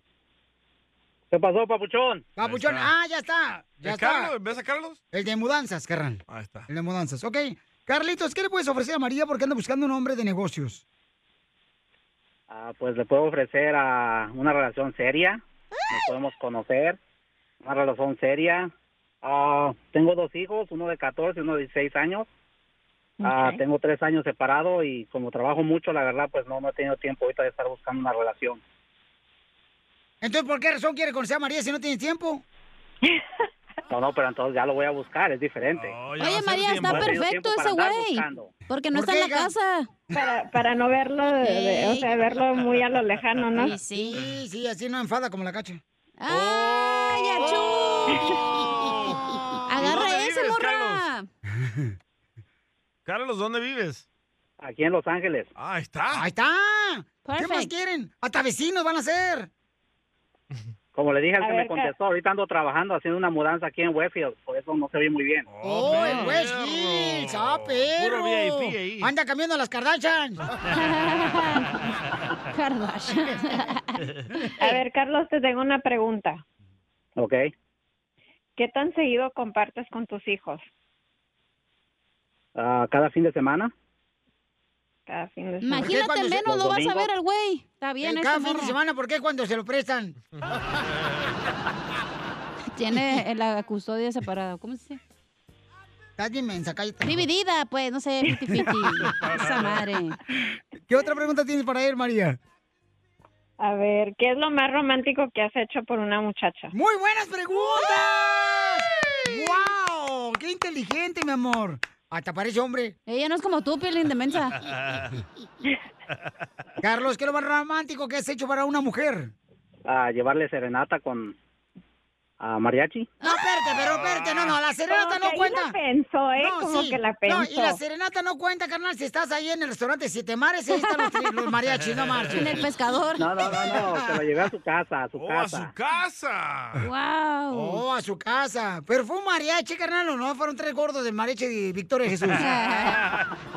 [SPEAKER 21] ¿Qué pasó, papuchón?
[SPEAKER 2] Papuchón, ah, ya está. Ya
[SPEAKER 4] ¿Es
[SPEAKER 2] está.
[SPEAKER 4] Carlos? ¿Ves a Carlos?
[SPEAKER 2] El de mudanzas, carnal.
[SPEAKER 4] Ahí está.
[SPEAKER 2] El de mudanzas. Ok. Carlitos, ¿qué le puedes ofrecer a María porque anda buscando un hombre de negocios?
[SPEAKER 21] Ah, pues le puedo ofrecer a una relación seria. Nos podemos conocer. Una relación seria. Ah, tengo dos hijos, uno de 14 y uno de 16 años. Ah,
[SPEAKER 23] Ok.
[SPEAKER 21] Tengo tres años separado y como trabajo mucho, la verdad, pues no, no he tenido tiempo ahorita de estar buscando una relación.
[SPEAKER 2] Entonces, ¿por qué razón quiere conocer a María si no tiene tiempo?
[SPEAKER 21] No, no, pero entonces ya lo voy a buscar, es diferente.
[SPEAKER 3] Oye, María, está perfecto ese güey. Porque no está en la casa.
[SPEAKER 19] Para, para no verlo, de- de- o
[SPEAKER 2] Ey.
[SPEAKER 19] sea, verlo muy a lo lejano, ¿no?
[SPEAKER 2] Sí, sí, así no enfada como la cacha.
[SPEAKER 3] ¡Ay, achú! Ah, Agarra
[SPEAKER 4] ¿Dónde
[SPEAKER 3] ese,
[SPEAKER 4] vives,
[SPEAKER 3] morra.
[SPEAKER 4] Carlos, ¿dónde vives?
[SPEAKER 21] Aquí en Los Ángeles.
[SPEAKER 4] Ah, ahí está.
[SPEAKER 2] Ahí está. ¿Qué más
[SPEAKER 4] Perfect.
[SPEAKER 2] quieren? Hasta vecinos van a ser.
[SPEAKER 21] Como le dije al
[SPEAKER 2] A
[SPEAKER 21] que
[SPEAKER 2] ver,
[SPEAKER 21] me contestó, ahorita ando trabajando haciendo una mudanza aquí en Westfield, por eso no se ve muy bien.
[SPEAKER 2] Oh, el West Hills, ah, perro.
[SPEAKER 21] Puro VIP ahí.
[SPEAKER 2] Anda cambiando las Kardashian.
[SPEAKER 19] A ver, Carlos, te tengo una pregunta.
[SPEAKER 21] Ok.
[SPEAKER 19] ¿Qué tan seguido compartes con tus hijos
[SPEAKER 21] Ah, cada fin de semana.
[SPEAKER 19] cada fin de semana?
[SPEAKER 3] Imagínate, menos
[SPEAKER 21] Los
[SPEAKER 3] lo vas a
[SPEAKER 21] domingos.
[SPEAKER 3] ver al güey. Está bien,
[SPEAKER 2] Eh,
[SPEAKER 3] esa
[SPEAKER 2] Cada fin de
[SPEAKER 3] morra.
[SPEAKER 2] semana, ¿por qué cuando se lo prestan?
[SPEAKER 3] Tiene la custodia separada. ¿Cómo se dice?
[SPEAKER 2] Estás inmensa, cállate.
[SPEAKER 3] Dividida, pues, no sé, fifty Esa madre.
[SPEAKER 2] ¿Qué otra pregunta tienes para él, María?
[SPEAKER 19] A ver, ¿qué es lo más romántico que has hecho por una muchacha?
[SPEAKER 2] ¡Muy buenas preguntas! ¡Wow! ¡Qué inteligente, mi amor! Hasta parece hombre.
[SPEAKER 3] Ella no es como tú, Piolín de mensa.
[SPEAKER 2] Carlos, ¿qué es lo más romántico que has hecho para una mujer?
[SPEAKER 21] a llevarle serenata con a mariachi.
[SPEAKER 2] No, espérate, pero espérate, no, no, la
[SPEAKER 19] Como que
[SPEAKER 2] serenata no
[SPEAKER 19] ahí
[SPEAKER 2] cuenta.
[SPEAKER 19] la pensó, ¿eh? Como que la
[SPEAKER 2] No, y
[SPEAKER 19] pensó.
[SPEAKER 2] la serenata no cuenta, carnal, si estás ahí en el restaurante Siete Mares, ahí están los, tri- los mariachis, no marches.
[SPEAKER 21] No, no, no, no, se lo llevé a su casa, Oh, a su casa.
[SPEAKER 4] casa!
[SPEAKER 3] ¡Wow!
[SPEAKER 2] Oh, a su casa. Pero fue un mariachi, carnal, ¿o no? Fueron tres gordos del mariachi de Victoria Jesús.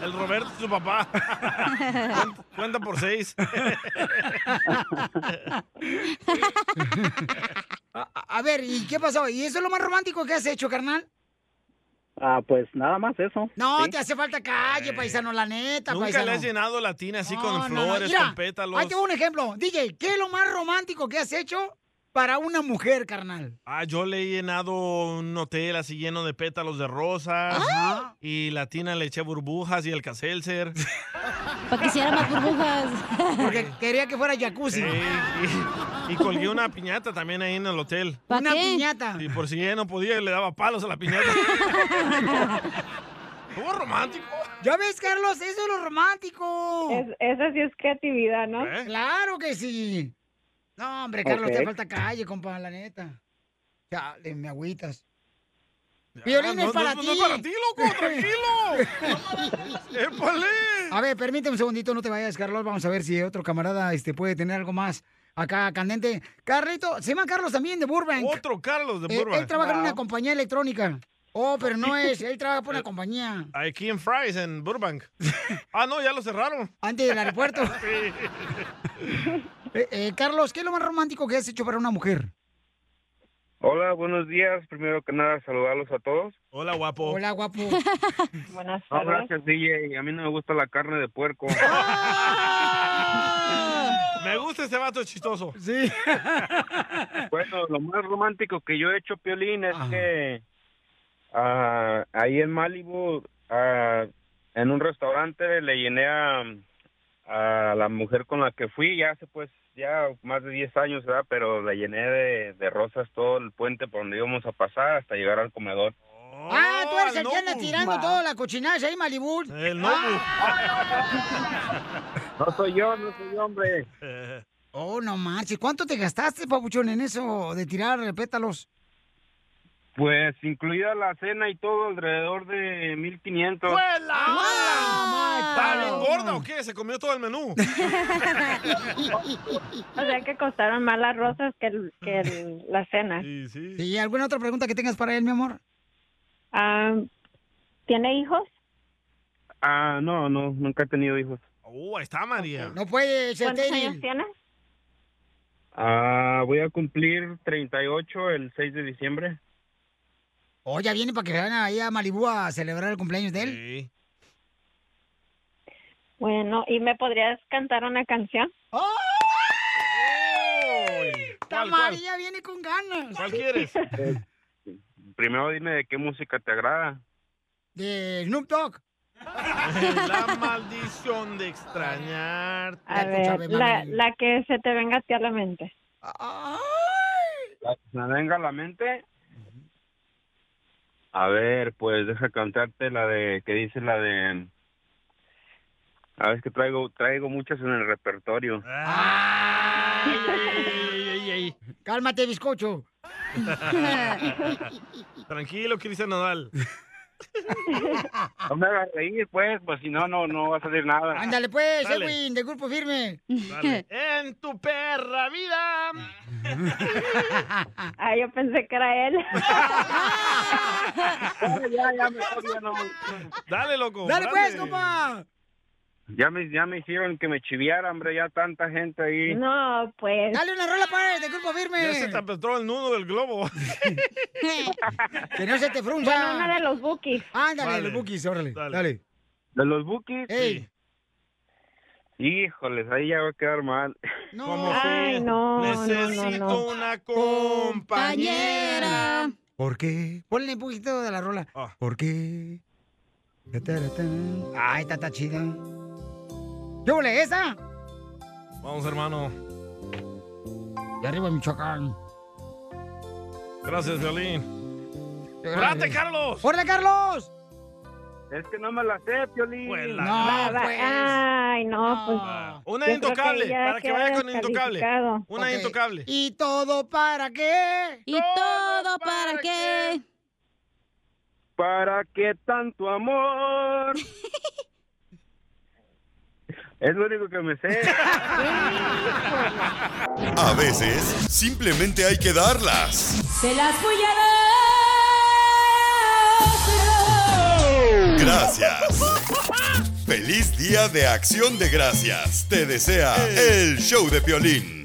[SPEAKER 4] El Roberto, su papá. Cuenta por seis.
[SPEAKER 2] A ver, ¿y qué pasó? ¿Y eso es lo más romántico que has hecho, carnal?
[SPEAKER 21] Ah, pues nada más eso.
[SPEAKER 2] No,
[SPEAKER 21] ¿sí?
[SPEAKER 2] te hace falta calle, paisano, la neta,
[SPEAKER 4] Nunca
[SPEAKER 2] paisano.
[SPEAKER 4] le has llenado la tina así
[SPEAKER 2] No,
[SPEAKER 4] con
[SPEAKER 2] no, no.
[SPEAKER 4] flores,
[SPEAKER 2] Mira,
[SPEAKER 4] con pétalos.
[SPEAKER 2] Ahí te voy un ejemplo. DJ, ¿qué es lo más romántico que has hecho para una mujer, carnal?
[SPEAKER 4] Ah, yo le he llenado un hotel así lleno de pétalos de rosas.
[SPEAKER 2] Ajá.
[SPEAKER 4] Y la tina le eché burbujas y el caselser.
[SPEAKER 3] Para que hiciera más burbujas.
[SPEAKER 2] Porque quería que fuera jacuzzi.
[SPEAKER 4] y, y colgué una piñata también ahí en el hotel.
[SPEAKER 2] ¿Pa' Una qué? piñata.
[SPEAKER 4] Y por si ella no podía, le daba palos a la piñata. ¿Cómo romántico?
[SPEAKER 2] ¿Ya ves, Carlos? Eso es lo romántico.
[SPEAKER 19] Es- esa sí es creatividad, ¿no?
[SPEAKER 20] ¿Eh?
[SPEAKER 2] Claro que sí. No, hombre, Carlos,
[SPEAKER 19] Ok.
[SPEAKER 2] te falta calle, compa, la neta. Chale, me agüitas.
[SPEAKER 20] Ah,
[SPEAKER 2] Violín
[SPEAKER 20] no,
[SPEAKER 2] es
[SPEAKER 20] no,
[SPEAKER 2] para
[SPEAKER 20] no
[SPEAKER 2] ti.
[SPEAKER 20] es para ti, loco,
[SPEAKER 2] tranquilo. A ver, permíteme un segundito, no te vayas, Carlos. Vamos a ver si otro camarada este, puede tener algo más acá candente. Carlito, se llama Carlos también de Burbank. Eh,
[SPEAKER 4] Otro Carlos de
[SPEAKER 2] Él-
[SPEAKER 4] Burbank.
[SPEAKER 2] Él, trabaja en una compañía electrónica. Oh, pero no es, él trabaja por una compañía.
[SPEAKER 4] Aquí en Fries, en Burbank. Ah, no, ya lo cerraron.
[SPEAKER 2] Antes del aeropuerto. Eh, eh, Carlos, ¿qué es lo más romántico que has hecho para una mujer?
[SPEAKER 29] Hola, buenos días. Primero que nada, saludarlos a todos.
[SPEAKER 4] Hola, guapo.
[SPEAKER 2] Hola, guapo.
[SPEAKER 19] Buenas
[SPEAKER 29] No, gracias, DJ. A mí no me gusta la carne de puerco.
[SPEAKER 4] Me gusta ese vato chistoso.
[SPEAKER 2] Sí.
[SPEAKER 29] bueno, lo más romántico que yo he hecho, Piolín, es que ah, ahí en Malibu, ah, en un restaurante, le llené a, a la mujer con la que fui. Ya hace, pues, ya más de 10 años, ¿verdad? Pero la llené de, de rosas todo el puente por donde íbamos a pasar hasta llegar al comedor.
[SPEAKER 2] ah, tú eres el que anda
[SPEAKER 20] Nobu.
[SPEAKER 2] tirando
[SPEAKER 20] Wow.
[SPEAKER 2] toda la cochinada ahí, Malibú.
[SPEAKER 4] El
[SPEAKER 29] No soy yo, no soy yo, hombre.
[SPEAKER 2] Oh, no manches. ¿Cuánto te gastaste, papuchón, en eso de tirar pétalos?
[SPEAKER 29] Pues incluida la cena y todo, alrededor de 1500.
[SPEAKER 2] Ah,
[SPEAKER 4] ¿Está bien gorda o qué? Se comió todo el menú.
[SPEAKER 19] O sea que costaron más las rosas que, el- que el- la cena.
[SPEAKER 4] Sí, sí.
[SPEAKER 2] ¿Y alguna otra pregunta que tengas para él, mi amor?
[SPEAKER 19] Ah, ¿Tiene hijos?
[SPEAKER 29] Ah, no, no, nunca he tenido hijos.
[SPEAKER 4] Uh, ahí está María.
[SPEAKER 2] No puede ser
[SPEAKER 19] ¿Cuántos
[SPEAKER 2] estéril.
[SPEAKER 19] años tienes?
[SPEAKER 29] Ah, voy a cumplir 38 el 6 de diciembre.
[SPEAKER 2] Oh, ya viene para que vayan ahí a Malibú a celebrar el cumpleaños de él.
[SPEAKER 19] Bueno, ¿y me podrías cantar una canción?
[SPEAKER 2] Oh. ¡Está María viene con ganas!
[SPEAKER 4] ¿Cuál quieres?
[SPEAKER 29] Eh, Primero dime de qué música te agrada.
[SPEAKER 2] De Snoop Dogg.
[SPEAKER 4] La maldición de extrañarte.
[SPEAKER 19] A ver, la, la que se te venga a ti a la mente.
[SPEAKER 29] La que me Ah, venga a la mente. A ver, pues deja cantarte la de que dice la de A ver, es que traigo traigo muchas en el repertorio.
[SPEAKER 2] Ah. Cálmate, bizcocho.
[SPEAKER 4] Tranquilo, Cristian Nodal.
[SPEAKER 29] No me hagas reír, pues, pues si no no no va a salir nada.
[SPEAKER 2] Ándale, pues,
[SPEAKER 29] Dale.
[SPEAKER 2] Edwin, de Grupo Firme.
[SPEAKER 29] Dale.
[SPEAKER 4] En tu perra vida.
[SPEAKER 19] Ah, yo pensé que era él.
[SPEAKER 4] Dale, loco.
[SPEAKER 29] Dale, pues,
[SPEAKER 2] compa.
[SPEAKER 29] Ya me ya me hicieron que me chiviara, hombre, ya tanta gente ahí.
[SPEAKER 19] No, pues.
[SPEAKER 2] Dale una rola para él, de Grupo Firme.
[SPEAKER 4] Ya se te apretó el nudo del globo.
[SPEAKER 2] que no se te frunza.
[SPEAKER 4] Bueno, una
[SPEAKER 19] de los bookies.
[SPEAKER 2] Ándale,
[SPEAKER 4] Vale.
[SPEAKER 2] los bookies, órale. Dale.
[SPEAKER 29] De los buques.
[SPEAKER 2] Ey.
[SPEAKER 29] Híjoles, ahí ya va a quedar mal.
[SPEAKER 2] No.
[SPEAKER 4] Ay,
[SPEAKER 19] no,
[SPEAKER 4] Necesito una compañera.
[SPEAKER 2] ¿Por qué? Ponle un poquito de la rola.
[SPEAKER 4] Ah.
[SPEAKER 2] ¿Por qué? Ta, ta, ta, ta. Ay, está, está chida. ¿Yo le esa?
[SPEAKER 4] Vamos, hermano.
[SPEAKER 2] De arriba Michoacán.
[SPEAKER 4] Gracias, Violín. ¡Órale, Carlos!
[SPEAKER 2] ¡Órale, Carlos!
[SPEAKER 29] Es que no me la sé, Piolín.
[SPEAKER 19] Ah,
[SPEAKER 2] Ah,
[SPEAKER 19] Va, va.
[SPEAKER 2] pues.
[SPEAKER 19] Ay, no, pues.
[SPEAKER 4] Pues Una
[SPEAKER 19] yo creo
[SPEAKER 4] intocable,
[SPEAKER 19] que ya
[SPEAKER 4] para que
[SPEAKER 19] queda
[SPEAKER 4] vaya con intocable.
[SPEAKER 19] descalificado.
[SPEAKER 4] Una intocable.
[SPEAKER 2] ¿Y todo para qué?
[SPEAKER 10] ¿Y todo para qué?
[SPEAKER 29] ¿Para qué tanto amor? es lo único que me sé.
[SPEAKER 1] A veces, simplemente hay que darlas.
[SPEAKER 20] Se las voy a dar.
[SPEAKER 1] Gracias. Feliz Día de Acción de Gracias. Te desea el show de Piolín.